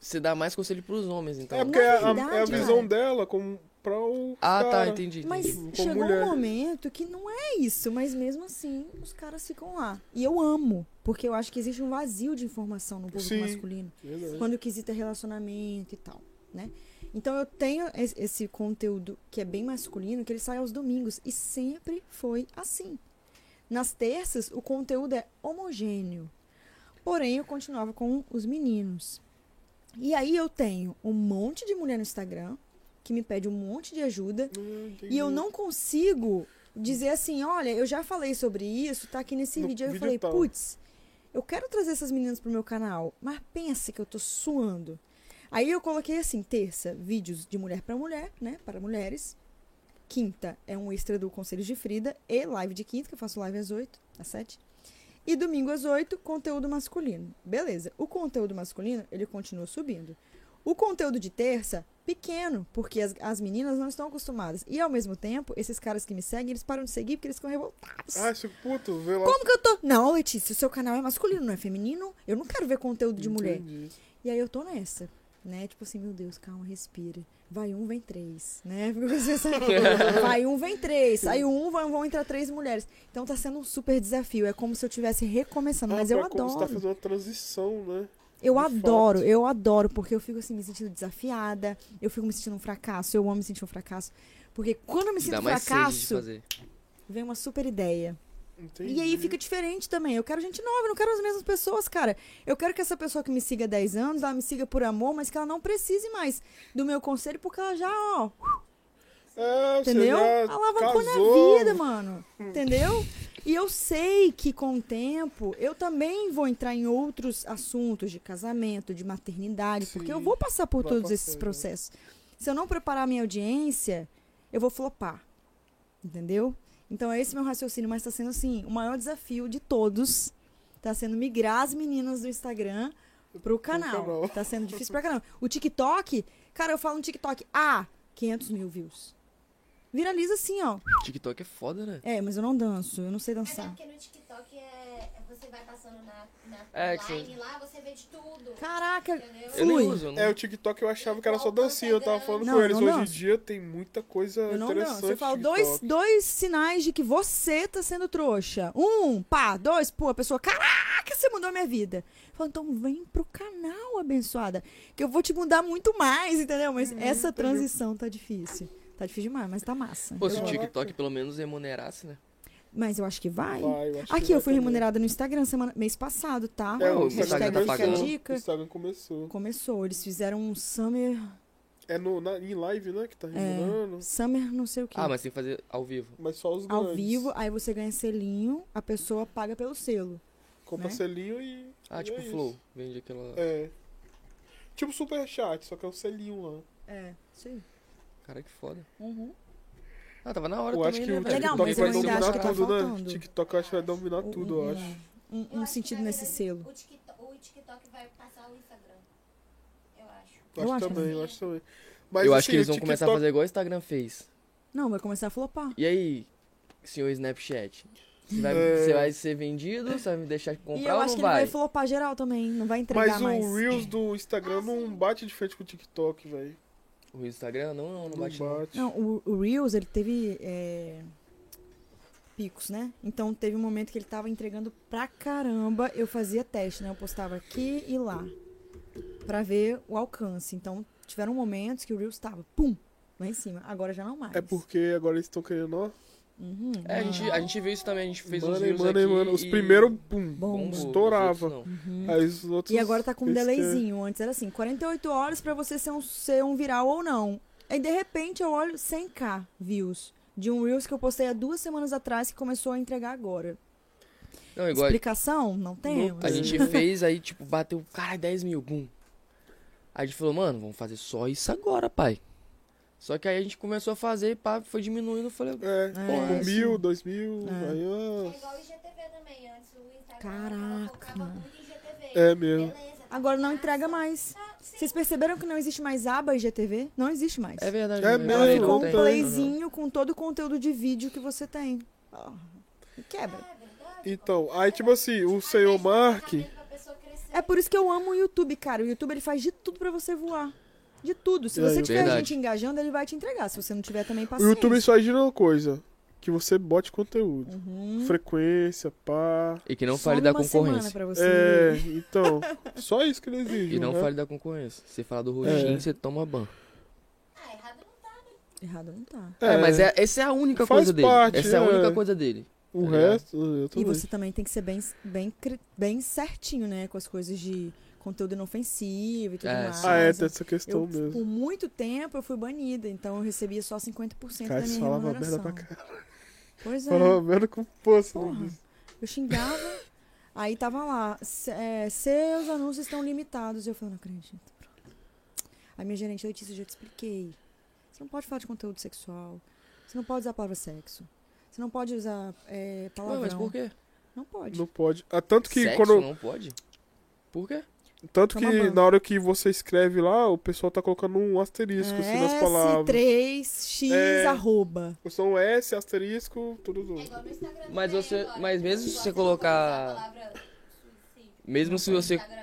Speaker 1: você dá mais conselho pros homens, então.
Speaker 2: É porque é a, é a
Speaker 3: verdade,
Speaker 2: visão
Speaker 3: cara.
Speaker 2: dela como pra o.
Speaker 1: Ah, tá,
Speaker 2: cara.
Speaker 1: entendi. entendi.
Speaker 3: Mas
Speaker 2: Como
Speaker 3: chegou
Speaker 2: mulher.
Speaker 3: um momento que não é isso, mas mesmo assim os caras ficam lá. E eu amo, porque eu acho que existe um vazio de informação no público
Speaker 2: Sim.
Speaker 3: masculino,
Speaker 2: Verdade.
Speaker 3: quando quesita relacionamento e tal, né? Então eu tenho es- esse conteúdo que é bem masculino, que ele sai aos domingos e sempre foi assim. Nas terças o conteúdo é homogêneo. Porém, eu continuava com os meninos. E aí eu tenho um monte de mulher no Instagram que me pede um monte de ajuda
Speaker 2: Hum, entendi.
Speaker 3: e eu não consigo dizer assim, olha, eu já falei sobre isso, tá aqui nesse
Speaker 2: No
Speaker 3: vídeo. Aí eu
Speaker 2: vídeo
Speaker 3: falei,
Speaker 2: tal.
Speaker 3: putz, eu quero trazer essas meninas pro meu canal, mas pensa que eu tô suando. Aí eu coloquei assim, terça, vídeos de mulher pra mulher, né, para mulheres. Quinta é um extra do Conselhos de Frida e live de quinta, que eu faço live às 8, às 7. E domingo às 8, conteúdo masculino. Beleza. O conteúdo masculino, ele continua subindo. O conteúdo de terça pequeno, porque as, as meninas não estão acostumadas. E ao mesmo tempo, esses caras que me seguem, eles param de seguir porque eles ficam revoltados.
Speaker 2: Ah, esse puto, vê lá.
Speaker 3: Como que eu tô? Não, Letícia, o seu canal é masculino, não é feminino? Eu não quero ver conteúdo de mulher.
Speaker 2: Entendi.
Speaker 3: E aí eu tô nessa, né? Tipo assim, meu Deus, calma, respira. Vai um, vem três, né? Fico pensando assim, Vai um, vem três. Aí um, vão, vão entrar três mulheres. Então tá sendo um super desafio. É como se eu estivesse recomeçando,
Speaker 2: Ah,
Speaker 3: mas eu
Speaker 2: pra como Você tá
Speaker 3: adoro.
Speaker 2: fazendo uma transição, né?
Speaker 3: Eu
Speaker 2: de
Speaker 3: adoro,
Speaker 2: fato.
Speaker 3: eu adoro, porque eu fico assim me sentindo desafiada, eu fico me sentindo um fracasso, eu amo me sentir um fracasso. Porque quando eu me sinto
Speaker 1: Dá
Speaker 3: um
Speaker 1: mais sede de
Speaker 3: fracasso,
Speaker 1: fazer.
Speaker 3: vem uma super ideia.
Speaker 2: Entendi.
Speaker 3: E aí fica diferente também. Eu quero gente nova, eu não quero as mesmas pessoas, cara. Eu quero que essa pessoa que me siga há 10 anos, ela me siga por amor, mas que ela não precise mais do meu conselho, porque ela já, ó,
Speaker 2: É, você
Speaker 3: entendeu?
Speaker 2: já
Speaker 3: Alavancou
Speaker 2: casou.
Speaker 3: na vida, mano. Entendeu? E eu sei que com o tempo eu também vou entrar em outros assuntos de casamento, de maternidade, porque eu
Speaker 2: Sim,
Speaker 3: vou passar por
Speaker 2: vai
Speaker 3: todos
Speaker 2: passar,
Speaker 3: esses
Speaker 2: né?
Speaker 3: processos. Se eu não preparar a minha audiência, eu vou flopar. Entendeu? Então é esse meu raciocínio, mas tá sendo assim, o maior desafio de todos tá sendo migrar as meninas do Instagram pro canal.
Speaker 2: canal.
Speaker 3: Tá sendo difícil pra caramba. O TikTok, cara, eu falo no TikTok, ah, 500 mil views. Viraliza assim, ó.
Speaker 1: TikTok é foda, né?
Speaker 3: É, mas eu não danço, eu não sei
Speaker 4: Até
Speaker 3: dançar.
Speaker 4: é porque no TikTok é, é você vai passando na, na
Speaker 1: É, que
Speaker 4: line
Speaker 1: você-
Speaker 4: lá, você vê de tudo.
Speaker 3: Caraca,
Speaker 4: Entendeu?
Speaker 1: Eu nem
Speaker 3: Fui.
Speaker 1: uso, eu não-
Speaker 2: É, o TikTok eu achava que era só dancinha. Eu tava falando
Speaker 3: Não,
Speaker 2: com eles.
Speaker 3: não
Speaker 2: Hoje em
Speaker 3: danço.
Speaker 2: dia tem muita coisa
Speaker 3: eu não
Speaker 2: É interessante.
Speaker 3: danço. Eu falo
Speaker 2: no
Speaker 3: dois,
Speaker 2: TikTok.
Speaker 3: dois sinais de que você tá sendo trouxa. Um, pá, dois, pô, a pessoa, caraca, você mudou a minha vida. Eu falo, então vem pro canal, abençoada, que eu vou te mudar muito mais, entendeu? Mas
Speaker 2: Uhum,
Speaker 3: essa transição tá difícil. Tá difícil demais, mas tá massa.
Speaker 1: Pô, se o
Speaker 2: Caraca.
Speaker 1: TikTok pelo menos remunerasse, né?
Speaker 3: Mas eu acho que vai.
Speaker 2: Vai, eu acho que
Speaker 3: Aqui,
Speaker 2: vai
Speaker 3: eu fui
Speaker 2: também.
Speaker 3: remunerada no Instagram semana, mês passado, tá?
Speaker 2: É, o
Speaker 1: o
Speaker 2: Instagram
Speaker 1: Instagram
Speaker 3: Hashtag
Speaker 1: tá
Speaker 3: fica a
Speaker 1: pagando.
Speaker 2: começou. O
Speaker 3: dica.
Speaker 2: Instagram começou.
Speaker 3: Começou, eles fizeram um summer,
Speaker 2: É no, na- em live, né?
Speaker 3: É.
Speaker 2: Que tá remunerando.
Speaker 3: summer não sei o que.
Speaker 1: Ah, mas tem que fazer ao vivo.
Speaker 2: Mas só os grandes.
Speaker 3: Ao vivo, aí você ganha selinho, a pessoa paga pelo selo.
Speaker 2: Compra
Speaker 3: né?
Speaker 2: selinho e.
Speaker 1: Ah,
Speaker 2: e
Speaker 1: tipo
Speaker 2: é isso.
Speaker 1: Flow. Vende aquela.
Speaker 2: É. Tipo superchat, só que é o selinho lá.
Speaker 3: É, isso aí.
Speaker 1: Cara, que foda.
Speaker 3: Uhum.
Speaker 1: Ah, tava na hora
Speaker 2: Eu acho
Speaker 1: também,
Speaker 2: que
Speaker 1: né,
Speaker 2: o
Speaker 1: velho?
Speaker 3: Legal,
Speaker 2: TikTok
Speaker 3: mas eu
Speaker 2: vai
Speaker 3: ainda
Speaker 2: dominar
Speaker 3: acho que tá
Speaker 2: tudo, né?
Speaker 3: faltando.
Speaker 2: TikTok eu acho que vai dominar
Speaker 3: Um-
Speaker 2: tudo, eu
Speaker 3: um-
Speaker 2: acho.
Speaker 3: Um,
Speaker 4: Eu
Speaker 3: um
Speaker 4: acho que,
Speaker 3: sentido
Speaker 4: na
Speaker 3: nesse
Speaker 4: verdade,
Speaker 3: selo.
Speaker 4: O TikTok, o TikTok vai passar o Instagram. Eu acho. É
Speaker 2: Eu
Speaker 3: Eu
Speaker 2: acho
Speaker 3: acho
Speaker 2: também,
Speaker 4: também.
Speaker 2: eu acho também. Mas,
Speaker 1: eu
Speaker 2: assim,
Speaker 1: acho que eles
Speaker 2: o
Speaker 1: vão começar a
Speaker 2: TikTok-
Speaker 1: fazer igual o Instagram fez.
Speaker 3: Não, vai começar a flopar.
Speaker 1: E aí, senhor Snapchat? Você vai,
Speaker 2: É.
Speaker 1: você vai ser vendido? Você vai me deixar
Speaker 3: E
Speaker 1: comprar
Speaker 3: eu
Speaker 1: ou
Speaker 3: acho
Speaker 1: não
Speaker 3: que ele vai
Speaker 1: vai?
Speaker 3: flopar geral também, não vai entregar
Speaker 2: Mas
Speaker 3: mais.
Speaker 2: o Reels do Instagram não bate de frente com o TikTok, velho.
Speaker 1: O Instagram não, não, não
Speaker 2: Não
Speaker 1: bate.
Speaker 2: bate.
Speaker 1: não.
Speaker 3: Não, o, o Reels, ele teve é, picos, né? Então teve um momento que ele tava entregando pra caramba. Eu fazia teste, né? Eu postava aqui e lá. Pra ver o alcance. Então tiveram momentos que o Reels tava, pum, lá em cima. Agora já não mais.
Speaker 2: É porque agora eles estão querendo, ó.
Speaker 3: Uhum,
Speaker 1: É, a gente, a gente viu isso também, a gente fez uns
Speaker 2: mano,
Speaker 1: vídeos
Speaker 2: mano,
Speaker 1: aqui
Speaker 2: mano. Os
Speaker 1: e
Speaker 2: primeiros, pum.
Speaker 3: Bom,
Speaker 1: bombou,
Speaker 2: estourava.
Speaker 1: os outros não.
Speaker 2: Aí os outros. é-
Speaker 3: E agora tá com um
Speaker 2: eles querem.
Speaker 3: delayzinho. Antes era assim, 48 horas pra você ser um, ser um viral ou não. Aí de repente eu olho 100k views de um Reels que eu postei há duas semanas atrás que começou a entregar agora.
Speaker 1: Não, igual
Speaker 3: Explicação? Não temos.
Speaker 1: a gente fez, aí tipo, bateu, caralho, 10 mil, bum. Aí a gente falou, mano, vamos fazer só isso agora, pai. Só que aí a gente começou a fazer e pá, foi diminuindo, eu falei,
Speaker 2: É,
Speaker 3: É,
Speaker 2: com mil, dois mil.
Speaker 3: É.
Speaker 2: Aí,
Speaker 4: É igual o IGTV também, antes o Instagram ela
Speaker 3: Caraca.
Speaker 4: focava muito em IGTV.
Speaker 2: ó. É mesmo.
Speaker 4: Beleza, tá
Speaker 3: Agora não
Speaker 4: massa.
Speaker 3: entrega mais.
Speaker 4: Ah, sim.
Speaker 3: Vocês perceberam que não existe mais aba IGTV? Não existe mais.
Speaker 1: é verdade.
Speaker 2: É
Speaker 1: né?
Speaker 2: mesmo,
Speaker 1: Parei,
Speaker 3: Ficou
Speaker 1: não
Speaker 3: um
Speaker 1: tem.
Speaker 3: playzinho com todo o conteúdo de vídeo que você tem. Ó, e quebra.
Speaker 4: É verdade.
Speaker 2: Então, aí tipo assim, o senhor Mark.
Speaker 4: Pra pessoa crescer.
Speaker 3: É por isso que eu amo o YouTube, cara. O YouTube ele faz de tudo pra você voar. De tudo. Se
Speaker 2: É,
Speaker 3: você
Speaker 2: eu-
Speaker 3: tiver
Speaker 1: Verdade.
Speaker 3: gente engajando, ele vai te entregar. Se você não tiver também
Speaker 2: O
Speaker 3: paciência.
Speaker 2: YouTube só exige uma coisa: que você bote conteúdo.
Speaker 3: Uhum.
Speaker 2: Frequência, pá.
Speaker 1: E que não
Speaker 3: Some
Speaker 1: fale da
Speaker 3: uma semana
Speaker 1: concorrência.
Speaker 3: pra você.
Speaker 2: É, então. só isso que ele exige.
Speaker 1: E não
Speaker 2: né?
Speaker 1: fale da concorrência. Se falar do roxinho,
Speaker 2: É.
Speaker 1: você toma ban.
Speaker 4: Ah, errado não tá.
Speaker 3: Errado não tá.
Speaker 1: É, mas é, essa é a única
Speaker 2: Faz
Speaker 1: coisa dele.
Speaker 2: parte,
Speaker 1: essa é a
Speaker 2: é.
Speaker 1: única coisa dele.
Speaker 2: O
Speaker 1: tá ligado?
Speaker 2: resto, eu tô
Speaker 3: E você também tem que ser bem, bem, cri- bem certinho, né? Com as coisas de conteúdo inofensivo e tudo
Speaker 1: É,
Speaker 3: mais.
Speaker 1: sim.
Speaker 2: Ah, é, tem essa questão
Speaker 3: Eu, né?
Speaker 2: mesmo.
Speaker 3: por muito tempo, eu fui banida. Então, eu recebia só 50%
Speaker 2: Cara,
Speaker 3: da
Speaker 2: você
Speaker 3: minha
Speaker 2: falava merda
Speaker 3: remuneração.
Speaker 2: pra caralho.
Speaker 3: Pois é.
Speaker 2: Falava merda "Ah, com poço.
Speaker 3: Porra. Eu xingava. aí tava lá, se- é, seus anúncios estão limitados. Eu falei, não acredito. Pronto. Aí minha gerente, Letícia, eu já te expliquei. Você não pode falar de conteúdo sexual. Você não pode usar a palavra sexo. Você não pode usar é,
Speaker 1: Ué,
Speaker 3: palavrão.
Speaker 1: mas por quê?
Speaker 3: Não pode.
Speaker 2: Não pode. Ah, tanto que
Speaker 1: Sexo
Speaker 2: quando.
Speaker 1: não pode? Por quê?
Speaker 2: Tanto
Speaker 3: Toma
Speaker 2: que
Speaker 3: banho.
Speaker 2: na hora que você escreve lá, o pessoal tá colocando um asterisco assim, nas palavras.
Speaker 3: S3X
Speaker 2: É.
Speaker 3: arroba.
Speaker 2: São S, asterisco, tudo. tudo.
Speaker 4: É igual no Instagram.
Speaker 1: Mas
Speaker 4: também
Speaker 1: você-
Speaker 4: agora,
Speaker 1: mas
Speaker 4: né?
Speaker 1: mesmo se
Speaker 4: Igual
Speaker 1: você
Speaker 4: não pode
Speaker 1: colocar-
Speaker 4: usar a palavra suicídio
Speaker 1: Mesmo se
Speaker 4: no
Speaker 1: você,
Speaker 4: Instagram.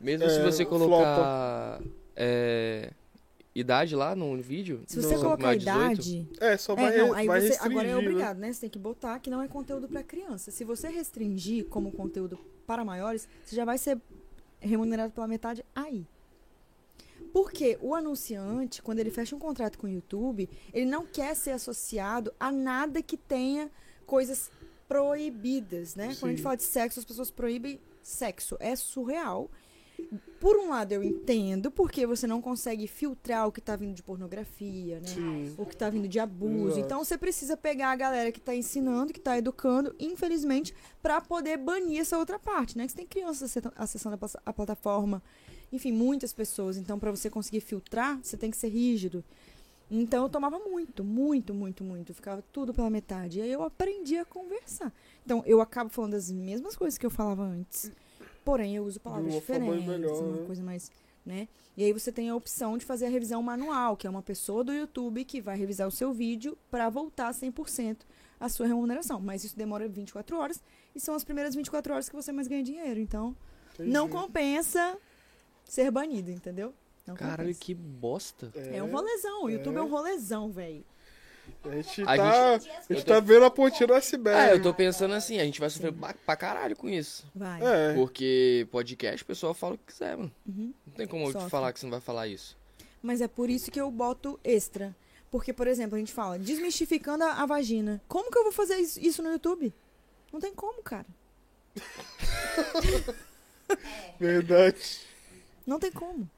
Speaker 1: mesmo
Speaker 2: É,
Speaker 1: se você
Speaker 2: flopa.
Speaker 1: colocar é, idade lá no vídeo,
Speaker 3: Se você
Speaker 1: só
Speaker 3: colocar a
Speaker 1: mais 18,
Speaker 3: idade.
Speaker 2: É, só vai,
Speaker 3: É, não, aí
Speaker 2: vai
Speaker 3: você
Speaker 2: restringir.
Speaker 3: agora é
Speaker 2: né?
Speaker 3: obrigado, né? Você tem que botar que não é conteúdo pra criança. Se você restringir como conteúdo para maiores, você já vai ser remunerado pela metade aí. Porque o anunciante, quando ele fecha um contrato com o YouTube, ele não quer ser associado a nada que tenha coisas proibidas, né? Quando a gente
Speaker 2: Sim.
Speaker 3: fala de sexo, as pessoas proíbem sexo. É surreal. Por um lado, eu entendo, porque você não consegue filtrar o que tá vindo de pornografia, né?
Speaker 2: Sim.
Speaker 3: o que tá vindo de abuso.
Speaker 2: Exato.
Speaker 3: Então você precisa pegar a galera que tá ensinando, que tá educando, infelizmente, pra poder banir essa outra parte, né? Que você tem crianças aceta- acessando a pla- a plataforma, enfim, muitas pessoas. Então pra você conseguir filtrar, você tem que ser rígido. Então eu tomava muito, muito, muito, muito, ficava tudo pela metade. E aí eu aprendi a conversar. Então eu acabo falando as mesmas coisas que eu falava antes. Porém, eu uso palavras
Speaker 2: De uma forma
Speaker 3: diferentes,
Speaker 2: melhor,
Speaker 3: uma
Speaker 2: né?
Speaker 3: coisa mais, né? E aí você tem a opção de fazer a revisão manual, que é uma pessoa do YouTube que vai revisar o seu vídeo para voltar 100% a sua remuneração. Mas isso demora 24 horas e são as primeiras 24 horas que você mais ganha dinheiro. Então,
Speaker 2: Entendi.
Speaker 3: não compensa ser banido, entendeu? Não
Speaker 1: Caralho,
Speaker 3: compensa.
Speaker 1: que bosta.
Speaker 2: É,
Speaker 3: É um rolezão. O YouTube é,
Speaker 2: é.
Speaker 3: um rolezão, velho.
Speaker 2: A gente
Speaker 1: A
Speaker 3: Ah,
Speaker 2: tá, a
Speaker 4: gente-
Speaker 2: gente,
Speaker 4: eu tô-
Speaker 2: tá vendo a pontinha
Speaker 3: né?
Speaker 2: do
Speaker 1: É,
Speaker 2: iceberg.
Speaker 1: eu tô pensando assim, a gente vai sofrer pra, pra caralho com isso.
Speaker 3: Vai.
Speaker 2: É.
Speaker 1: Porque podcast, o pessoal fala o que quiser, mano.
Speaker 3: Uhum.
Speaker 1: Não tem como eu
Speaker 3: Sofre.
Speaker 1: te falar que você não vai falar isso.
Speaker 3: Mas é por isso que eu boto extra. Porque, por exemplo, a gente fala desmistificando a, a vagina. Como que eu vou fazer isso, isso no YouTube? Não tem como, cara.
Speaker 4: É.
Speaker 2: Verdade.
Speaker 3: Não tem como.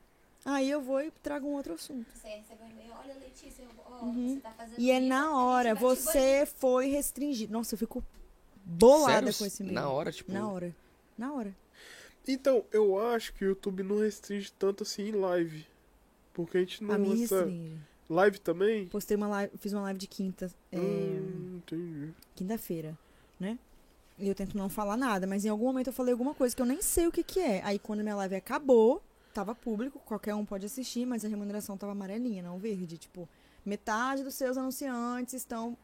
Speaker 3: Aí eu vou e trago um outro assunto.
Speaker 4: Você recebeu um e-mail, olha Letícia, eu- ó, você tá fazendo
Speaker 3: E é
Speaker 4: isso, a
Speaker 3: na
Speaker 4: gente
Speaker 3: hora.
Speaker 4: vai te banir.
Speaker 3: Você foi restringido. Nossa, eu fico bolada
Speaker 1: Sério?
Speaker 3: com esse e-mail.
Speaker 1: Na hora, tipo.
Speaker 3: Na hora. Na hora.
Speaker 2: Então, eu acho que o YouTube não restringe tanto assim em live. Porque a gente não
Speaker 3: a minha
Speaker 2: recebe-
Speaker 3: restringe.
Speaker 2: Live também?
Speaker 3: Postei uma live, fiz uma live de quinta. é,
Speaker 2: Hum, entendi.
Speaker 3: quinta-feira, né? E eu tento não falar nada, mas em algum momento eu falei alguma coisa que eu nem sei o que que é. Aí quando minha live acabou, tava público, qualquer um pode assistir, mas a remuneração tava amarelinha, não verde, tipo, metade dos seus anunciantes estão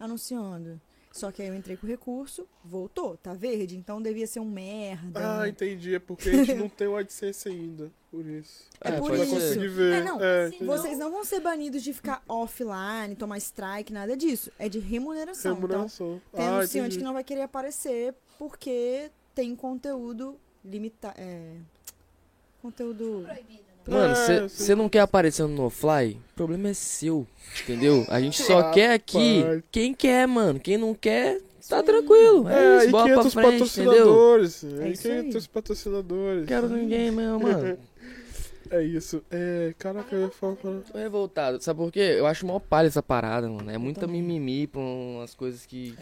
Speaker 3: anunciando. Só que aí eu entrei com o recurso, voltou, tá verde, então devia ser um merda.
Speaker 2: Ah,
Speaker 3: um-
Speaker 2: entendi. É porque a gente não tem o AdSense ainda. Por isso.
Speaker 3: É
Speaker 2: a gente
Speaker 3: por
Speaker 2: vai
Speaker 3: isso.
Speaker 2: conseguir ver.
Speaker 3: É, não,
Speaker 4: assim,
Speaker 2: entendi.
Speaker 3: Vocês não vão ser banidos de ficar offline, tomar strike, nada disso. É de remuneração. Então,
Speaker 2: Remuneração.
Speaker 3: Tem
Speaker 2: ah,
Speaker 3: anunciante
Speaker 2: entendi.
Speaker 3: que não vai querer aparecer porque tem conteúdo limitado. É, conteúdo.
Speaker 4: Proibido, né?
Speaker 1: Mano,
Speaker 2: É, sim.
Speaker 1: você não quer aparecendo no fly? O problema é seu, entendeu? A gente só
Speaker 2: Rapaz.
Speaker 1: quer aqui quem quer, mano. Quem não quer, tá tranquilo. É,
Speaker 2: É,
Speaker 1: isso,
Speaker 2: e
Speaker 1: bola pra
Speaker 2: 500
Speaker 1: frente, entendeu?
Speaker 2: patrocinadores.
Speaker 3: É
Speaker 2: É, e
Speaker 3: isso aí.
Speaker 2: 500 patrocinadores.
Speaker 1: Não quero ninguém mesmo, mano.
Speaker 2: É isso. É, caraca, eu ia falar pra...
Speaker 1: Tô revoltado. Sabe por quê? Eu acho mó palha essa parada, mano. É muita
Speaker 3: também.
Speaker 1: mimimi pra umas coisas que.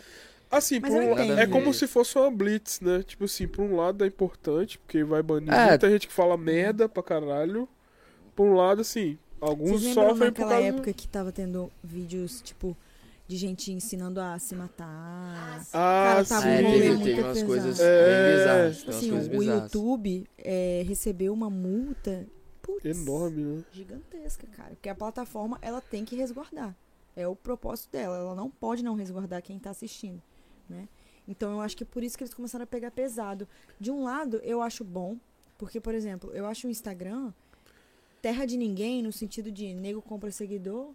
Speaker 2: Assim,
Speaker 3: Mas
Speaker 2: por
Speaker 3: eu
Speaker 2: um-
Speaker 3: entendo.
Speaker 2: é como se fosse uma blitz, né? Tipo assim, por um lado é importante, porque vai banir
Speaker 1: É.
Speaker 2: muita gente que fala merda pra caralho. Por um lado, assim, alguns
Speaker 3: Vocês lembram
Speaker 2: sofrem por
Speaker 3: naquela
Speaker 2: causa... um-
Speaker 3: época que tava tendo vídeos, tipo, de gente ensinando a se matar?
Speaker 4: Ah, sim.
Speaker 2: Ah,
Speaker 3: Cara, tá
Speaker 2: sim.
Speaker 1: É,
Speaker 3: rolê
Speaker 1: teve,
Speaker 3: muito
Speaker 1: teve umas
Speaker 3: pesado.
Speaker 1: coisas
Speaker 2: É.
Speaker 1: bem bizarras.
Speaker 3: Tipo
Speaker 1: Tem umas
Speaker 3: assim,
Speaker 1: coisas
Speaker 3: o, o
Speaker 1: bizarras.
Speaker 3: YouTube é, recebeu uma multa. Putz,
Speaker 2: Enorme, né?
Speaker 3: Gigantesca, cara. Porque a plataforma, ela tem que resguardar. É o propósito dela. Ela não pode não resguardar quem tá assistindo, né? Então eu acho que é por isso que eles começaram a pegar pesado. De um lado, eu acho bom, porque, por exemplo, eu acho o Instagram terra de ninguém, no sentido de nego compra seguidor,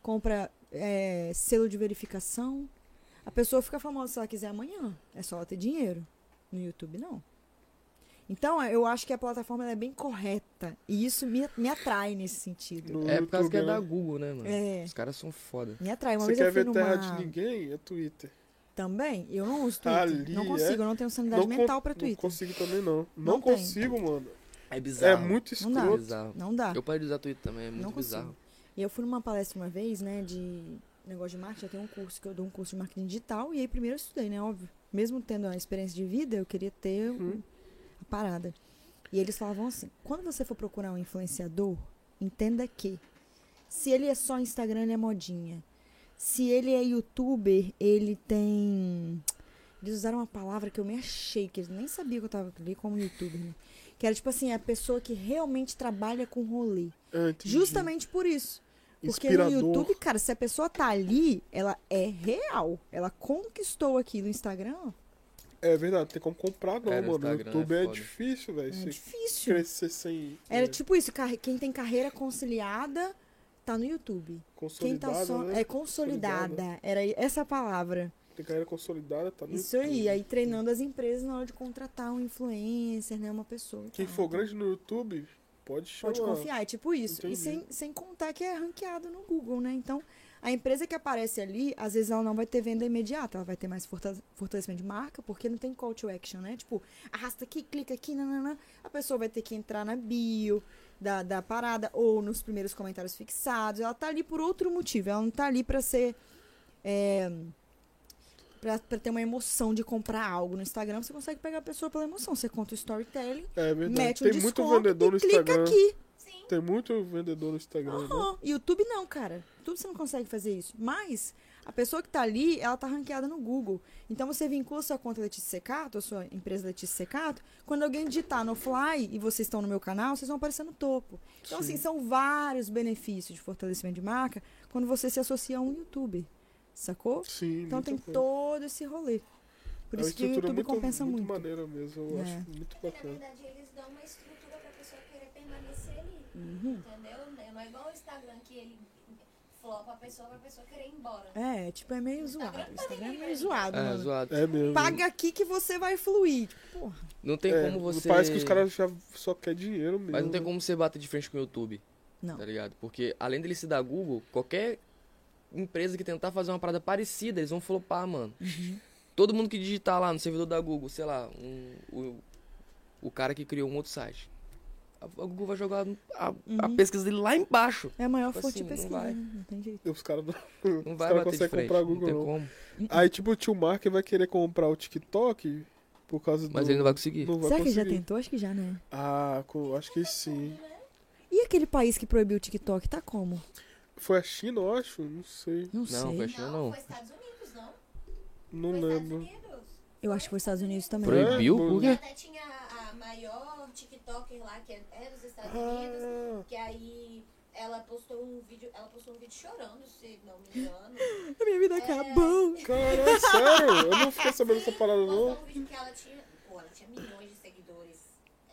Speaker 3: compra é, selo de verificação. A pessoa fica famosa se ela quiser amanhã. É só ela ter dinheiro. No YouTube, não. Então, eu acho que a plataforma ela é bem correta. E isso me, me atrai nesse sentido.
Speaker 2: No
Speaker 1: É por causa que é
Speaker 2: YouTube,
Speaker 1: da
Speaker 2: né?
Speaker 1: Google, né, mano?
Speaker 3: É.
Speaker 1: Os caras são foda.
Speaker 3: Me atrai. É, Uma
Speaker 2: Você
Speaker 3: vez eu
Speaker 2: quer
Speaker 3: fui
Speaker 2: ver terra
Speaker 3: numa...
Speaker 2: de ninguém? É Twitter.
Speaker 3: Também? Eu não uso Twitter.
Speaker 2: Ali,
Speaker 3: não consigo,
Speaker 2: é.
Speaker 3: eu não tenho sanidade
Speaker 2: con-
Speaker 3: mental pra
Speaker 2: Não
Speaker 3: Twitter.
Speaker 2: consigo também, não. Não,
Speaker 3: Não tem.
Speaker 2: consigo, mano.
Speaker 1: É
Speaker 2: É
Speaker 1: bizarro.
Speaker 2: muito
Speaker 3: Não dá.
Speaker 2: escroto.
Speaker 1: bizarro.
Speaker 3: Não dá.
Speaker 1: Eu parei de usar Twitter também, é muito
Speaker 3: não consigo.
Speaker 1: bizarro.
Speaker 3: E eu fui numa palestra uma vez, né, de negócio de marketing, eu tenho um curso que eu dou um curso de marketing digital, e aí primeiro eu estudei, né, óbvio. Mesmo tendo a experiência de vida, eu queria ter o-
Speaker 2: Uhum.
Speaker 3: a parada. E eles falavam assim: quando você for procurar um influenciador, entenda que se ele é só Instagram, ele é modinha. Se ele é youtuber, ele tem Eles usaram uma palavra que eu me achei, que eles nem sabiam que eu tava ali como youtuber, né? Que era tipo assim, a pessoa que realmente trabalha com rolê.
Speaker 2: Ah, entendi.
Speaker 3: Justamente por isso. Porque no
Speaker 2: Inspirador.
Speaker 3: YouTube, cara, se a pessoa tá ali, ela é real. Ela conquistou aqui no Instagram, ó,
Speaker 2: É verdade, tem como comprar não,
Speaker 1: Cara, o
Speaker 2: mano. O
Speaker 1: Instagram
Speaker 2: YouTube
Speaker 1: é
Speaker 2: é,
Speaker 1: foda.
Speaker 2: difícil, velho.
Speaker 3: é
Speaker 2: Você
Speaker 3: difícil.
Speaker 2: crescer sem.
Speaker 3: Era
Speaker 2: é,
Speaker 3: tipo isso, carre- quem tem carreira conciliada tá no YouTube. Quem
Speaker 2: Consolidada,
Speaker 3: tá só
Speaker 2: né?
Speaker 3: é consolidada, era essa a palavra.
Speaker 2: Tem carreira consolidada, tá no
Speaker 3: Isso aí,
Speaker 2: YouTube.
Speaker 3: aí treinando as empresas na hora de contratar um influencer, né, uma pessoa. e
Speaker 2: Quem
Speaker 3: tal.
Speaker 2: for grande no YouTube, pode chamar.
Speaker 3: Pode confiar, é tipo isso. E
Speaker 2: Entendi.
Speaker 3: sem, sem contar que é ranqueado no Google, né? Então, a empresa que aparece ali, às vezes ela não vai ter venda imediata, ela vai ter mais fortale- fortalecimento de marca, porque não tem call to action, né? Tipo, arrasta aqui, clica aqui, nananã. A pessoa vai ter que entrar na bio da, da parada ou nos primeiros comentários fixados. Ela tá ali por outro motivo, ela não tá ali pra ser. É, Pra, pra ter uma emoção de comprar algo no Instagram, você consegue pegar a pessoa pela emoção. Você conta o storytelling,
Speaker 2: É verdade.
Speaker 3: mete um
Speaker 2: tem muito
Speaker 3: desconto
Speaker 2: vendedor no
Speaker 3: e clica
Speaker 2: Instagram.
Speaker 3: aqui.
Speaker 4: Sim.
Speaker 2: Tem muito vendedor no Instagram, né?
Speaker 3: Aham. YouTube não, cara. YouTube você não consegue fazer isso. Mas a pessoa que tá ali, ela tá ranqueada no Google. Então você vincula sua conta Letícia Secato, a sua empresa Letícia Secato. Quando alguém digitar no Fly e vocês estão no meu canal, vocês vão aparecer no topo. Então,
Speaker 2: Sim.
Speaker 3: assim, são vários benefícios de fortalecimento de marca quando você se associa a um youtuber. Sacou?
Speaker 2: Sim,
Speaker 3: Então
Speaker 2: muita
Speaker 3: tem
Speaker 2: coisa.
Speaker 3: todo esse rolê. Por
Speaker 2: É uma
Speaker 3: isso que o
Speaker 2: estrutura
Speaker 3: YouTube
Speaker 2: muito,
Speaker 3: compensa muito.
Speaker 2: maneira mesmo, eu
Speaker 3: É.
Speaker 2: acho muito
Speaker 4: Porque, na
Speaker 2: bacana.
Speaker 4: verdade, eles dão uma estrutura pra pessoa querer permanecer ali.
Speaker 3: Uhum.
Speaker 4: Entendeu? Não é igual o Instagram que ele flopa a pessoa pra pessoa querer ir embora.
Speaker 3: É, tipo, é meio zoado. O Instagram é meio zoado,
Speaker 1: É,
Speaker 3: mano.
Speaker 1: zoado.
Speaker 2: É mesmo.
Speaker 3: Paga aqui que você vai fluir. Tipo, Porra.
Speaker 1: Não tem
Speaker 2: É,
Speaker 1: como você.
Speaker 2: Parece que os caras já só querem dinheiro mesmo.
Speaker 1: Mas não tem
Speaker 2: né?
Speaker 1: como você bater de frente com o YouTube,
Speaker 3: Não.
Speaker 1: tá ligado? Porque além dele se dar Google, qualquer empresa que tentar fazer uma parada parecida, eles vão flopar, mano. Todo mundo que digitar lá no servidor da Google, sei lá, um- o, o cara que criou um outro site. A, a Google vai jogar a, a pesquisa dele lá embaixo.
Speaker 3: É a maior
Speaker 1: Tipo
Speaker 3: fonte
Speaker 1: assim,
Speaker 3: de
Speaker 1: não
Speaker 3: pesquisa,
Speaker 1: vai.
Speaker 3: né? não tem jeito.
Speaker 2: Os caras não,
Speaker 1: Não vai
Speaker 2: os caras
Speaker 1: bater de
Speaker 2: conseguem
Speaker 1: frente.
Speaker 2: comprar o
Speaker 1: não
Speaker 2: Google,
Speaker 1: tem
Speaker 2: não.
Speaker 1: como.
Speaker 2: Aí, tipo, o tio Mark vai querer comprar o TikTok por causa do.
Speaker 1: Mas ele não vai conseguir.
Speaker 2: não vai
Speaker 3: Será que ele já
Speaker 2: conseguir.
Speaker 3: tentou? Acho que já, né?
Speaker 2: Ah, co- acho que sim.
Speaker 3: E aquele país que proibiu o TikTok, tá como?
Speaker 2: Foi a China, eu acho? Não sei.
Speaker 3: Não,
Speaker 1: Não,
Speaker 3: sei.
Speaker 1: foi a China não.
Speaker 4: foi Estados Unidos, não?
Speaker 2: Não
Speaker 4: foi
Speaker 2: lembro.
Speaker 4: Estados Unidos.
Speaker 3: Eu acho que foi os Estados Unidos também.
Speaker 2: Proibido.
Speaker 1: Proibiu?
Speaker 2: mano.
Speaker 1: Por quê?
Speaker 4: Até tinha a a maior TikToker lá, que é dos Estados Unidos.
Speaker 2: Ah,
Speaker 4: Que aí ela postou um vídeo, ela postou um vídeo chorando, se não me engano.
Speaker 3: A minha vida acabou.
Speaker 2: caralho, sério? Eu não fiquei sabendo dessa parada,
Speaker 4: Postou
Speaker 2: não.
Speaker 4: um vídeo que ela tinha, pô, ela tinha milhões de seguidores.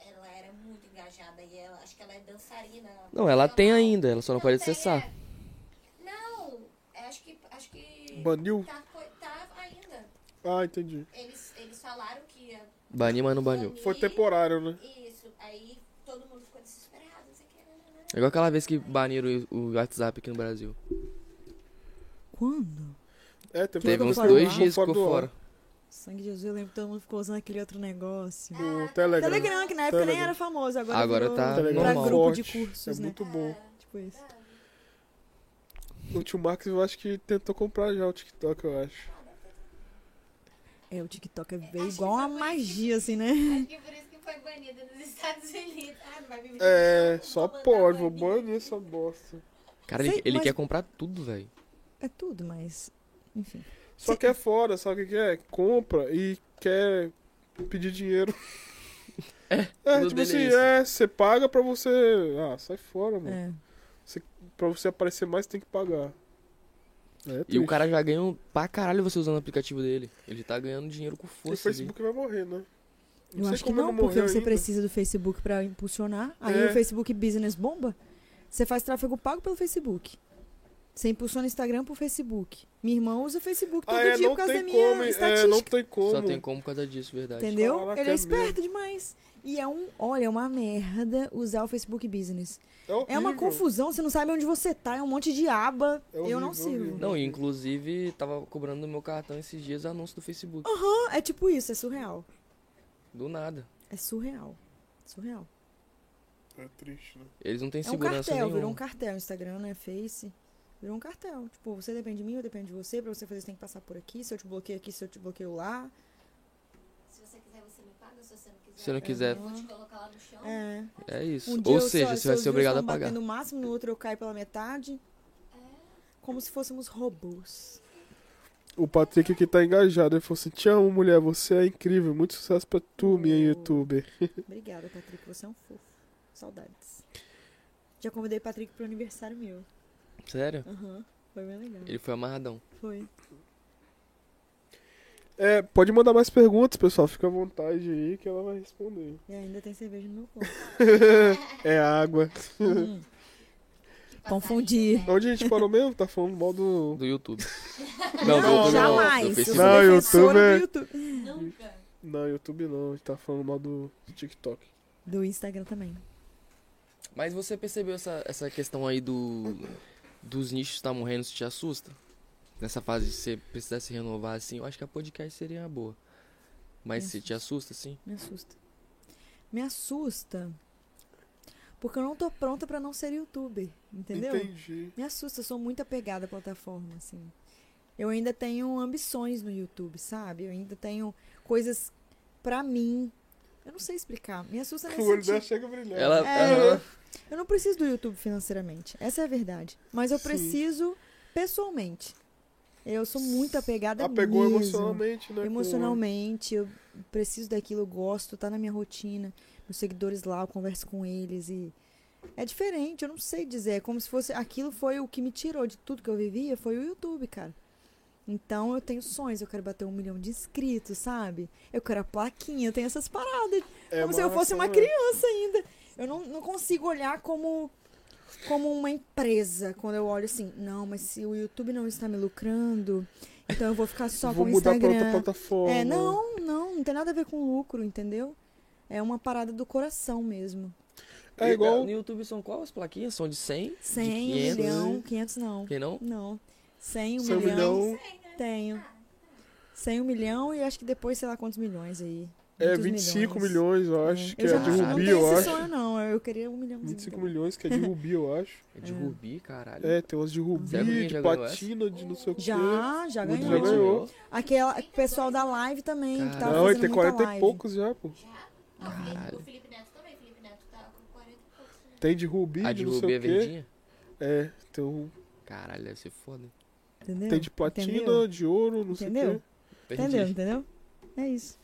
Speaker 4: Ela era muito engajada e ela, acho que ela é dançarina.
Speaker 1: Não, ela tem
Speaker 4: profissional.
Speaker 1: ainda, ela só não pode
Speaker 4: tem,
Speaker 1: acessar.
Speaker 4: é. Não, é, acho que acho que
Speaker 2: Baniu?
Speaker 4: tá, foi- tá ainda.
Speaker 2: Ah, entendi.
Speaker 4: Eles eles falaram que ia
Speaker 1: Baniu, mas não baniu.
Speaker 4: banir,
Speaker 2: Foi temporário, né?
Speaker 4: Isso, aí todo mundo ficou desesperado, não sei o que. né, né, né.
Speaker 1: É igual aquela vez que baniram o o WhatsApp aqui no Brasil.
Speaker 3: Quando?
Speaker 2: É, teve,
Speaker 1: Teve
Speaker 3: ficou
Speaker 1: uns
Speaker 3: fora do
Speaker 1: dois
Speaker 3: ar?
Speaker 1: dias que ficou
Speaker 2: do ar.
Speaker 1: fora.
Speaker 3: Sangue de Jesus, eu lembro que todo mundo ficou usando aquele outro negócio.
Speaker 4: Ah,
Speaker 2: O Telegram.
Speaker 3: Telegram, que na época nem
Speaker 2: Telegram.
Speaker 3: era famoso. Agora,
Speaker 1: Agora
Speaker 3: virou
Speaker 1: tá
Speaker 2: Telegram
Speaker 3: pra
Speaker 1: normal.
Speaker 3: grupo de
Speaker 2: Forte,
Speaker 3: cursos,
Speaker 2: é
Speaker 3: né?
Speaker 2: muito bom.
Speaker 4: Ah,
Speaker 3: Tipo isso.
Speaker 2: O tio Marcos eu acho que tentou comprar já o TikTok, eu acho.
Speaker 3: É, o TikTok é
Speaker 4: Acho
Speaker 3: veio
Speaker 4: que
Speaker 3: igual uma
Speaker 4: foi-
Speaker 3: magia, assim, né?
Speaker 4: Acho que por isso que foi banida nos Estados Unidos. Ah, não vai me
Speaker 2: É,
Speaker 4: vou
Speaker 2: só
Speaker 4: mandar
Speaker 2: pode, vou
Speaker 4: banir.
Speaker 2: banir essa bosta.
Speaker 1: Cara, ele,
Speaker 3: Sei,
Speaker 1: ele
Speaker 3: mas-
Speaker 1: quer comprar tudo, velho.
Speaker 3: É tudo, mas... Enfim.
Speaker 2: Só
Speaker 3: Sim.
Speaker 2: que é fora, sabe o que que é? Compra e quer pedir dinheiro. É,
Speaker 1: tudo
Speaker 2: tipo
Speaker 1: dele é
Speaker 2: assim,
Speaker 1: isso.
Speaker 2: é, você paga pra você. Ah, sai fora, mano.
Speaker 3: É.
Speaker 2: Pra você aparecer mais, tem que pagar. É,
Speaker 1: E o
Speaker 2: triste.
Speaker 1: cara já ganhou pra caralho você usando o aplicativo dele. Ele tá ganhando dinheiro com
Speaker 2: E o
Speaker 1: força. ali.
Speaker 2: Facebook vai morrer, né?
Speaker 3: Eu
Speaker 2: sei
Speaker 3: acho que
Speaker 2: como ele
Speaker 3: não, porque
Speaker 2: morreu
Speaker 3: você
Speaker 2: ainda.
Speaker 3: precisa do Facebook pra impulsionar. Aí
Speaker 2: É.
Speaker 3: o Facebook Business bomba. Você faz tráfego pago pelo Facebook. Você impulsiona o Instagram pro Facebook. Minha irmã usa o Facebook todo
Speaker 2: Ah, é,
Speaker 3: dia
Speaker 2: não
Speaker 3: por causa da
Speaker 2: tem
Speaker 3: minha
Speaker 2: como. É, não
Speaker 3: estatística.
Speaker 2: tem como.
Speaker 1: Só tem como por causa disso, verdade.
Speaker 3: entendeu?
Speaker 2: Caraca,
Speaker 3: Ele
Speaker 2: é
Speaker 3: é esperto demais. E é um, olha, é uma merda usar o Facebook Business. É uma
Speaker 2: horrível.
Speaker 3: confusão, você não sabe onde você tá, é um monte de aba.
Speaker 2: É
Speaker 3: eu
Speaker 2: horrível,
Speaker 3: não
Speaker 2: horrível.
Speaker 3: sirvo.
Speaker 1: Não, e inclusive tava cobrando no meu cartão esses dias anúncio do Facebook.
Speaker 3: Ah, É tipo isso, é surreal.
Speaker 1: Do nada.
Speaker 3: É surreal. Surreal.
Speaker 2: É triste, né?
Speaker 1: Eles não têm
Speaker 3: É um
Speaker 1: segurança
Speaker 3: cartel, virou um
Speaker 1: nenhuma.
Speaker 3: cartel. Instagram, né? Face. Virou um cartel. Tipo, você depende de mim, eu dependo de você. Pra você fazer, você tem que passar por aqui. Se eu te bloqueio aqui, se eu te bloqueio lá.
Speaker 4: Se você quiser, você me paga. Se você não quiser,
Speaker 1: Se eu não quiser.
Speaker 4: eu vou te colocar lá no chão.
Speaker 3: É.
Speaker 1: É isso.
Speaker 3: Um dia
Speaker 1: Ou
Speaker 3: eu só-
Speaker 1: seja,
Speaker 3: se
Speaker 1: você vai
Speaker 3: os
Speaker 1: ser
Speaker 3: views
Speaker 1: obrigado a
Speaker 3: estão
Speaker 1: pagar. É.
Speaker 3: batendo o máximo, no outro eu caio pela metade. Como se fôssemos robôs.
Speaker 2: O Patrick que tá engajado, ele falou assim: Te amo, mulher, você é incrível. Muito sucesso pra tu, minha
Speaker 3: Oh.
Speaker 2: youtuber.
Speaker 3: Obrigada, Patrick. Você é um fofo. Saudades. Já convidei o Patrick pro aniversário meu.
Speaker 1: Sério?
Speaker 3: Aham. Foi bem legal.
Speaker 1: Ele foi amarradão.
Speaker 3: Foi.
Speaker 2: É, pode mandar mais perguntas, pessoal. Fica à vontade aí que ela vai responder.
Speaker 3: E ainda tem cerveja no meu copo.
Speaker 2: É água.
Speaker 3: Hum.
Speaker 4: Que
Speaker 3: Confundi.
Speaker 4: passarinho, né?
Speaker 2: Onde a gente parou mesmo? Tá falando mal do.
Speaker 1: Do YouTube.
Speaker 2: Não,
Speaker 1: do YouTube
Speaker 3: jamais.
Speaker 1: Do
Speaker 3: Eu sou
Speaker 1: Facebook.
Speaker 2: Não,
Speaker 3: defensora do YouTube.
Speaker 4: Nunca.
Speaker 2: Não, YouTube não. A gente tá falando mal do TikTok.
Speaker 3: Do Instagram também.
Speaker 1: Mas você percebeu essa, essa questão aí do dos nichos que tá morrendo, se te assusta? Nessa fase de você precisar se renovar, assim, eu acho que a podcast seria uma boa. Mas se te assusta, assim?
Speaker 3: Me assusta. Me assusta. Porque eu não tô pronta pra não ser youtuber, entendeu?
Speaker 2: Entendi.
Speaker 3: Me assusta, eu sou muito apegada à plataforma, assim. Eu ainda tenho ambições no YouTube, sabe? Eu ainda tenho coisas pra mim. Eu não sei explicar. Me assusta nesse
Speaker 2: O olho dela
Speaker 3: sentido.
Speaker 2: chega a brilhar.
Speaker 1: Ela.
Speaker 3: É.
Speaker 1: aham.
Speaker 2: né?
Speaker 3: Eu não preciso do YouTube financeiramente, essa é a verdade. Mas eu
Speaker 2: Sim.
Speaker 3: preciso pessoalmente. Eu sou muito apegada
Speaker 2: Apegou
Speaker 3: mesmo.
Speaker 2: emocionalmente, né? com-
Speaker 3: Emocionalmente, eu preciso daquilo, eu gosto, tá na minha rotina. Meus seguidores lá, eu converso com eles e. É diferente, eu não sei dizer. É como se fosse. Aquilo foi o que me tirou de tudo que eu vivia, foi o YouTube, cara. Então eu tenho sonhos, eu quero bater um milhão de inscritos, sabe? Eu quero a plaquinha, eu tenho essas paradas.
Speaker 2: É
Speaker 3: como se eu fosse uma
Speaker 2: massa, né?
Speaker 3: criança ainda. Eu não, não consigo olhar como, como uma empresa quando eu olho assim, não, mas se o YouTube não está me lucrando, então eu vou ficar só
Speaker 2: Vou
Speaker 3: com o
Speaker 2: mudar pra outra
Speaker 3: Instagram.
Speaker 2: plataforma.
Speaker 3: É, não, não, não tem nada a ver com lucro, entendeu? É uma parada do coração mesmo.
Speaker 2: É igual.
Speaker 1: No YouTube são qual as plaquinhas? São de 100?
Speaker 3: 100,
Speaker 1: De
Speaker 3: 1
Speaker 1: 500,
Speaker 3: milhão, 500 não.
Speaker 1: Quem não?
Speaker 3: Não. 100, 1
Speaker 2: Seu
Speaker 3: milhão.
Speaker 2: né? milhão.
Speaker 3: Tenho. 100, 1 milhão e acho que depois sei lá quantos milhões aí.
Speaker 2: É
Speaker 3: Muitos
Speaker 2: 25 milhões, eu acho. Que
Speaker 3: eu
Speaker 2: é
Speaker 3: já
Speaker 2: de
Speaker 3: não, não
Speaker 2: Rubi,
Speaker 3: tenho
Speaker 2: eu
Speaker 3: esse
Speaker 2: acho.
Speaker 3: sonho não, eu queria um milhão.
Speaker 2: 25 milhões, que é de Rubi, eu acho.
Speaker 1: É de Rubi, caralho.
Speaker 2: É, tem umas de
Speaker 1: Zé
Speaker 2: Rubi,
Speaker 1: Bruninho
Speaker 2: de
Speaker 1: já ganhou
Speaker 2: Platina, de não sei o quê.
Speaker 3: Já, já
Speaker 2: Muito
Speaker 1: é
Speaker 3: ganhou.
Speaker 2: já ganhou.
Speaker 3: Aquela o pessoal da live também, que tava
Speaker 2: Não, ele
Speaker 3: tá fazendo
Speaker 2: tem
Speaker 3: muita
Speaker 2: 40
Speaker 3: live.
Speaker 2: e poucos já, pô.
Speaker 4: Já? Ah, o Felipe-
Speaker 1: Caralho.
Speaker 4: O Felipe Neto também. O Felipe Neto tá com 40 e poucos. né?
Speaker 2: Tem de Rubi,
Speaker 1: A
Speaker 2: de
Speaker 1: de
Speaker 2: não
Speaker 1: Rubi
Speaker 2: sei
Speaker 1: é
Speaker 2: o quê.
Speaker 1: verdinha?
Speaker 2: É, tem, um-
Speaker 1: Caralho, deve ser foda. hein?
Speaker 3: Entendeu?
Speaker 2: tem de platina,
Speaker 3: Hum, Entendeu?
Speaker 2: de ouro, não sei o
Speaker 3: Entendeu?
Speaker 2: quê.
Speaker 1: Perdi.
Speaker 3: Entendeu? Entendeu? É isso.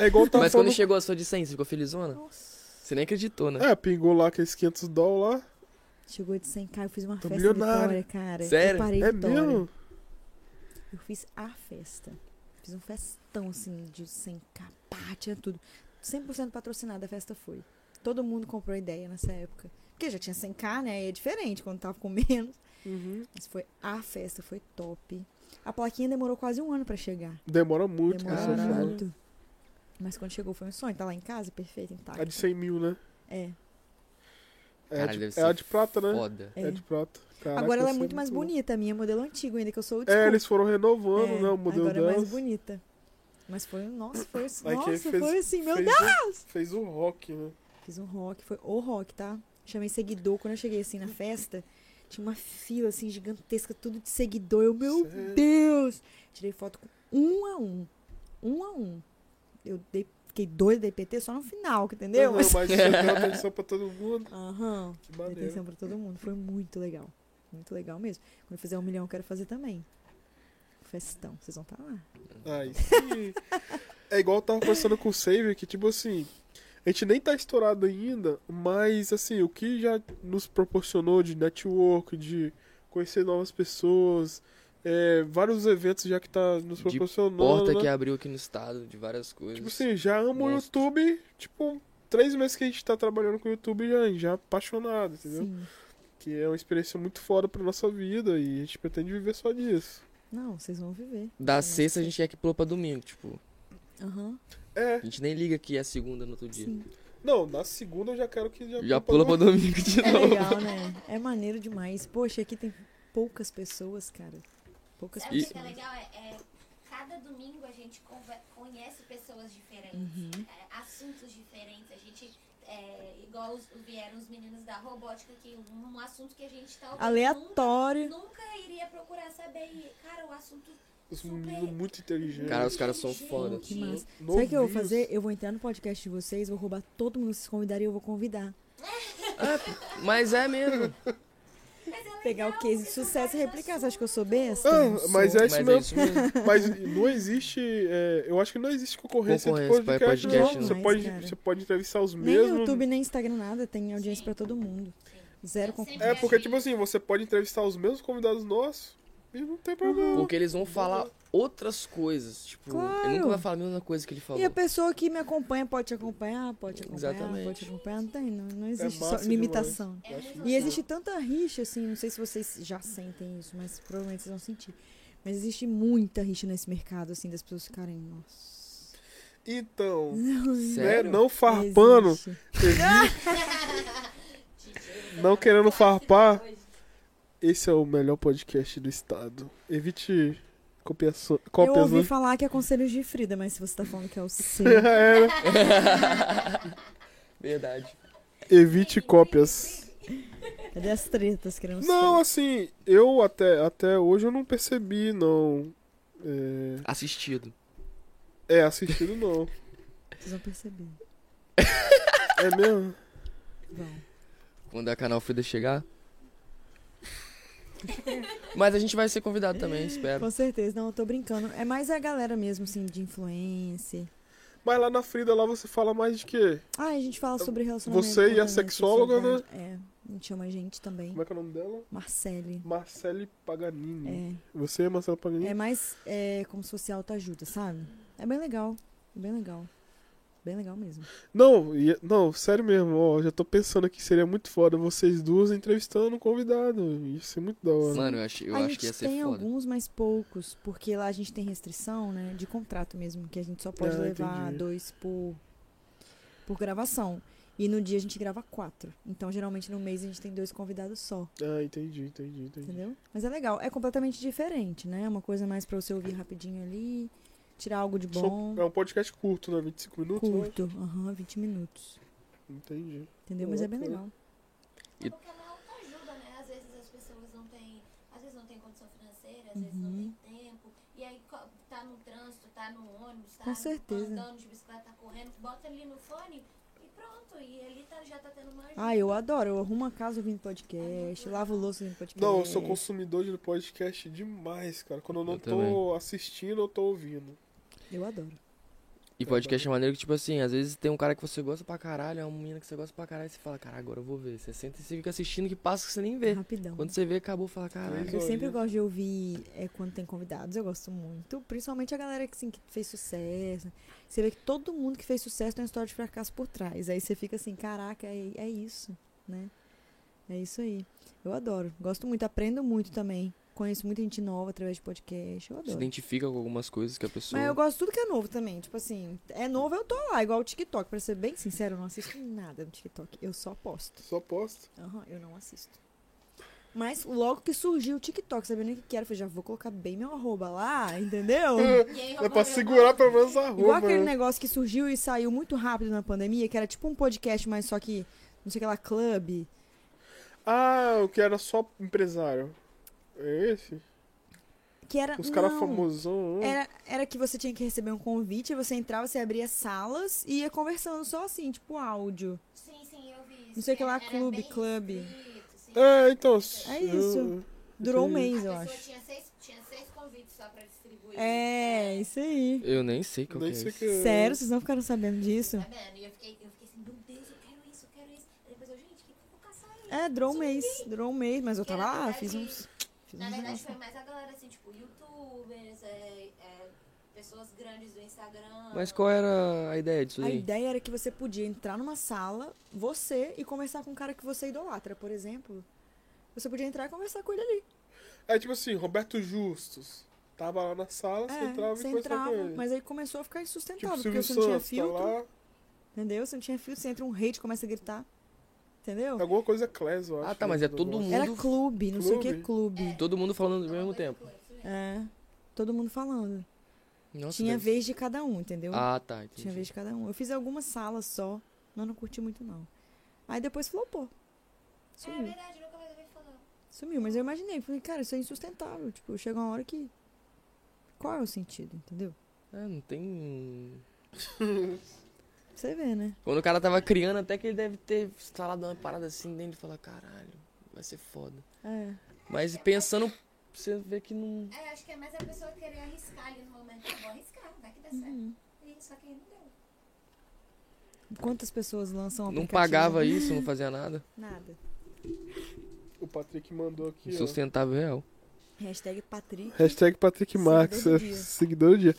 Speaker 2: É igual eu tava
Speaker 1: Mas quando né?
Speaker 2: falando.
Speaker 1: chegou a sua de 100, você ficou felizona? Você nem acreditou, né?
Speaker 2: É, pingou lá aqueles 500 dólar lá.
Speaker 3: Chegou de 100k, eu fiz uma
Speaker 2: Tô
Speaker 3: festa
Speaker 2: milionário.
Speaker 3: vitória, cara.
Speaker 1: Sério?
Speaker 3: Eu parei
Speaker 2: É
Speaker 3: vitória.
Speaker 2: mesmo?
Speaker 3: Eu fiz a festa. Fiz um festão, assim, de 100k, pá, tinha tudo. 100% patrocinada a festa foi. Todo mundo comprou ideia nessa época. Porque já tinha 100k, né? E é diferente quando tava com menos. Mas foi a festa, foi top. A plaquinha demorou quase um ano pra chegar.
Speaker 2: Demora muito.
Speaker 3: Demorou
Speaker 2: pra você
Speaker 1: Caralho.
Speaker 2: falar.
Speaker 3: muito. Mas quando chegou foi um sonho. Tá lá em casa, perfeito, intacto.
Speaker 2: A de 100 mil, né?
Speaker 3: É.
Speaker 2: É, a
Speaker 1: Caralho,
Speaker 2: de-
Speaker 1: deve
Speaker 2: é a
Speaker 1: ser
Speaker 2: de prata, né?
Speaker 1: Foda.
Speaker 2: É de prata. Caraca, assim
Speaker 3: Agora ela é
Speaker 2: essa
Speaker 3: muito mais
Speaker 2: boa.
Speaker 3: bonita. A minha é modelo antigo ainda, que eu sou o
Speaker 2: É,
Speaker 3: desculpa.
Speaker 2: eles foram renovando,
Speaker 3: É,
Speaker 2: né? O modelo
Speaker 3: agora
Speaker 2: dela.
Speaker 3: é mais bonita. Mas foi, nossa, foi assim,
Speaker 2: Aí quem
Speaker 3: nossa,
Speaker 2: fez-
Speaker 3: foi assim, meu Deus.
Speaker 2: Deus! Fez o rock, né?
Speaker 3: Fiz um rock, foi o rock, tá? Chamei seguidor, quando eu cheguei assim na festa, tinha uma fila assim gigantesca, tudo de seguidor, eu, meu
Speaker 2: Sério?
Speaker 3: Deus! Tirei foto com um a um, um a um. Eu dei, fiquei doida da IPT só no final, que entendeu?
Speaker 2: Não,
Speaker 3: Mas-
Speaker 2: mas você deu atenção pra todo mundo.
Speaker 3: Aham,
Speaker 2: Que
Speaker 3: dei
Speaker 2: maneiro.
Speaker 3: atenção pra todo mundo, foi muito legal, muito legal mesmo. Quando eu fizer um milhão eu quero fazer também. Festão, vocês vão estar lá.
Speaker 2: Aí sim. É igual eu tava conversando com o Saver, que tipo assim, a gente nem tá estourado ainda, mas assim, o que já nos proporcionou de network, de conhecer novas pessoas, é, vários eventos já que tá nos
Speaker 1: De
Speaker 2: proporcionando.
Speaker 1: Porta
Speaker 2: né?
Speaker 1: que abriu aqui no estado de várias coisas.
Speaker 2: Tipo assim, já amo o
Speaker 1: Monstro.
Speaker 2: YouTube, tipo, três meses que a gente tá trabalhando com o YouTube já, já apaixonado, entendeu?
Speaker 3: Sim.
Speaker 2: Que é uma experiência muito foda pra nossa vida e a gente pretende viver só disso.
Speaker 3: Não, vocês vão viver.
Speaker 1: Da
Speaker 3: Nossa.
Speaker 1: sexta a gente quer que pula pra domingo, tipo.
Speaker 3: Aham.
Speaker 2: É,
Speaker 1: A gente nem liga que é segunda no outro dia.
Speaker 3: Sim.
Speaker 2: não, na segunda eu já quero que já,
Speaker 1: Já pula pra domingo de
Speaker 3: É
Speaker 1: novo.
Speaker 3: legal, né? É maneiro demais. Poxa, aqui tem poucas pessoas, cara. Poucas
Speaker 4: Sabe o que que é
Speaker 3: pessoas.
Speaker 4: legal? É, é cada domingo a gente conver- conhece pessoas diferentes,
Speaker 3: Uhum.
Speaker 4: é, assuntos diferentes. A gente, é, igual os, vieram os meninos da robótica aqui, um, um assunto que a gente talvez
Speaker 3: Aleatório.
Speaker 4: Nunca, nunca iria procurar saber. E, cara, o assunto é
Speaker 2: Os meninos muito inteligentes.
Speaker 1: Cara, os caras são
Speaker 4: Gente.
Speaker 1: foda.
Speaker 3: Que massa.
Speaker 2: Novinhos.
Speaker 3: Sabe o que eu vou fazer? Eu vou entrar no podcast de vocês, vou roubar todo mundo que vocês convidarem e eu vou convidar.
Speaker 1: Mas é mesmo.
Speaker 4: Mas é
Speaker 3: Pegar o
Speaker 4: legal,
Speaker 3: case de
Speaker 4: porque são
Speaker 3: sucesso e
Speaker 4: vários
Speaker 3: replicar. Você
Speaker 4: assuntos.
Speaker 3: acha que eu sou besta?
Speaker 2: Ah,
Speaker 3: Não
Speaker 2: mas
Speaker 3: sou.
Speaker 2: é
Speaker 1: Mas
Speaker 2: isso
Speaker 1: é
Speaker 2: mesmo.
Speaker 1: isso mesmo.
Speaker 2: Mas não existe. é, eu acho que não existe concorrência,
Speaker 1: Concorrência
Speaker 2: de
Speaker 1: pra
Speaker 2: podcast. não.
Speaker 1: podcast,
Speaker 2: Você,
Speaker 3: não.
Speaker 2: pode,
Speaker 3: Cara.
Speaker 2: você pode entrevistar os
Speaker 3: Nem
Speaker 2: mesmos.
Speaker 3: YouTube, nem Instagram, nada. Tem audiência pra todo mundo. Zero concorrência.
Speaker 2: É porque, tipo assim, você pode entrevistar os mesmos convidados nossos e não tem problema.
Speaker 1: Porque eles vão falar outras coisas. Tipo,
Speaker 3: Claro.
Speaker 1: ele nunca vai falar a mesma coisa que ele falou.
Speaker 3: E a pessoa que me acompanha pode te acompanhar, pode te acompanhar,
Speaker 1: Exatamente.
Speaker 3: pode te acompanhar. Não tem, não, não existe
Speaker 2: É massa
Speaker 3: só
Speaker 2: demais.
Speaker 3: limitação.
Speaker 4: É muito
Speaker 3: E existe tanta rixa, assim, não sei se vocês já sentem isso, mas provavelmente vocês vão sentir. Mas existe muita rixa nesse mercado, assim, das pessoas ficarem, nossa.
Speaker 2: Então, né,
Speaker 1: Sério?
Speaker 2: não farpando,
Speaker 3: Existe.
Speaker 2: não querendo farpar, esse é o melhor podcast do estado. Evite copiaço-
Speaker 3: Eu
Speaker 2: cópias.
Speaker 3: ouvi
Speaker 2: né?
Speaker 3: falar que é conselho de Frida, mas se você tá falando que é o seu.
Speaker 2: É, né?
Speaker 1: Verdade.
Speaker 2: Evite cópias.
Speaker 3: Cadê as é tretas? Queremos
Speaker 2: Não, assim, eu até, até hoje eu não percebi, não. É,
Speaker 1: Assistido.
Speaker 2: é assistido, não.
Speaker 3: tretas, Vocês vão perceber.
Speaker 2: É mesmo?
Speaker 3: Vão.
Speaker 1: Quando a canal Frida chegar. Mas a gente vai ser convidado também, espero.
Speaker 3: Com certeza, não, eu tô brincando. É mais a galera mesmo, assim, de influencer.
Speaker 2: Mas lá na Frida, lá você fala mais de quê?
Speaker 3: Ah, a gente fala sobre relacionamento.
Speaker 2: Você e a
Speaker 3: obviamente,
Speaker 2: sexóloga, né?
Speaker 3: sexualidade. É, a gente chama a gente também.
Speaker 2: Como é que é o nome dela?
Speaker 3: Marcele.
Speaker 2: Marcele Paganini.
Speaker 3: É,
Speaker 2: Você é Marcelo Paganini?
Speaker 3: é mais é, como se fosse autoajuda, sabe? É bem legal, bem legal. Bem legal mesmo.
Speaker 2: Não, e- não, sério mesmo, ó, já tô pensando aqui, seria muito foda vocês duas entrevistando um convidado. Ia ser muito da hora.
Speaker 1: Mano, eu acho, eu
Speaker 3: a
Speaker 1: acho
Speaker 3: gente
Speaker 1: que ia ser
Speaker 3: tem
Speaker 1: foda.
Speaker 3: alguns, mas poucos, porque lá a gente tem restrição, né, de contrato mesmo, que a gente só pode
Speaker 2: Ah,
Speaker 3: levar
Speaker 2: entendi.
Speaker 3: dois por, por gravação. E no dia a gente grava quatro. Então, geralmente, no mês a gente tem dois convidados só.
Speaker 2: Ah, entendi, entendi, entendi.
Speaker 3: Entendeu? Mas é legal. É completamente diferente, né? É uma coisa mais pra você ouvir rapidinho ali, tirar algo de
Speaker 2: Só-
Speaker 3: bom.
Speaker 2: é um podcast curto, né? 25 minutos, né?
Speaker 3: curto. Aham, 20 minutos.
Speaker 2: Entendi.
Speaker 3: Entendeu? Mas é bem
Speaker 2: Boa,
Speaker 3: legal.
Speaker 4: É porque ela autoajuda, né? Às vezes as pessoas não têm, às vezes não tem condição financeira, às vezes não
Speaker 3: Uhum.
Speaker 4: tem tempo. E aí co- tá no trânsito, tá no ônibus, tá
Speaker 3: Com certeza.
Speaker 4: andando de bicicleta, tá correndo, bota ali no fone e pronto. E ali tá, já tá tendo uma ajuda.
Speaker 3: Ah, eu adoro. Eu arrumo a casa ouvindo podcast, lavo louça ouvindo podcast.
Speaker 2: Não, eu sou consumidor de podcast demais, cara. Quando eu não
Speaker 1: Eu
Speaker 2: tô
Speaker 1: também.
Speaker 2: assistindo, eu tô ouvindo.
Speaker 3: Eu adoro.
Speaker 1: E podcast é maneiro que, tipo assim, às vezes tem um cara que você gosta pra caralho, é uma menina que você gosta pra caralho, e você fala, cara, agora eu vou ver. Você senta e você fica assistindo que passa que você nem vê.
Speaker 3: É Rapidão.
Speaker 1: Quando você vê, acabou, fala, caralho.
Speaker 3: Eu sempre
Speaker 2: Olha.
Speaker 3: gosto de ouvir é, quando tem convidados, eu gosto muito. Principalmente a galera que, assim, que fez sucesso. Você vê que todo mundo que fez sucesso tem uma história de fracasso por trás. Aí você fica assim, caraca, é, é isso, né? É isso aí. Eu adoro. Gosto muito, aprendo muito também. Conheço muita gente nova através de podcast. Eu
Speaker 1: Se
Speaker 3: adoro.
Speaker 1: identifica com algumas coisas que a pessoa.
Speaker 3: Mas eu gosto de tudo que é novo também. Tipo assim, é novo, eu tô lá, igual o TikTok. Pra ser bem sincero, eu não assisto nada no TikTok. Eu só posto.
Speaker 2: Só posto.
Speaker 3: Aham, eu não assisto. Mas logo que surgiu o TikTok, sabendo o que que era, eu falei, já vou colocar bem meu arroba lá, entendeu?
Speaker 4: E aí,
Speaker 2: É
Speaker 4: roubou
Speaker 2: pra
Speaker 4: meu
Speaker 2: segurar pelo menos a
Speaker 3: Igual
Speaker 2: roupa, né?
Speaker 3: aquele negócio que surgiu e saiu muito rápido na pandemia, que era tipo um podcast, mas só que, não sei o que lá, clube.
Speaker 2: Ah, o que era só empresário. É esse?
Speaker 3: Que era.
Speaker 2: Os caras
Speaker 3: não,
Speaker 2: famosão. né?
Speaker 3: Era, era que você tinha que receber um convite, aí você entrava, você abria salas e ia conversando só assim, tipo áudio.
Speaker 4: Sim, sim, eu vi isso. né?
Speaker 3: Não sei o que lá,
Speaker 4: Era- era
Speaker 3: clube,
Speaker 4: bem
Speaker 3: clube.
Speaker 4: restrito, sim.
Speaker 2: É, então.
Speaker 3: É isso.
Speaker 2: eu-
Speaker 3: Durou um
Speaker 2: Entendi.
Speaker 4: A
Speaker 3: mês, eu
Speaker 4: pessoa
Speaker 3: acho.
Speaker 4: tinha seis, tinha seis convites só pra distribuir.
Speaker 3: É, isso aí.
Speaker 1: Eu nem sei qual
Speaker 2: Nem
Speaker 1: que é
Speaker 2: sei
Speaker 1: isso.
Speaker 2: que é.
Speaker 3: Sério, vocês não ficaram sabendo disso?
Speaker 4: Tá vendo? E eu fiquei, eu fiquei assim, meu Deus, eu quero isso, eu quero isso. Aí depois eu, gente, que eu vou caçar isso?
Speaker 3: É, durou um mês. Durou um mês, mas eu tava lá, fiz uns. Fiz
Speaker 4: Na
Speaker 3: uns
Speaker 4: verdade,
Speaker 3: negócios.
Speaker 4: foi mais a galera, assim, tipo, youtubers, é, é, pessoas grandes do Instagram.
Speaker 1: Mas qual era a ideia disso
Speaker 3: é. A
Speaker 1: aí?
Speaker 3: ideia era que você podia entrar numa sala, você, e conversar com um cara que você idolatra, por exemplo. Você podia entrar e conversar com ele ali.
Speaker 2: É tipo assim, Roberto Justus. Tava lá na sala, você
Speaker 3: É,
Speaker 2: entrava e
Speaker 3: você
Speaker 2: conversava
Speaker 3: entrava,
Speaker 2: com ele.
Speaker 3: mas aí começou a ficar
Speaker 2: tipo,
Speaker 3: insustentável, porque
Speaker 2: Silvio
Speaker 3: você não tinha
Speaker 2: Santos, tá
Speaker 3: filtro,
Speaker 2: lá.
Speaker 3: entendeu? Você não tinha filtro, você entra um hate, começa a gritar, entendeu?
Speaker 2: Alguma coisa é Clés, eu acho.
Speaker 1: Ah, tá, mas é todo
Speaker 2: mundo.
Speaker 1: mundo.
Speaker 3: Era clube, não sei o que, clube.
Speaker 1: Todo mundo falando ao mesmo tempo.
Speaker 3: É, todo mundo falando.
Speaker 1: Nossa,
Speaker 3: Tinha
Speaker 1: deve-
Speaker 3: vez de cada um, entendeu?
Speaker 1: Ah, tá. Entendi.
Speaker 3: Tinha vez de cada um. Eu fiz algumas salas só, mas não curti muito, não. Aí depois flopou.
Speaker 4: É
Speaker 3: Sumiu.
Speaker 4: verdade, eu nunca mais ouvi falar.
Speaker 3: Sumiu, mas eu imaginei. Falei, cara, isso é insustentável. Tipo, chega uma hora que. Qual é o sentido, entendeu?
Speaker 1: É, não tem. um-
Speaker 3: Você vê, né?
Speaker 1: Quando o cara tava criando, até que ele deve ter instalado uma parada assim dentro e falar, caralho. vai ser foda.
Speaker 3: É.
Speaker 1: Mas pensando, você vê que não.
Speaker 4: É, acho que é mais a pessoa querer arriscar ali no momento. Ah, vou arriscar, vai que dá certo.
Speaker 3: Uhum.
Speaker 4: E, só que aí não deu.
Speaker 3: Quantas pessoas lançam
Speaker 1: Não
Speaker 3: aplicativo?
Speaker 1: pagava isso, não fazia nada.
Speaker 3: Nada.
Speaker 2: O Patrick mandou aqui. ó.
Speaker 1: Insustentável real.
Speaker 3: Hashtag Patrick.
Speaker 2: Hashtag Patrick Marques,
Speaker 3: Seguidor do dia.
Speaker 2: é seguidor do dia.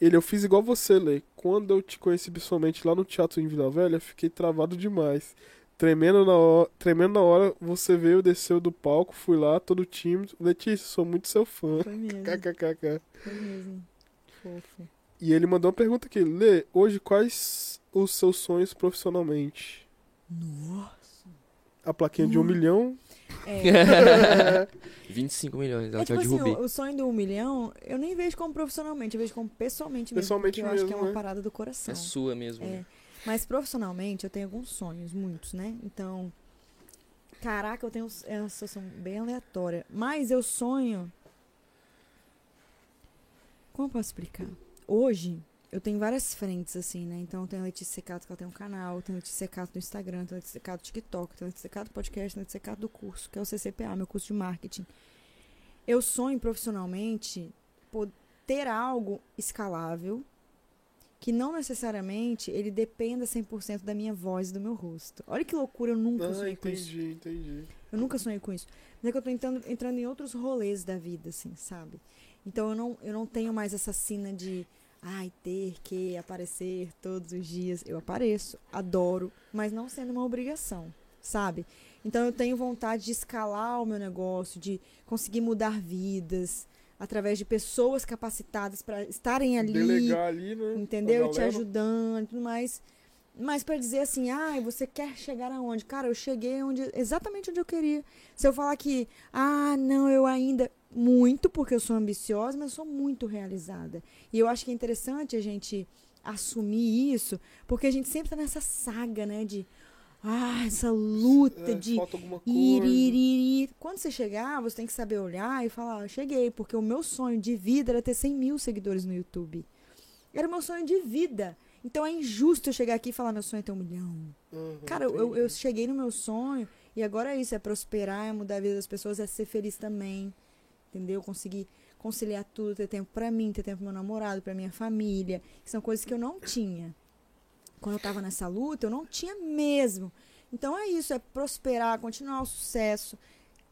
Speaker 2: Ele, eu fiz igual você, Lei. Quando eu te conheci pessoalmente lá no teatro em Vila Velha, fiquei travado demais. Tremendo na, hora, tremendo na hora, você veio, desceu do palco, fui lá, todo tímido. Letícia, sou muito seu fã.
Speaker 3: Foi mesmo.
Speaker 2: KKKK.
Speaker 3: Foi mesmo. Fofo.
Speaker 2: E ele mandou uma pergunta aqui. Lê, hoje quais os seus sonhos profissionalmente? Nossa. A plaquinha
Speaker 3: Hum.
Speaker 2: de um milhão.
Speaker 3: É,
Speaker 1: 25 milhões, ela
Speaker 3: é
Speaker 1: é,
Speaker 3: tipo
Speaker 1: de
Speaker 3: assim,
Speaker 1: Rubi.
Speaker 3: o, o sonho do um milhão, eu nem vejo como profissionalmente, eu vejo como pessoalmente mesmo.
Speaker 2: Pessoalmente
Speaker 3: porque eu acho que é
Speaker 2: mesmo,
Speaker 3: uma
Speaker 2: né?
Speaker 3: parada do coração.
Speaker 1: É sua mesmo.
Speaker 3: É.
Speaker 1: né?
Speaker 3: Mas profissionalmente eu tenho alguns sonhos, muitos, né? Então, caraca, eu tenho uns- é uma situação bem aleatória, mas eu sonho Como eu posso explicar? Hoje eu tenho várias frentes assim, né? Então eu tenho a Letícia Secato que ela tem um canal, eu tenho a Letícia Secato no Instagram, eu tenho a Letícia Secato no TikTok, eu tenho a Letícia Secato no podcast, eu tenho a Letícia Secato do curso, que é o CCPA, meu curso de marketing. Eu sonho profissionalmente po- ter algo escalável que não necessariamente ele dependa 100% da minha voz e do meu rosto. Olha que loucura, eu nunca
Speaker 2: Ah,
Speaker 3: sonhei com isso.
Speaker 2: entendi, entendi.
Speaker 3: Eu nunca sonhei com isso. Mas é que eu tô entrando, entrando em outros rolês da vida, assim, sabe? Então eu não, eu não tenho mais essa sina de ai, ter que aparecer todos os dias. Eu apareço, adoro, mas não sendo uma obrigação, sabe? Então eu tenho vontade de escalar o meu negócio, de conseguir mudar vidas através de pessoas capacitadas para estarem ali
Speaker 2: Delegar ali, né? pra
Speaker 3: entendeu? Te
Speaker 2: galera.
Speaker 3: ajudando e tudo mais. Mas pra dizer assim, ai, você quer chegar aonde? Cara, eu cheguei onde exatamente onde eu queria. Se eu falar que, ah, não, eu ainda muito porque eu sou ambiciosa, mas eu sou muito realizada. E eu acho que é interessante a gente assumir isso, porque a gente sempre tá nessa saga, né, de ah, essa luta
Speaker 2: É,
Speaker 3: de
Speaker 2: falta alguma
Speaker 3: Ir,
Speaker 2: coisa.
Speaker 3: ir, ir, ir. Quando você chegar, você tem que saber olhar e falar: "Ah, "Eu cheguei, porque o meu sonho de vida era ter 100 mil seguidores no YouTube. Era o meu sonho de vida. Então é injusto eu chegar aqui e falar: meu sonho é ter um milhão.
Speaker 2: Aham,
Speaker 3: Cara, eu, eu
Speaker 2: entendi.
Speaker 3: cheguei no meu sonho e agora é isso: é prosperar, é mudar a vida das pessoas, é ser feliz também. Entendeu? Conseguir conciliar tudo, ter tempo pra mim, ter tempo pro meu namorado, pra minha família, que são coisas que eu não tinha. Quando eu tava nessa luta, eu não tinha mesmo. Então é isso, é prosperar, continuar o sucesso,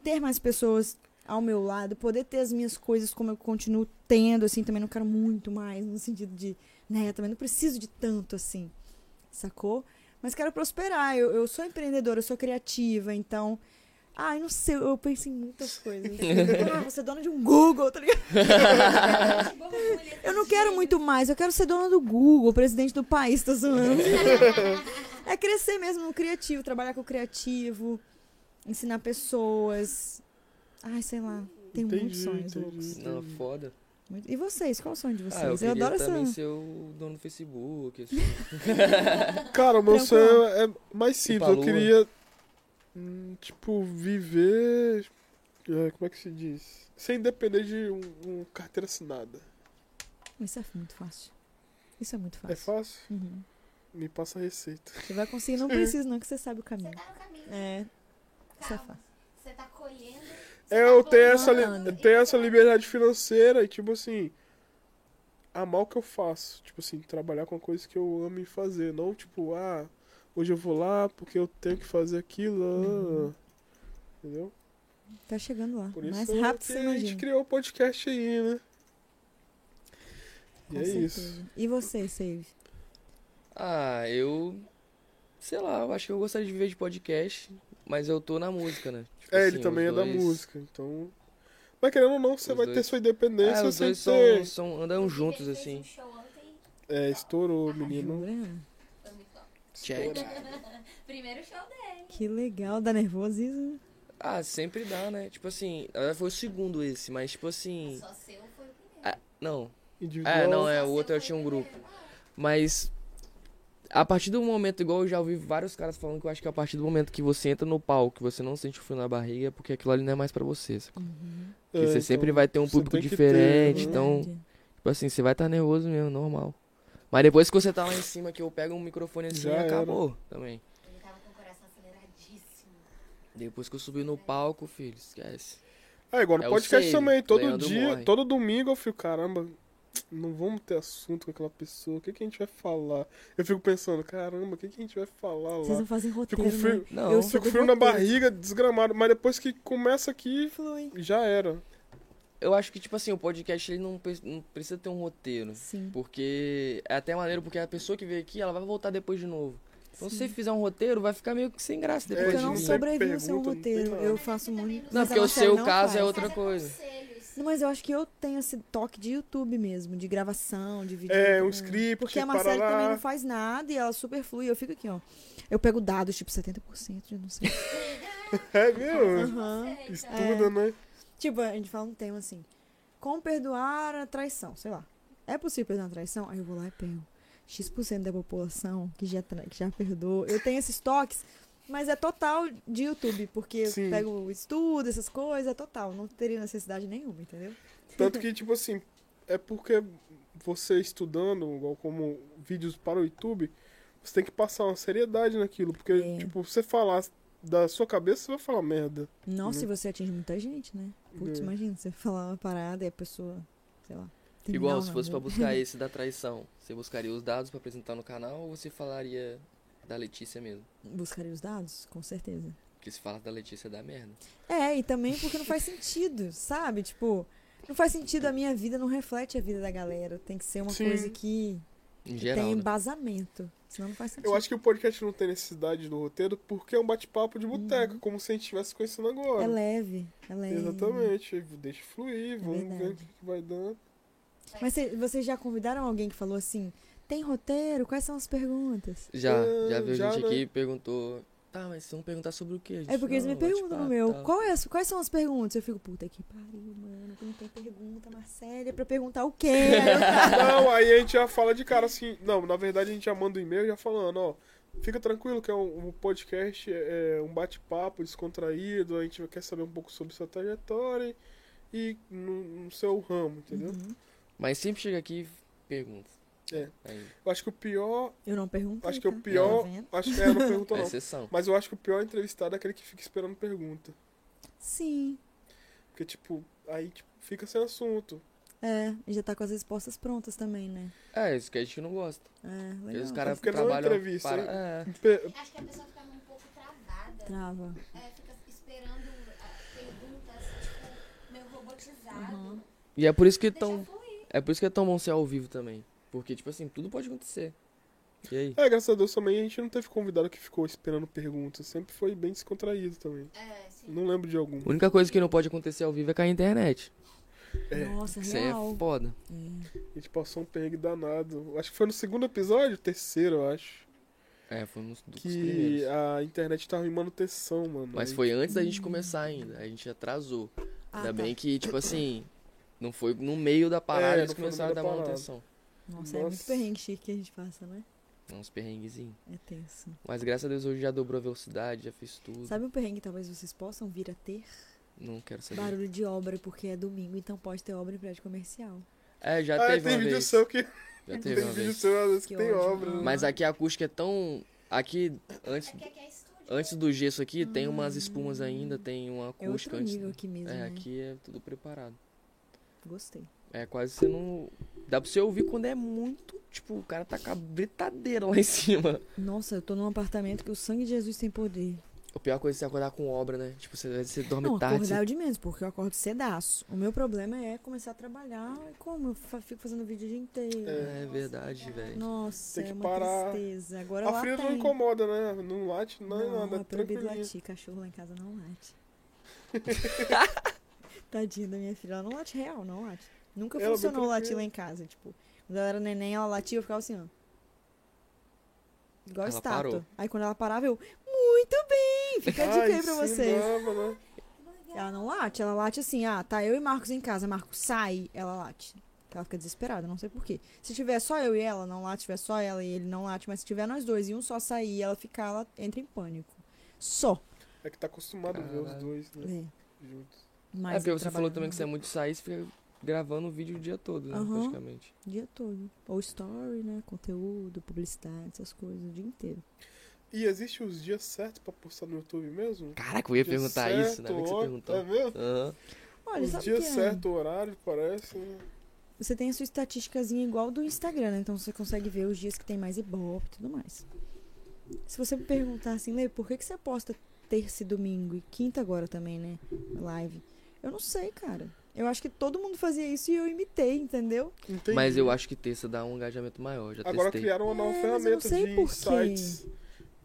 Speaker 3: ter mais pessoas ao meu lado, poder ter as minhas coisas como eu continuo tendo, assim, também não quero muito mais, no sentido de, né, também não preciso de tanto, assim, sacou? Mas quero prosperar, eu, eu sou empreendedora, eu sou criativa, então, ai, não sei, eu penso em muitas coisas. assim. ah, você é dona de um Google, tá ligado? Ah.
Speaker 4: Tipo,
Speaker 3: Eu não quero muito mais, eu quero ser dona do Google, presidente do país, tô zoando. é crescer mesmo no criativo, trabalhar com o criativo, ensinar pessoas. Ai, sei lá, tem muitos
Speaker 2: Entendi,
Speaker 3: sonhos
Speaker 2: entendi.
Speaker 3: loucos.
Speaker 1: Não, é foda.
Speaker 3: Muito- E vocês, qual o sonho de vocês?
Speaker 1: Ah, eu queria
Speaker 3: adoro
Speaker 1: também
Speaker 3: essa.
Speaker 1: ser o dono do Facebook. assim.
Speaker 2: Cara, o meu
Speaker 3: Tranquilo.
Speaker 2: sonho é mais simples.
Speaker 1: pra
Speaker 2: Eu
Speaker 1: lua.
Speaker 2: queria, hum, tipo, viver. é, como é que se diz? Sem depender de um, um carteira assinada.
Speaker 3: Isso é muito fácil. Isso é muito
Speaker 2: É
Speaker 3: fácil.
Speaker 2: fácil?
Speaker 3: Uhum.
Speaker 2: Me passa a receita.
Speaker 3: Você vai conseguir, não precisa, não, que você sabe o
Speaker 4: Você
Speaker 3: caminho.
Speaker 4: tá no caminho.
Speaker 3: É. Isso é
Speaker 4: Calma.
Speaker 3: fácil.
Speaker 4: Você tá colhendo. você tá
Speaker 2: É, Eu tenho essa, li-
Speaker 4: plantando.
Speaker 2: eu tenho essa liberdade financeira e, tipo assim, amar o que eu faço. Tipo assim, trabalhar com coisas que eu amo e fazer. Não, tipo, ah, hoje eu vou lá porque eu tenho que fazer aquilo. ah, ah, ah. Entendeu?
Speaker 3: Tá chegando lá.
Speaker 2: Por isso
Speaker 3: Uhum. Mais
Speaker 2: é
Speaker 3: rápido que
Speaker 2: que
Speaker 3: você
Speaker 2: a gente
Speaker 3: imagina.
Speaker 2: criou o podcast aí, né?
Speaker 3: Com
Speaker 2: e é isso.
Speaker 3: certeza. E você, Save?
Speaker 1: Ah, eu. Sei lá, eu acho que eu gostaria de viver de podcast, mas eu tô na música, né? Tipo
Speaker 2: É,
Speaker 1: assim,
Speaker 2: ele também
Speaker 1: os
Speaker 2: é da
Speaker 1: dois-
Speaker 2: música, então. Mas querendo ou não, você
Speaker 1: Os
Speaker 2: vai ter
Speaker 1: dois.
Speaker 2: sua
Speaker 1: Ah,
Speaker 2: independência
Speaker 1: os
Speaker 2: sem
Speaker 1: dois
Speaker 2: ter.
Speaker 1: são, são, andam juntos,
Speaker 4: Ele fez
Speaker 1: assim.
Speaker 4: um show ontem,
Speaker 2: É, estourou, menino.
Speaker 3: Jura?
Speaker 4: foi muito bom.
Speaker 1: Check.
Speaker 4: Primeiro show dele.
Speaker 3: Que legal, dá nervosismo.
Speaker 1: Ah, sempre dá, né? Tipo assim, na verdade foi o segundo esse, mas tipo assim.
Speaker 4: Só seu foi o primeiro.
Speaker 1: ah, não.
Speaker 2: Individual.
Speaker 1: É, não, é,
Speaker 4: Só
Speaker 1: o
Speaker 4: seu
Speaker 1: outro eu
Speaker 4: foi
Speaker 1: tinha um
Speaker 4: primeiro.
Speaker 1: grupo. Mas a partir do momento, igual eu já ouvi vários caras falando que eu acho que a partir do momento que você entra no palco, que você não sente o frio na barriga, é porque aquilo ali não é mais pra você. saca?
Speaker 2: É,
Speaker 1: Porque você
Speaker 2: então,
Speaker 1: sempre vai ter um
Speaker 2: você
Speaker 1: público
Speaker 2: tem que ter,
Speaker 1: diferente,
Speaker 2: né?
Speaker 1: então,
Speaker 3: é Verdade.
Speaker 1: tipo assim, você vai estar nervoso mesmo, normal. Mas depois que você tá lá em cima, que eu pego um microfone assim,
Speaker 2: Já era.
Speaker 1: acabou também.
Speaker 4: assim, Ele tava com o coração aceleradíssimo.
Speaker 1: Depois que eu subi no palco, filho, esquece.
Speaker 2: É igual no
Speaker 1: É o
Speaker 2: podcast
Speaker 1: save,
Speaker 2: também, todo
Speaker 1: Leandro
Speaker 2: dia,
Speaker 1: morre.
Speaker 2: todo domingo eu fico, caramba, não vamos ter assunto com aquela pessoa, o que, que a gente vai falar? Eu fico pensando, caramba, o que, que a gente vai falar
Speaker 3: Vocês
Speaker 2: lá?
Speaker 3: não fazem roteiro,
Speaker 2: Fico frio,
Speaker 3: né?
Speaker 1: Não,
Speaker 3: eu sou
Speaker 2: fico
Speaker 3: do
Speaker 2: frio na
Speaker 3: roteiro.
Speaker 2: barriga, desgramado, mas depois que começa aqui,
Speaker 3: Flui.
Speaker 2: já era.
Speaker 1: Eu acho que, tipo assim, o podcast ele não, pre- não precisa ter um roteiro.
Speaker 3: Sim.
Speaker 1: Porque é até maneiro, porque a pessoa que veio aqui, ela vai voltar depois de novo. Então se você fizer um roteiro, vai ficar meio que sem graça depois
Speaker 3: Porque eu
Speaker 1: de
Speaker 2: não
Speaker 3: não
Speaker 1: novo.
Speaker 2: sei
Speaker 3: sobrevivo sem um
Speaker 2: é pergunta, não tem
Speaker 3: roteiro.
Speaker 2: nada.
Speaker 3: Eu faço muito.
Speaker 4: Não,
Speaker 1: Não,
Speaker 3: mas
Speaker 1: porque
Speaker 3: a
Speaker 1: o
Speaker 3: Marcela
Speaker 1: seu
Speaker 3: não
Speaker 1: caso é
Speaker 3: faz.
Speaker 1: outra coisa.
Speaker 4: Conselhos.
Speaker 3: Não, Mas eu acho que eu tenho esse toque de YouTube mesmo, de gravação, de vídeo.
Speaker 2: É, um
Speaker 3: Hum.
Speaker 2: script,
Speaker 3: Porque a Marcela
Speaker 2: parará.
Speaker 3: também não faz nada e ela super flui. Eu fico aqui, ó. Eu pego dados, tipo, 70%, eu não sei.
Speaker 2: É mesmo?
Speaker 3: Aham.
Speaker 2: Estuda, né?
Speaker 3: Tipo, a gente fala um tema assim. Como perdoar a traição, sei lá. É possível perdoar a traição? Aí eu vou lá e pego. X% da população que já, tra- que já perdoou. Eu tenho esses toques, mas é total de YouTube, porque
Speaker 2: Sim.
Speaker 3: eu pego o estudo, essas coisas, é total. Não teria necessidade nenhuma, entendeu?
Speaker 2: Tanto que, tipo assim, é porque você estudando, igual como vídeos para o YouTube, você tem que passar uma seriedade naquilo. Porque,
Speaker 3: É.
Speaker 2: tipo, você falar da sua cabeça, você vai falar merda.
Speaker 3: Nossa,
Speaker 2: Hum.
Speaker 3: e você atinge muita gente, né? Putz,
Speaker 2: É.
Speaker 3: imagina, você falar uma parada e a pessoa, sei lá. terminar
Speaker 1: Igual
Speaker 3: o
Speaker 1: se fosse pra
Speaker 3: namoro.
Speaker 1: buscar esse da traição. Você buscaria os dados pra apresentar no canal ou você falaria da Letícia mesmo?
Speaker 3: Buscaria os dados? Com certeza.
Speaker 1: Porque se fala da Letícia dá merda.
Speaker 3: É, e também porque não faz sentido, sabe? Tipo, não faz sentido a minha vida, não reflete a vida da galera. Tem que ser uma
Speaker 2: Sim.
Speaker 3: coisa que
Speaker 1: Em geral.
Speaker 3: tem
Speaker 1: né?
Speaker 3: embasamento. Senão não faz sentido.
Speaker 2: Eu acho que o podcast não tem necessidade do roteiro porque é um bate-papo de boteca, como se a gente estivesse conhecendo agora.
Speaker 3: Uhum. É leve, é leve.
Speaker 2: Exatamente. Deixa fluir, vamos ver
Speaker 3: É verdade.
Speaker 2: o que que vai dando.
Speaker 3: Mas cê- vocês já convidaram alguém que falou assim, tem roteiro? Quais são as perguntas?
Speaker 1: Já,
Speaker 2: É,
Speaker 1: já veio
Speaker 2: já,
Speaker 1: gente
Speaker 2: né?
Speaker 1: aqui e perguntou. Tá, mas vocês vão perguntar sobre o quê? Eu
Speaker 3: É
Speaker 1: disse,
Speaker 3: porque eles
Speaker 1: "Não,
Speaker 3: me perguntam no
Speaker 1: bate-papo,
Speaker 3: meu,
Speaker 1: tal."
Speaker 3: qual é, as- quais são as perguntas? Eu fico, puta que pariu, mano, não tem pergunta, Marcela, é pra perguntar o quê? Aí eu
Speaker 2: Não, aí a gente já fala de cara assim. Não, na verdade a gente já manda um e-mail já falando, ó. Fica tranquilo que é um, um podcast, é é um bate-papo descontraído, a gente quer saber um pouco sobre sua trajetória e no, no seu ramo, entendeu?
Speaker 3: Uhum.
Speaker 1: Mas sempre chega aqui e pergunta.
Speaker 2: É.
Speaker 1: Aí,
Speaker 2: Eu acho que o pior.
Speaker 3: Eu não pergunto.
Speaker 2: Acho que o pior.
Speaker 3: Tá vendo?
Speaker 2: Acho que é, não perguntou
Speaker 1: é
Speaker 2: não.
Speaker 1: exceção.
Speaker 2: Mas eu acho que o pior entrevistado é aquele que fica esperando pergunta.
Speaker 3: Sim,
Speaker 2: Porque, tipo, aí tipo, fica sem assunto.
Speaker 3: é, e já tá com as respostas prontas também, né?
Speaker 1: É, isso que a gente não gosta.
Speaker 3: É,
Speaker 1: Porque
Speaker 3: legal.
Speaker 1: os caras
Speaker 2: porque não é
Speaker 1: trabalham.
Speaker 2: entrevista,
Speaker 1: para-
Speaker 2: hein?
Speaker 1: É.
Speaker 2: Pe-
Speaker 4: Acho que a pessoa fica um pouco travada.
Speaker 3: Trava.
Speaker 4: É, fica esperando ah, perguntas, tipo, meio robotizado.
Speaker 3: Uhum. Então-
Speaker 1: E é por isso que
Speaker 4: Deixa
Speaker 1: tão.
Speaker 4: fluir.
Speaker 1: É por isso que é tão bom ser ao vivo também. Porque, tipo assim, tudo pode acontecer. E aí?
Speaker 2: É, graças a Deus também a gente não teve convidado que ficou esperando perguntas. Sempre foi bem descontraído também.
Speaker 4: É, sim.
Speaker 2: Não lembro de algum.
Speaker 1: A única coisa que não pode acontecer ao vivo é cair a internet.
Speaker 2: É.
Speaker 3: Nossa,
Speaker 1: Isso aí é
Speaker 3: real.
Speaker 1: foda.
Speaker 3: É.
Speaker 2: A gente passou um perrengue danado. Acho que foi no segundo episódio, terceiro, eu acho.
Speaker 1: É, foi um dos dos
Speaker 2: Que
Speaker 1: primeiros.
Speaker 2: a internet tava em manutenção, mano.
Speaker 1: Mas foi antes da gente começar ainda. A gente atrasou.
Speaker 3: Ah,
Speaker 1: Ainda
Speaker 3: tá.
Speaker 1: bem que, tipo assim, não foi no meio da parada,
Speaker 2: É,
Speaker 1: eles
Speaker 2: não foi no
Speaker 1: começaram a
Speaker 2: meio
Speaker 1: dar
Speaker 2: da parada.
Speaker 1: manutenção.
Speaker 3: Nossa, é
Speaker 2: Nossa.
Speaker 3: muito perrengue chique que a gente passa, né?
Speaker 1: É Uns perrenguezinhos.
Speaker 3: É tenso.
Speaker 1: Mas graças a Deus hoje já dobrou a velocidade, já fiz tudo.
Speaker 3: Sabe um perrengue que talvez vocês possam vir a ter?
Speaker 1: Não quero saber.
Speaker 3: Barulho de obra, porque é domingo, então pode ter obra em prédio comercial.
Speaker 1: É, já
Speaker 2: Ah,
Speaker 1: teve
Speaker 2: tem
Speaker 1: uma
Speaker 2: vídeo
Speaker 1: vez.
Speaker 2: seu que.
Speaker 1: Já
Speaker 2: Tem
Speaker 1: teve uma
Speaker 2: vídeo
Speaker 1: vez.
Speaker 2: seu às vezes, que
Speaker 3: Que
Speaker 2: tem
Speaker 3: ódio,
Speaker 2: obra.
Speaker 3: não.
Speaker 2: né?
Speaker 1: Mas aqui a acústica é tão. Aqui, antes,
Speaker 4: Aqui, aqui é estúdio.
Speaker 1: antes do gesso aqui, tem umas espumas ainda, tem uma
Speaker 3: Ah. É outro
Speaker 1: acústica antes.
Speaker 3: nível aqui mesmo,
Speaker 1: É,
Speaker 3: né?
Speaker 1: aqui é tudo preparado.
Speaker 3: Gostei.
Speaker 1: É, quase você não. Dá pra você ouvir quando é muito. Tipo, o cara tá com a britadeira lá em cima.
Speaker 3: Nossa, eu tô num apartamento que o sangue de Jesus tem poder.
Speaker 1: A pior coisa é você acordar com obra, né? Tipo, você, você dorme
Speaker 3: Não,
Speaker 1: tarde.
Speaker 3: acordar eu de menos, porque eu acordo cedaço. O meu problema é começar a trabalhar. E como? Eu fa- fico fazendo vídeo o dia inteiro.
Speaker 1: É, verdade, velho.
Speaker 3: Nossa,
Speaker 2: Tem que
Speaker 3: é uma
Speaker 2: parar.
Speaker 3: tristeza.
Speaker 1: Tá
Speaker 3: Agora
Speaker 2: A
Speaker 3: lá tá
Speaker 2: Frida não
Speaker 3: tem.
Speaker 2: incomoda, né? Não late, não, é
Speaker 3: Não,
Speaker 2: nada.
Speaker 3: é proibido
Speaker 2: tranquilinho.
Speaker 3: latir. Cachorro lá em casa não late. Tadinha da minha filha. Ela não late real, não late. Nunca
Speaker 2: Ela é bem
Speaker 3: funcionou latir
Speaker 2: tranquila.
Speaker 3: lá em casa. Tipo, quando ela era neném, ela latia, eu ficava assim, ó. Igual
Speaker 1: Ela
Speaker 3: estátua.
Speaker 1: parou.
Speaker 3: Aí quando ela parava, eu... Muito bem! Fica a dica
Speaker 2: Ai,
Speaker 3: aí pra vocês.
Speaker 2: ensinava, né?
Speaker 3: Ela não late. Ela late assim, ah, tá eu e Marcos em casa. Marcos, sai. Ela late. Ela fica desesperada, não sei porquê. Se tiver só eu e ela, não late. Se tiver só ela e ele, não late. Mas se tiver nós dois e um só sair e ela ficar, ela entra em pânico. Só.
Speaker 2: É que tá acostumado a ver os
Speaker 1: Caralho.
Speaker 2: dois, né?
Speaker 3: É.
Speaker 2: Juntos.
Speaker 1: É
Speaker 3: Mas
Speaker 1: porque
Speaker 3: eu
Speaker 1: você falou
Speaker 3: trabalho
Speaker 1: também que você é muito sair, você fica gravando o vídeo o dia todo, né?
Speaker 3: Aham.
Speaker 1: Praticamente.
Speaker 3: O dia todo. Ou story, né? Conteúdo, publicidade, essas coisas, o dia inteiro.
Speaker 2: E existe os dias certos pra postar no YouTube mesmo?
Speaker 1: Caraca, eu ia
Speaker 2: Dia
Speaker 1: perguntar
Speaker 2: certo,
Speaker 1: isso, né? Bem que você
Speaker 2: ó,
Speaker 1: perguntou.
Speaker 2: É mesmo?
Speaker 1: Aham.
Speaker 3: Olha,
Speaker 2: os
Speaker 3: sabe
Speaker 2: dias
Speaker 3: que é?
Speaker 2: certo, um horário, parece. né?
Speaker 3: Você tem a sua estatísticazinha igual do Instagram, né? Então você consegue ver os dias que tem mais ibope e tudo mais. Se você me perguntar assim, Lê, por que, que você posta terça e domingo e quinta agora também, né? Live. Eu não sei, cara. Eu acho que todo mundo fazia isso e eu imitei, entendeu?
Speaker 2: Entendi.
Speaker 1: Mas eu acho que terça dá um engajamento maior, já
Speaker 2: Agora
Speaker 1: testei.
Speaker 2: criaram uma nova
Speaker 3: É, mas eu não
Speaker 2: ferramenta
Speaker 3: sei
Speaker 2: de
Speaker 3: por quê.
Speaker 2: insights.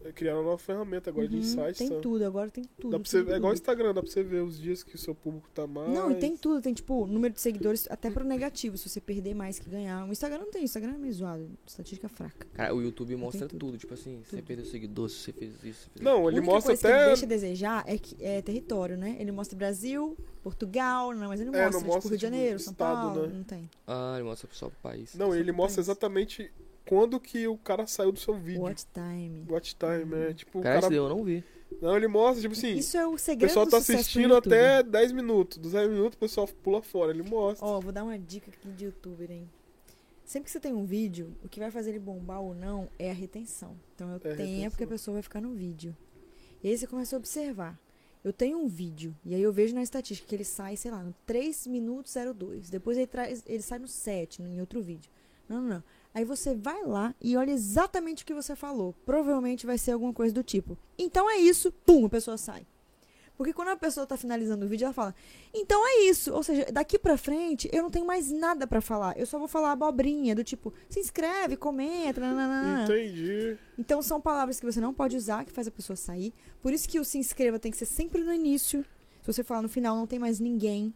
Speaker 2: É, Criaram uma nova ferramenta agora de
Speaker 3: Uhum,
Speaker 2: insights.
Speaker 3: Tem
Speaker 2: tá?
Speaker 3: tudo, agora tem tudo.
Speaker 2: Dá pra você,
Speaker 3: tudo,
Speaker 2: é igual o
Speaker 3: tudo.
Speaker 2: Instagram, dá pra você ver os dias que o seu público tá mais.
Speaker 3: Não, e tem tudo. Tem, tipo, número de seguidores até pro negativo, se você perder mais que ganhar. O Instagram não tem, o Instagram é meio zoado. Estatística fraca.
Speaker 1: Cara, o YouTube mostra
Speaker 3: tudo.
Speaker 1: tudo. tipo assim, você
Speaker 3: Tudo.
Speaker 1: perdeu seguidor, se você fez isso, você fez
Speaker 2: Não,
Speaker 3: a
Speaker 2: ele
Speaker 3: única
Speaker 2: mostra
Speaker 3: coisa que ele
Speaker 2: até.
Speaker 3: deixa a desejar é, que, é território, né? Ele mostra Brasil, Portugal, não, mas ele não
Speaker 2: É,
Speaker 3: mostra,
Speaker 2: não
Speaker 3: tipo,
Speaker 2: mostra,
Speaker 3: Rio de
Speaker 2: tipo,
Speaker 3: Janeiro, São
Speaker 2: estado,
Speaker 3: Paulo,
Speaker 2: né?
Speaker 3: não tem.
Speaker 1: Ah, ele mostra só pro país.
Speaker 2: Não, ele
Speaker 3: Só
Speaker 2: mostra
Speaker 3: pra isso.
Speaker 2: exatamente quando que o cara saiu do seu vídeo. Watch,
Speaker 3: What time?
Speaker 2: time, é tipo o
Speaker 1: Cara, esse
Speaker 2: cara.
Speaker 1: daí eu não vi.
Speaker 2: Não, ele mostra, tipo assim,
Speaker 3: Isso é o
Speaker 2: o
Speaker 3: segredo
Speaker 2: pessoal
Speaker 3: do
Speaker 2: tá
Speaker 3: sucesso do
Speaker 2: assistindo
Speaker 3: YouTube.
Speaker 2: até 10 minutos. Dos 10 minutos o pessoal pula fora, ele mostra.
Speaker 3: Ó, vou dar uma dica aqui de youtuber, hein? Sempre que você tem um vídeo, o que vai fazer ele bombar ou não é a retenção. Então eu
Speaker 2: É a
Speaker 3: tenho
Speaker 2: retenção.
Speaker 3: época que a pessoa vai ficar no vídeo. E aí você começa a observar. Eu tenho um vídeo, e aí eu vejo na estatística que ele sai, sei lá, no 3 minutos 02. Depois ele, traz, ele sai no 7, em outro vídeo. Não, não, não. Aí você vai lá e olha exatamente o que você falou. Provavelmente vai ser alguma coisa do tipo. Então é isso, pum, a pessoa sai. Porque quando a pessoa tá finalizando o vídeo, ela fala: "Então é isso". Ou seja, daqui pra frente eu não tenho mais nada pra falar. Eu só vou falar abobrinha do tipo: "Se inscreve, comenta". nananana."
Speaker 2: é Entendi.
Speaker 3: Então são palavras que você não pode usar que faz a pessoa sair. Por isso que o se inscreva tem que ser sempre no início. Se você falar no final, não tem mais ninguém.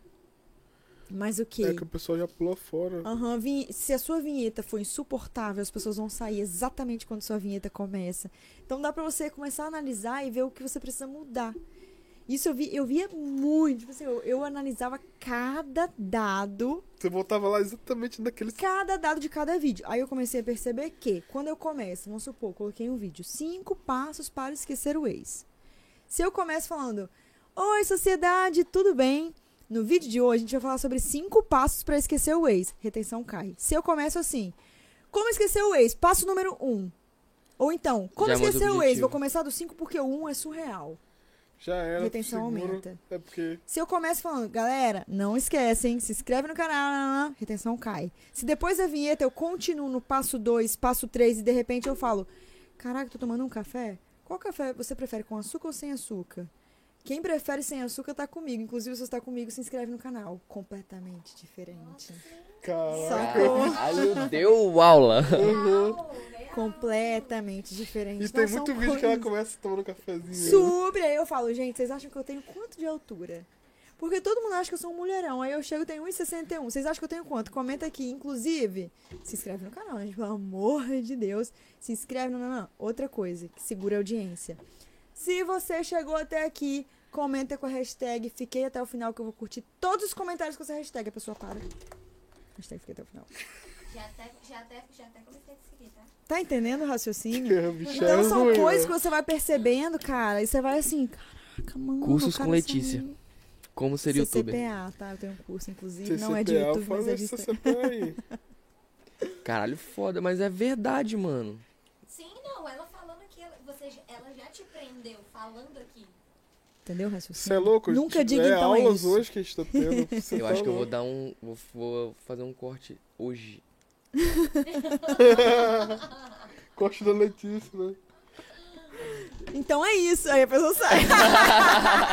Speaker 3: Mas o quê?
Speaker 2: É que o pessoal já pula fora.
Speaker 3: Aham, vinhe- se a sua vinheta for insuportável, as pessoas vão sair exatamente quando sua vinheta começa. Então dá pra você começar a analisar e ver o que você precisa mudar. Isso eu vi, eu via muito, tipo assim, eu, eu analisava cada dado,
Speaker 2: Você voltava lá exatamente naquele.
Speaker 3: cada dado de cada vídeo. Aí eu comecei a perceber que quando eu começo, vamos supor, coloquei um vídeo, cinco passos para esquecer o ex. Se eu começo falando: "Oi, sociedade, tudo bem?" No vídeo de hoje, a gente vai falar sobre cinco passos para esquecer o ex. Retenção cai. Se eu começo assim, como esquecer o ex? Passo número um. Ou então, como
Speaker 1: Já muda o
Speaker 3: esquecer o ex?
Speaker 1: objetivo.
Speaker 3: Vou começar do cinco porque o um é surreal.
Speaker 2: Já era.
Speaker 3: Retenção
Speaker 2: seguro.
Speaker 3: aumenta.
Speaker 2: É porque.
Speaker 3: Se eu começo falando, galera, não esquecem, se inscreve no canal, nananã, retenção cai. Se depois da vinheta eu continuo no passo 2, passo 3 e de repente eu falo, caraca, tô tomando um café? Qual café você prefere, com açúcar ou sem açúcar? Quem prefere sem açúcar tá comigo. Inclusive, se você tá comigo, se inscreve no canal. Completamente diferente. Tá.
Speaker 2: Caraca. Uhum.
Speaker 1: Caralho, deu aula.
Speaker 4: Real, real.
Speaker 3: Completamente diferente. é um
Speaker 2: E tem
Speaker 3: Não, são
Speaker 2: muito vídeo que ela
Speaker 3: coisas-
Speaker 2: começa tomando cafezinho.
Speaker 3: Sobre, aí eu falo, gente, vocês acham que eu tenho quanto de altura? Porque todo mundo acha que eu sou um mulherão. Aí eu chego e tenho 1,61. Vocês acham que eu tenho quanto? Comenta aqui. Inclusive, se inscreve no canal, gente. Pelo amor de Deus. Se inscreve. Não, não, não. Outra coisa que segura a audiência. Se você chegou até aqui, comenta com a hashtag Fiquei até o final, que eu vou curtir todos os comentários com essa hashtag. A pessoa para. Hashtag Fiquei até o final.
Speaker 4: Já até, já até, já até comecei a te seguir, tá?
Speaker 3: Tá entendendo o raciocínio?
Speaker 2: É, bicho, é
Speaker 3: Então são
Speaker 2: ruim,
Speaker 3: coisas que
Speaker 2: né?
Speaker 3: você vai percebendo, cara, e você vai assim, caraca, mano.
Speaker 1: Cursos
Speaker 3: o cara
Speaker 1: com Letícia.
Speaker 3: saiu.
Speaker 1: Como seria o youtuber?
Speaker 3: CCPA, tá? Eu tenho um curso, inclusive,
Speaker 2: CCPA,
Speaker 3: não é de YouTube, mas é de
Speaker 2: essa
Speaker 3: Insta-
Speaker 2: tá aí.
Speaker 1: Caralho, foda, mas é verdade, mano.
Speaker 4: Sim, não, ela falando que ela, você, já- ela já te prendeu falando aqui.
Speaker 3: Entendeu, o
Speaker 2: Você é
Speaker 3: raciocínio?
Speaker 2: louco?
Speaker 3: Nunca
Speaker 2: É
Speaker 3: diga, então, é
Speaker 2: aulas
Speaker 3: isso.
Speaker 2: hoje que a gente tá tendo. Você
Speaker 1: Eu
Speaker 2: tá
Speaker 1: acho que eu vou
Speaker 2: louco.
Speaker 1: dar um. Vou, vou fazer um corte hoje.
Speaker 2: Corte da Letícia, né?
Speaker 3: Então é isso, aí a pessoa sai.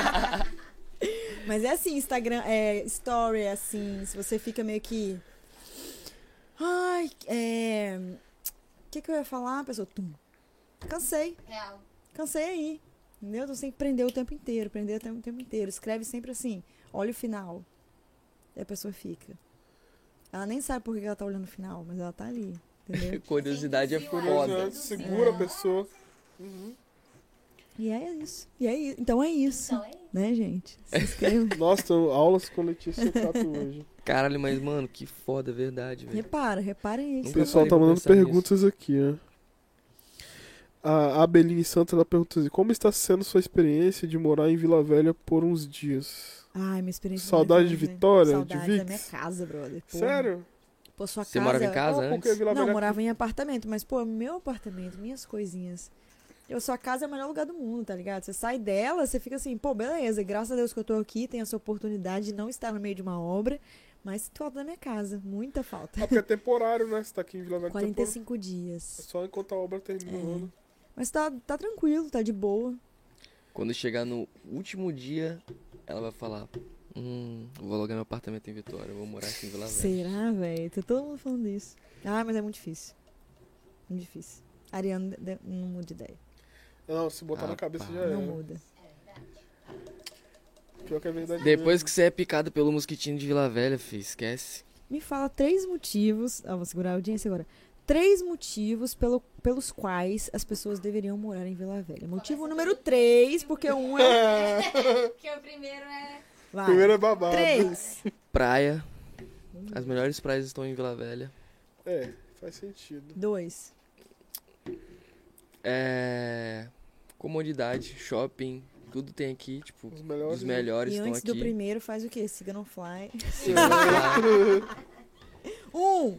Speaker 3: mas é assim, Instagram, é, story, é assim, se você fica meio que. Ai, é. O que, que eu ia falar, a pessoa? Tum. Cansei.
Speaker 4: Real.
Speaker 3: cansei aí. Entendeu? Então você tem que prender o tempo inteiro, prender o tempo, o tempo inteiro. Escreve sempre assim, olha o final. E a pessoa fica. Ela nem sabe por que ela tá olhando o final, mas ela tá ali, entendeu?
Speaker 1: Curiosidade é
Speaker 4: Sim,
Speaker 1: foda.
Speaker 4: sim.
Speaker 2: Segura a pessoa. Uhum.
Speaker 3: e é isso. E é isso. Então é isso.
Speaker 4: Então é isso.
Speaker 3: Né, gente? Se inscreva.
Speaker 2: Nossa, então, aulas com Letícia Cato hoje.
Speaker 1: Caralho, mas, mano, que foda, é verdade, velho.
Speaker 3: Repara, reparem
Speaker 2: O
Speaker 3: isso.
Speaker 1: Nunca
Speaker 2: pessoal
Speaker 1: parei
Speaker 2: tá
Speaker 1: pra
Speaker 2: mandando
Speaker 1: pensar nisso.
Speaker 2: perguntas aqui, ó. A Abeline Santos ela pergunta assim: Como está sendo sua experiência de morar em Vila Velha por uns dias?
Speaker 3: Ai, minha experiência.
Speaker 2: Saudade de
Speaker 3: maravilhosa, né?
Speaker 2: Vitória, de
Speaker 3: Saudade
Speaker 2: Vix?
Speaker 3: da minha casa, brother. Pô,
Speaker 2: Sério?
Speaker 3: Pô, sua
Speaker 1: Você
Speaker 3: casa. é-
Speaker 1: morava em casa
Speaker 2: Não, porque
Speaker 1: antes?
Speaker 2: Vila é
Speaker 3: Não,
Speaker 2: Velha.
Speaker 3: morava em apartamento, mas, pô, meu apartamento, minhas coisinhas. Eu, sua casa é o melhor lugar do mundo, tá ligado? Você sai dela, você fica assim, pô, beleza, graças a Deus que eu tô aqui, tenho essa oportunidade de não estar no meio de uma obra, mas sinto falta da minha casa, muita falta.
Speaker 2: Ah, porque é temporário, né? Você tá aqui em Vila Velha. É
Speaker 3: 45 dias.
Speaker 2: Só enquanto a obra
Speaker 3: É.
Speaker 2: termina. né?
Speaker 3: Mas tá, tá tranquilo, tá de boa.
Speaker 1: Quando chegar no último dia, ela vai falar: Hum, vou alugar meu apartamento em Vitória, eu vou morar aqui em
Speaker 2: Tá
Speaker 1: Vila Velha.
Speaker 3: Será, velho? Tá todo mundo falando isso. Ah, mas é muito difícil. Muito difícil. Ariano de- não muda de ideia.
Speaker 2: Não, se botar
Speaker 1: Ah,
Speaker 2: na cabeça
Speaker 1: pá.
Speaker 2: já
Speaker 3: Não
Speaker 2: é.
Speaker 3: muda.
Speaker 2: Pior que é verdade.
Speaker 1: Depois que você é picado pelo mosquitinho de Vila Velha, fi, esquece.
Speaker 3: Me fala três motivos. Ah, vou segurar a audiência agora. Três motivos pelo- pelos quais as pessoas deveriam morar em Vila Velha. Motivo número três, porque um é.
Speaker 4: Porque o primeiro é.
Speaker 3: Vai.
Speaker 2: Primeiro é babado.
Speaker 3: Três.
Speaker 1: Praia. As melhores praias estão em Vila Velha.
Speaker 2: É, faz sentido.
Speaker 3: Dois.
Speaker 1: É. Comodidade, shopping, tudo tem aqui, tipo,
Speaker 2: Os
Speaker 1: os
Speaker 2: melhores.
Speaker 1: melhores,
Speaker 3: E
Speaker 1: estão
Speaker 3: antes do
Speaker 1: aqui.
Speaker 3: primeiro, faz o quê? Siga no fly.
Speaker 1: Sim, claro.
Speaker 3: Um.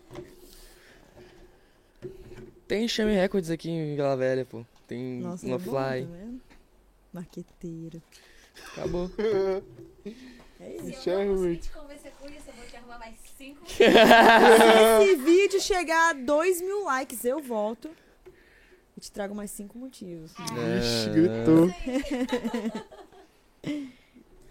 Speaker 1: tem Chame Records aqui em Vila Velha, pô. Tem
Speaker 3: Nossa,
Speaker 1: uma
Speaker 3: é bom,
Speaker 1: Fly.
Speaker 3: tá vendo? Marqueteiro.
Speaker 1: Acabou.
Speaker 3: É isso.
Speaker 4: Se
Speaker 2: Isso
Speaker 4: eu
Speaker 2: é
Speaker 4: não
Speaker 2: ruim.
Speaker 4: conseguir te convencer com isso, eu vou te arrumar mais cinco.
Speaker 3: Se esse vídeo chegar a dois mil likes, eu volto. E te trago mais cinco motivos.
Speaker 2: Ixi, gritou.
Speaker 1: É.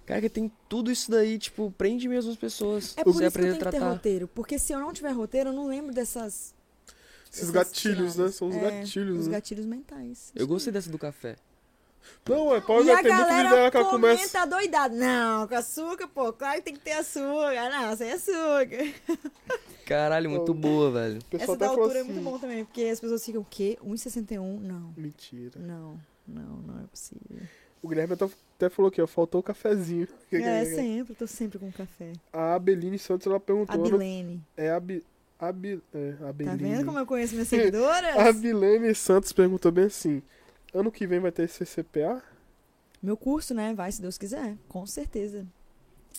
Speaker 1: Cara, que tem tudo isso daí, tipo, prende mesmo as pessoas.
Speaker 3: É por
Speaker 1: você
Speaker 3: isso que eu
Speaker 1: aprende
Speaker 3: tenho
Speaker 1: a
Speaker 3: que ter
Speaker 1: tratar.
Speaker 3: roteiro. Porque se eu não tiver roteiro, eu não lembro dessas.
Speaker 2: Esses gatilhos, né? São os
Speaker 3: É,
Speaker 2: gatilhos,
Speaker 3: Os
Speaker 2: né?
Speaker 3: gatilhos mentais.
Speaker 1: Hum. Eu gostei dessa do café.
Speaker 2: Não, é pode
Speaker 3: E
Speaker 2: já
Speaker 3: a
Speaker 2: tem muito vídeo dela
Speaker 3: galera
Speaker 2: que ela começa.
Speaker 3: comenta doidado. Não, com açúcar, pô, claro que tem que ter açúcar. Não, sem açúcar.
Speaker 1: Caralho, muito
Speaker 2: Então,
Speaker 1: boa, velho.
Speaker 2: O pessoal
Speaker 3: Essa da
Speaker 2: até falou
Speaker 3: altura é
Speaker 2: assim.
Speaker 3: muito bom também, porque as pessoas ficam, o quê? 1,61? Não,
Speaker 2: Mentira.
Speaker 3: não, não, não é possível.
Speaker 2: O Guilherme até- até falou aqui, ó. Faltou o cafezinho.
Speaker 3: É, sempre, tô sempre com café.
Speaker 2: A Abeline Santos, ela
Speaker 3: A
Speaker 2: perguntou. né?
Speaker 3: Bilene.
Speaker 2: É Abi. Abi. É,
Speaker 3: Tá
Speaker 2: Abeline.
Speaker 3: vendo como é? eu conheço minhas seguidoras?
Speaker 2: A Vilene Santos perguntou bem assim: ano que vem vai ter CCPA?
Speaker 3: Meu curso, né? Vai, se Deus quiser. Com certeza.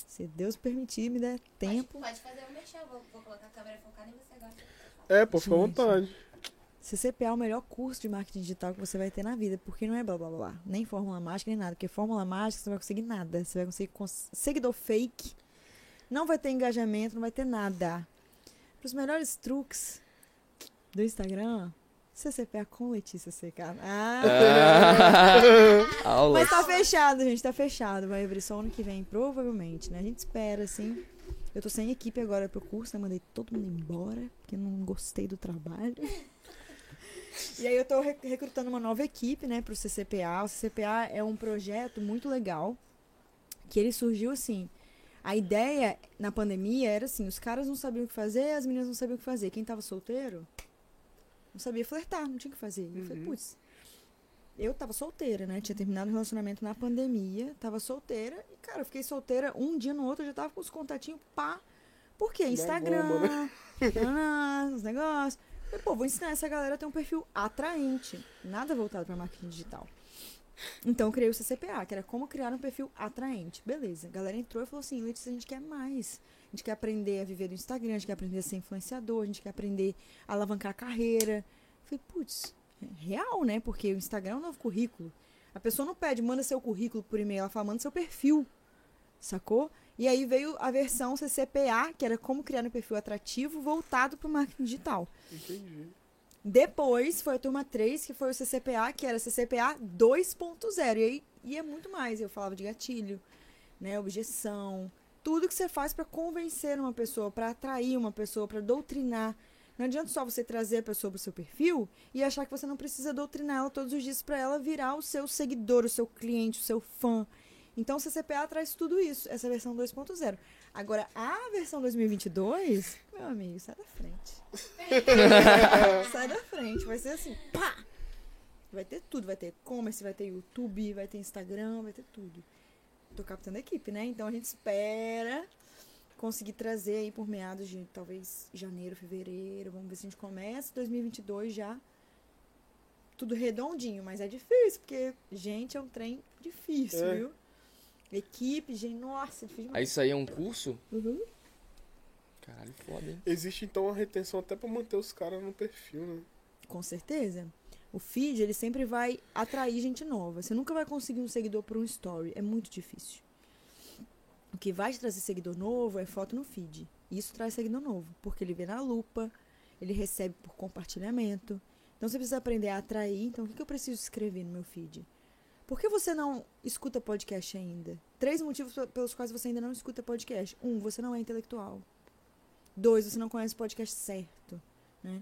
Speaker 3: Se Deus permitir, me der tempo.
Speaker 4: Pode, pode fazer um mexer, vou, vou colocar a câmera focada em você agora.
Speaker 2: É, pô, fica à
Speaker 3: Sim,
Speaker 2: vontade.
Speaker 3: CCPA é o melhor curso de marketing digital que você vai ter na vida, porque não é blá blá blá, blá, nem fórmula mágica, nem nada, porque fórmula mágica você não vai conseguir nada, você vai conseguir cons- seguidor fake, não vai ter engajamento, não vai ter nada. Para os melhores truques do Instagram, CCPA com Letícia Seca. Ah,
Speaker 1: Aula.
Speaker 3: mas tá fechado, gente, tá fechado, vai abrir só ano que vem, provavelmente, né? A gente espera, assim. Eu tô sem equipe agora pro curso, né? Mandei todo mundo embora, porque não gostei do trabalho. E aí eu tô re- recrutando uma nova equipe, né, pro CCPA. O CCPA é um projeto muito legal, que ele surgiu assim. A ideia na pandemia era assim, os caras não sabiam o que fazer, as meninas não sabiam o que fazer. Quem tava solteiro não sabia flertar, não tinha o que fazer. E Eu falei,
Speaker 2: Uhum.
Speaker 3: putz, eu tava solteira, né? Tinha terminado o relacionamento na pandemia, tava solteira. E, cara, eu fiquei solteira um dia no outro, eu já tava com os contatinhos, pá. Por quê?
Speaker 2: Na
Speaker 3: Instagram,
Speaker 2: bomba, né?
Speaker 3: nanã, os negócios. Eu, pô, vou ensinar essa galera a ter um perfil atraente. Nada voltado pra marketing digital. Então eu criei o CCPA, que era como criar um perfil atraente. Beleza. A galera entrou e falou assim: Letícia, a gente quer mais. A gente quer aprender a viver do Instagram, a gente quer aprender a ser influenciador, a gente quer aprender a alavancar a carreira. Eu falei, putz, é real, né? Porque o Instagram é um novo currículo. A pessoa não pede, manda seu currículo por e-mail, ela fala, manda seu perfil. Sacou? E aí veio a versão CCPA, que era como criar um perfil atrativo voltado para o marketing digital.
Speaker 2: Entendi.
Speaker 3: Depois foi a turma 3, que foi o CCPA, que era CCPA 2.0. E aí ia muito mais. Eu falava de gatilho, né, objeção, tudo que você faz para convencer uma pessoa, para atrair uma pessoa, para doutrinar. Não adianta só você trazer a pessoa pro seu perfil e achar que você não precisa doutrinar ela todos os dias para ela virar o seu seguidor, o seu cliente, o seu fã. Então o CCPA traz tudo isso, essa versão 2.0. Agora, a versão 2022, meu amigo, sai da frente. Sai da frente, vai ser assim, pá! Vai ter tudo, vai ter e-commerce, vai ter YouTube, vai ter Instagram, vai ter tudo. Tô captando a equipe, né? Então a gente espera conseguir trazer aí por meados de talvez janeiro, fevereiro, vamos ver se a gente começa 2022 já tudo redondinho, mas é difícil, porque gente é um trem difícil,
Speaker 2: É.
Speaker 3: viu? Equipe, gente, nossa, difícil
Speaker 1: Aí
Speaker 3: demais.
Speaker 1: isso aí é um curso?
Speaker 3: Uhum.
Speaker 1: Caralho, foda, hein?
Speaker 2: Existe então uma retenção até pra manter os caras no perfil, né?
Speaker 3: Com certeza. O feed, ele sempre vai atrair gente nova. Você nunca vai conseguir um seguidor por um story. É muito difícil. O que vai te trazer seguidor novo é foto no feed. E Isso traz seguidor novo, porque ele vê na lupa, ele recebe por compartilhamento. Então você precisa aprender a atrair. Então o que que eu preciso escrever no meu feed? Por que você não escuta podcast ainda? Três motivos pe- pelos quais você ainda não escuta podcast. Um, você não é intelectual. Dois, você não conhece o podcast certo. Né?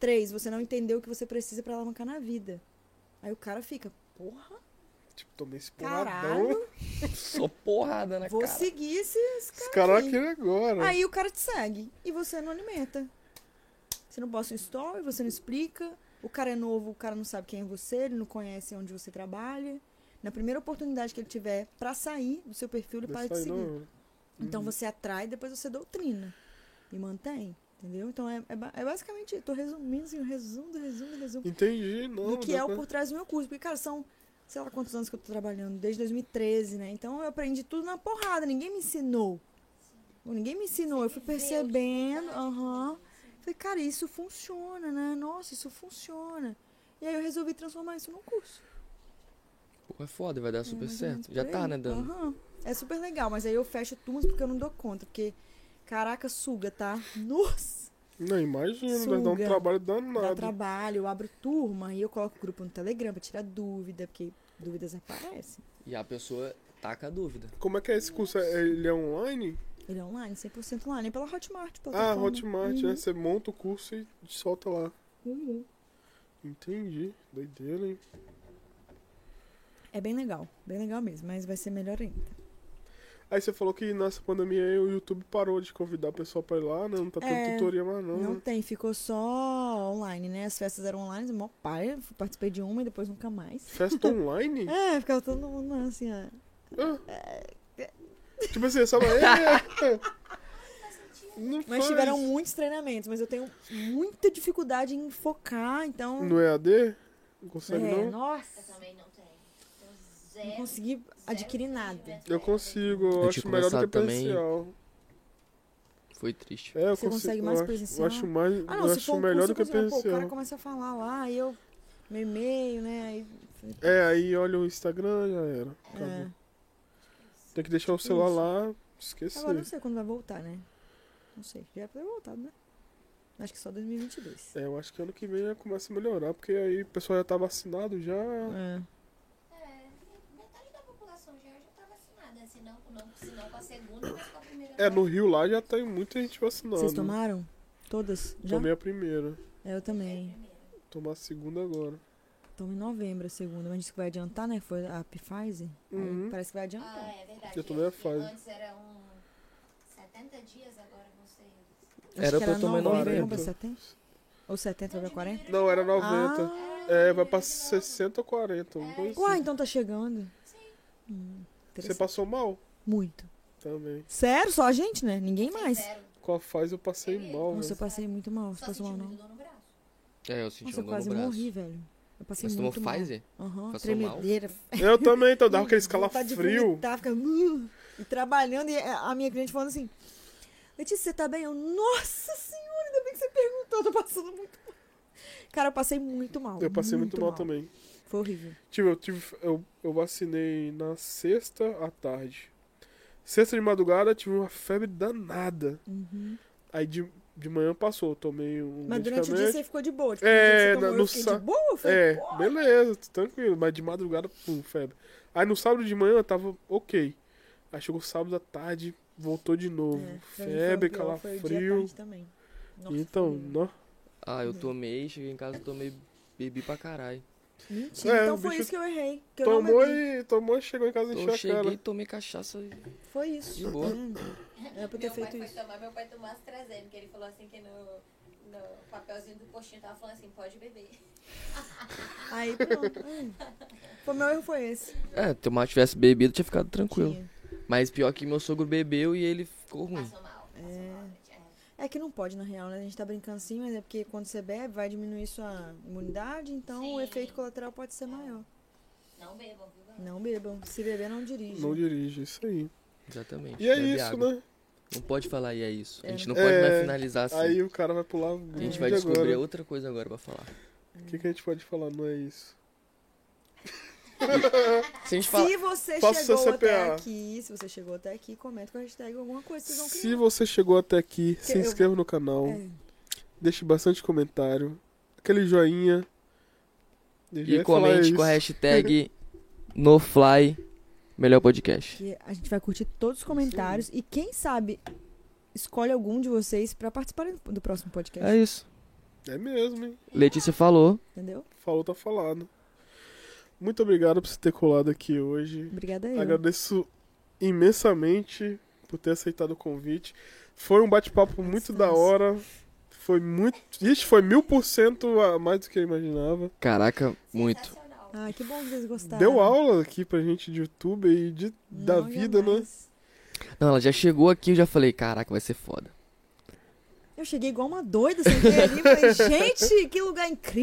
Speaker 3: Três, você não entendeu o que você precisa para alavancar na vida. Aí o cara fica, porra,
Speaker 2: Tipo, tomei esse porradão.
Speaker 3: caralho,
Speaker 1: Só porrada na
Speaker 3: vou
Speaker 1: cara.
Speaker 3: seguir esses
Speaker 2: Os
Speaker 3: cara
Speaker 2: caras
Speaker 3: aqui.
Speaker 2: querem agora.
Speaker 3: Aí o cara te segue e você não alimenta. Você não posta um story, você não explica. O cara é novo, o cara não sabe quem é você, ele não conhece onde você trabalha. Na primeira oportunidade que ele tiver pra sair do seu perfil, ele
Speaker 2: Não
Speaker 3: para de
Speaker 2: sai,
Speaker 3: seguir.
Speaker 2: não.
Speaker 3: Então você atrai, depois você doutrina e mantém, entendeu? Então é, é ba- é basicamente, tô resumindo assim, o resumo do resumo do resumo
Speaker 2: Entendi, não.
Speaker 3: do que
Speaker 2: dá
Speaker 3: é o
Speaker 2: pra-
Speaker 3: por trás do meu curso. Porque, cara, são, sei lá quantos anos que eu tô trabalhando, desde 2013, né? Então eu aprendi tudo na porrada, ninguém me ensinou. Ninguém me ensinou, eu fui percebendo, aham. Falei, cara, isso funciona, né? Nossa, isso funciona. E aí eu resolvi transformar isso num curso.
Speaker 1: Pô, é foda, vai dar
Speaker 3: É,
Speaker 1: super
Speaker 3: mais ou menos
Speaker 1: certo.
Speaker 3: por
Speaker 1: Já
Speaker 3: aí.
Speaker 1: tá, né, dando?
Speaker 3: Aham. É super legal, mas aí eu fecho turmas porque eu não dou conta. Porque, caraca, suga, tá? Nossa!
Speaker 2: Não, imagino, vai dar um
Speaker 3: Suga.
Speaker 2: trabalho
Speaker 3: Dá
Speaker 2: danado.
Speaker 3: trabalho, eu abro turma e eu coloco o grupo no Telegram pra tirar dúvida, porque dúvidas aparecem.
Speaker 1: E a pessoa taca a dúvida.
Speaker 2: Como é que é esse curso? É- Ele é online?
Speaker 3: Ele é online, 100% online, pela Hotmart.
Speaker 2: Ah,
Speaker 3: plataforma.
Speaker 2: Hotmart,
Speaker 3: Uhum.
Speaker 2: né? Você monta o curso e solta lá.
Speaker 3: Uhum.
Speaker 2: Entendi. Doideira, hein?
Speaker 3: É bem legal, bem legal mesmo, mas vai ser melhor ainda.
Speaker 2: Aí você falou que nessa pandemia aí o YouTube parou de convidar o pessoal pra ir lá, né? Não tá tendo
Speaker 3: É,
Speaker 2: tutoria mais não,
Speaker 3: Não
Speaker 2: né?
Speaker 3: tem, ficou só online, né? As festas eram online, mó pai, participei de uma e depois nunca mais.
Speaker 2: Festa online?
Speaker 3: É, ficava todo mundo assim, ó.
Speaker 2: tipo assim, sabe? É. Não
Speaker 3: Mas
Speaker 2: faz.
Speaker 3: tiveram muitos treinamentos, mas eu tenho muita dificuldade em focar, então.
Speaker 2: No EAD? Não consegue
Speaker 3: é,
Speaker 2: não?
Speaker 4: Eu
Speaker 3: nossa,
Speaker 4: também não tenho. Então,
Speaker 3: não
Speaker 4: zero.
Speaker 3: consegui adquirir nada.
Speaker 4: conhecimento
Speaker 2: Eu
Speaker 4: de-
Speaker 2: consigo, eu
Speaker 1: Eu
Speaker 2: acho
Speaker 1: tinha
Speaker 2: melhor do que
Speaker 1: começado também.
Speaker 2: presencial.
Speaker 1: Foi triste.
Speaker 2: É, eu
Speaker 3: Você
Speaker 2: consigo,
Speaker 3: consegue
Speaker 2: eu
Speaker 3: mais
Speaker 2: acho-
Speaker 3: presencial?
Speaker 2: Eu acho, mais,
Speaker 3: Ah, não,
Speaker 2: eu
Speaker 3: se
Speaker 2: acho
Speaker 3: for um
Speaker 2: melhor
Speaker 3: curso,
Speaker 2: do que
Speaker 3: eu consigo, mas, pô, o cara
Speaker 2: presencial.
Speaker 3: começa a falar lá, e eu. Meu e-mail, né? Aí. falei,
Speaker 2: É, aí olha o Instagram, já era. Acabou.
Speaker 3: é.
Speaker 2: Tem que deixar o celular lá,
Speaker 3: Tá
Speaker 2: esquecer.
Speaker 3: Agora eu não sei quando vai voltar, né? Não sei. Já é pra ter voltado, né? Acho que só 2022.
Speaker 2: É, eu acho que ano que vem já começa a melhorar, porque aí o pessoal já tá vacinado já.
Speaker 3: É.
Speaker 4: É, metade da população já já tá vacinada. Se não, não, se não com a segunda, mas com a primeira.
Speaker 2: É,
Speaker 4: dose.
Speaker 2: no Rio lá já tem muita gente vacinada.
Speaker 3: Vocês tomaram? Todas? Já?
Speaker 2: Tomei a primeira.
Speaker 3: É, Eu também.
Speaker 2: Tomar a segunda agora.
Speaker 3: Tomo em novembro a segunda, mas disse que vai adiantar, né? Foi a Pfizer. Aí tá.
Speaker 2: Uhum.
Speaker 3: Parece que vai adiantar.
Speaker 4: Ah, é verdade.
Speaker 2: Eu tomei a
Speaker 4: é, porque
Speaker 2: Pfizer.
Speaker 4: Antes era um 70 dias, agora não sei.
Speaker 3: Acho
Speaker 1: Era
Speaker 3: que
Speaker 1: pra tomar em
Speaker 3: 90,
Speaker 2: 90.
Speaker 3: vamos pra 70? Ou 70 vai pra 40?
Speaker 2: Não, era 90.
Speaker 3: Ah,
Speaker 2: É, vai pra 60 ou 40. uma coisa
Speaker 3: uai,
Speaker 2: assim.
Speaker 3: então tá chegando.
Speaker 4: Sim.
Speaker 3: Hum,
Speaker 2: Você
Speaker 3: interessante.
Speaker 2: passou mal?
Speaker 3: Muito.
Speaker 2: Também.
Speaker 3: Sério? Só a gente, né? Ninguém mais.
Speaker 4: Zero.
Speaker 2: Com a Faz eu passei mal,
Speaker 3: Nossa, eu
Speaker 2: velho.
Speaker 3: passei muito mal. Você
Speaker 4: Só senti
Speaker 3: passou mal,
Speaker 4: muito
Speaker 3: não?
Speaker 4: dor no braço.
Speaker 1: É, eu senti
Speaker 3: Nossa, eu
Speaker 1: um dor
Speaker 3: quase
Speaker 1: no braço.
Speaker 3: morri, velho. Eu passei
Speaker 1: Mas você tomou
Speaker 3: muito mal.
Speaker 1: Pfizer?
Speaker 3: Aham,
Speaker 1: Passou mal?
Speaker 3: tremedeira.
Speaker 2: Eu também, então dava aquele
Speaker 3: vontade de
Speaker 2: escalafrio.
Speaker 3: vomitar, fica, "Uh", e trabalhando, e a minha cliente falando assim, Letícia, você tá bem? Eu, nossa senhora, ainda bem que você perguntou, eu tô passando muito mal. Cara, eu passei muito mal.
Speaker 2: Eu passei muito mal também.
Speaker 3: Foi horrível.
Speaker 2: Tipo, eu, tive, eu, eu vacinei na sexta à tarde. Sexta de madrugada eu tive uma febre danada.
Speaker 3: Uhum.
Speaker 2: Aí de, de manhã passou, eu tomei um
Speaker 3: Mas durante o dia
Speaker 2: medicamento.
Speaker 3: você ficou de boa. Tipo,
Speaker 2: É,
Speaker 3: no dia que
Speaker 2: no
Speaker 3: você tomou, eu fiquei
Speaker 2: sa-
Speaker 3: de boa? Eu falei,
Speaker 2: É,
Speaker 3: "Pô".
Speaker 2: beleza, tô tranquilo. Mas de madrugada, pum, febre. Aí no sábado de manhã eu tava ok. Aí chegou sábado à tarde, voltou de novo.
Speaker 3: É, pra mim foi
Speaker 2: febre,
Speaker 3: o pior, foi o dia à
Speaker 2: calafrio.
Speaker 3: tarde também. Nossa,
Speaker 2: então,
Speaker 3: foi horrível.
Speaker 2: nó.
Speaker 1: Ah,
Speaker 3: Uhum.
Speaker 1: eu tomei, cheguei em casa, tomei, bebi pra caralho.
Speaker 3: Mentira,
Speaker 2: É, o
Speaker 3: então foi
Speaker 2: bicho
Speaker 3: isso que eu errei. Que eu não
Speaker 2: Tomou
Speaker 3: bebi.
Speaker 2: e, tomou e chegou em casa e
Speaker 1: Eu
Speaker 2: encheu a
Speaker 1: cheguei,
Speaker 2: cara.
Speaker 1: tomei cachaça e
Speaker 3: Foi isso.
Speaker 1: De boa.
Speaker 3: É, Era pra eu ter
Speaker 4: meu
Speaker 3: feito
Speaker 4: pai
Speaker 3: isso.
Speaker 4: foi tomar, meu pai tomou AstraZeneca, que ele falou assim que no, no papelzinho do postinho tava falando assim, pode beber.
Speaker 3: Aí pronto. é. Foi meu erro, foi esse.
Speaker 1: É, se o Mato tivesse bebido, tinha ficado tranquilo.
Speaker 3: Tinha.
Speaker 1: Mas pior que meu sogro bebeu e ele ficou ruim.
Speaker 4: Passou mal, passou
Speaker 3: É.
Speaker 4: mal. Tinha-
Speaker 3: É que não pode, na real, né? A gente tá brincando assim, mas é porque quando você bebe, vai diminuir sua imunidade, então o
Speaker 4: Sim.
Speaker 3: efeito colateral pode ser maior.
Speaker 4: Não bebam, viu, galera?
Speaker 3: Não bebam. Se beber, não dirige.
Speaker 2: Não dirige, isso aí.
Speaker 1: Exatamente.
Speaker 2: E é
Speaker 1: Bebe
Speaker 2: isso,
Speaker 1: água.
Speaker 2: né?
Speaker 1: Não pode falar e é isso. A
Speaker 3: É.
Speaker 1: gente não pode
Speaker 2: É,
Speaker 1: mais finalizar assim.
Speaker 2: Aí o cara vai pular.
Speaker 1: a gente vai descobrir outra coisa agora pra falar.
Speaker 2: O que, que a gente pode falar? Não é isso.
Speaker 1: Se a gente falar.
Speaker 3: Se você
Speaker 2: Faça
Speaker 3: chegou
Speaker 2: seu
Speaker 3: até
Speaker 2: CPA.
Speaker 3: aqui, se você chegou até aqui, comenta com a hashtag alguma coisa que vocês vão
Speaker 2: Se
Speaker 3: criar.
Speaker 2: você chegou até aqui, se
Speaker 3: eu-
Speaker 2: inscreva no canal,
Speaker 3: É.
Speaker 2: deixe bastante comentário, aquele joinha. Eu já
Speaker 1: E
Speaker 2: ia falar
Speaker 1: comente
Speaker 2: isso.
Speaker 1: com a hashtag NoFly Melhor Podcast.
Speaker 3: que a gente vai curtir todos os comentários e quem sabe escolhe algum de vocês pra participar do próximo podcast,
Speaker 1: É isso.
Speaker 2: É mesmo, hein?
Speaker 1: Letícia falou.
Speaker 3: entendeu?
Speaker 2: Falou, tá falado. Muito obrigado por você ter colado aqui hoje.
Speaker 3: Obrigada eu.
Speaker 2: Agradeço imensamente por ter aceitado o convite. Foi um bate-papo muito da hora. Foi muito. Ixi, foi mil por cento a mais do que eu imaginava.
Speaker 1: Caraca, muito.
Speaker 4: Sensacional.
Speaker 3: Ah, que bom que vocês gostaram.
Speaker 2: Deu aula aqui pra gente de YouTube e de, da
Speaker 3: Não,
Speaker 2: vida, né?
Speaker 3: jamais.
Speaker 1: Não, ela já chegou aqui eu já falei, caraca, vai ser foda.
Speaker 3: Eu cheguei igual uma doida, sentei ali e falei, gente, que lugar incrível.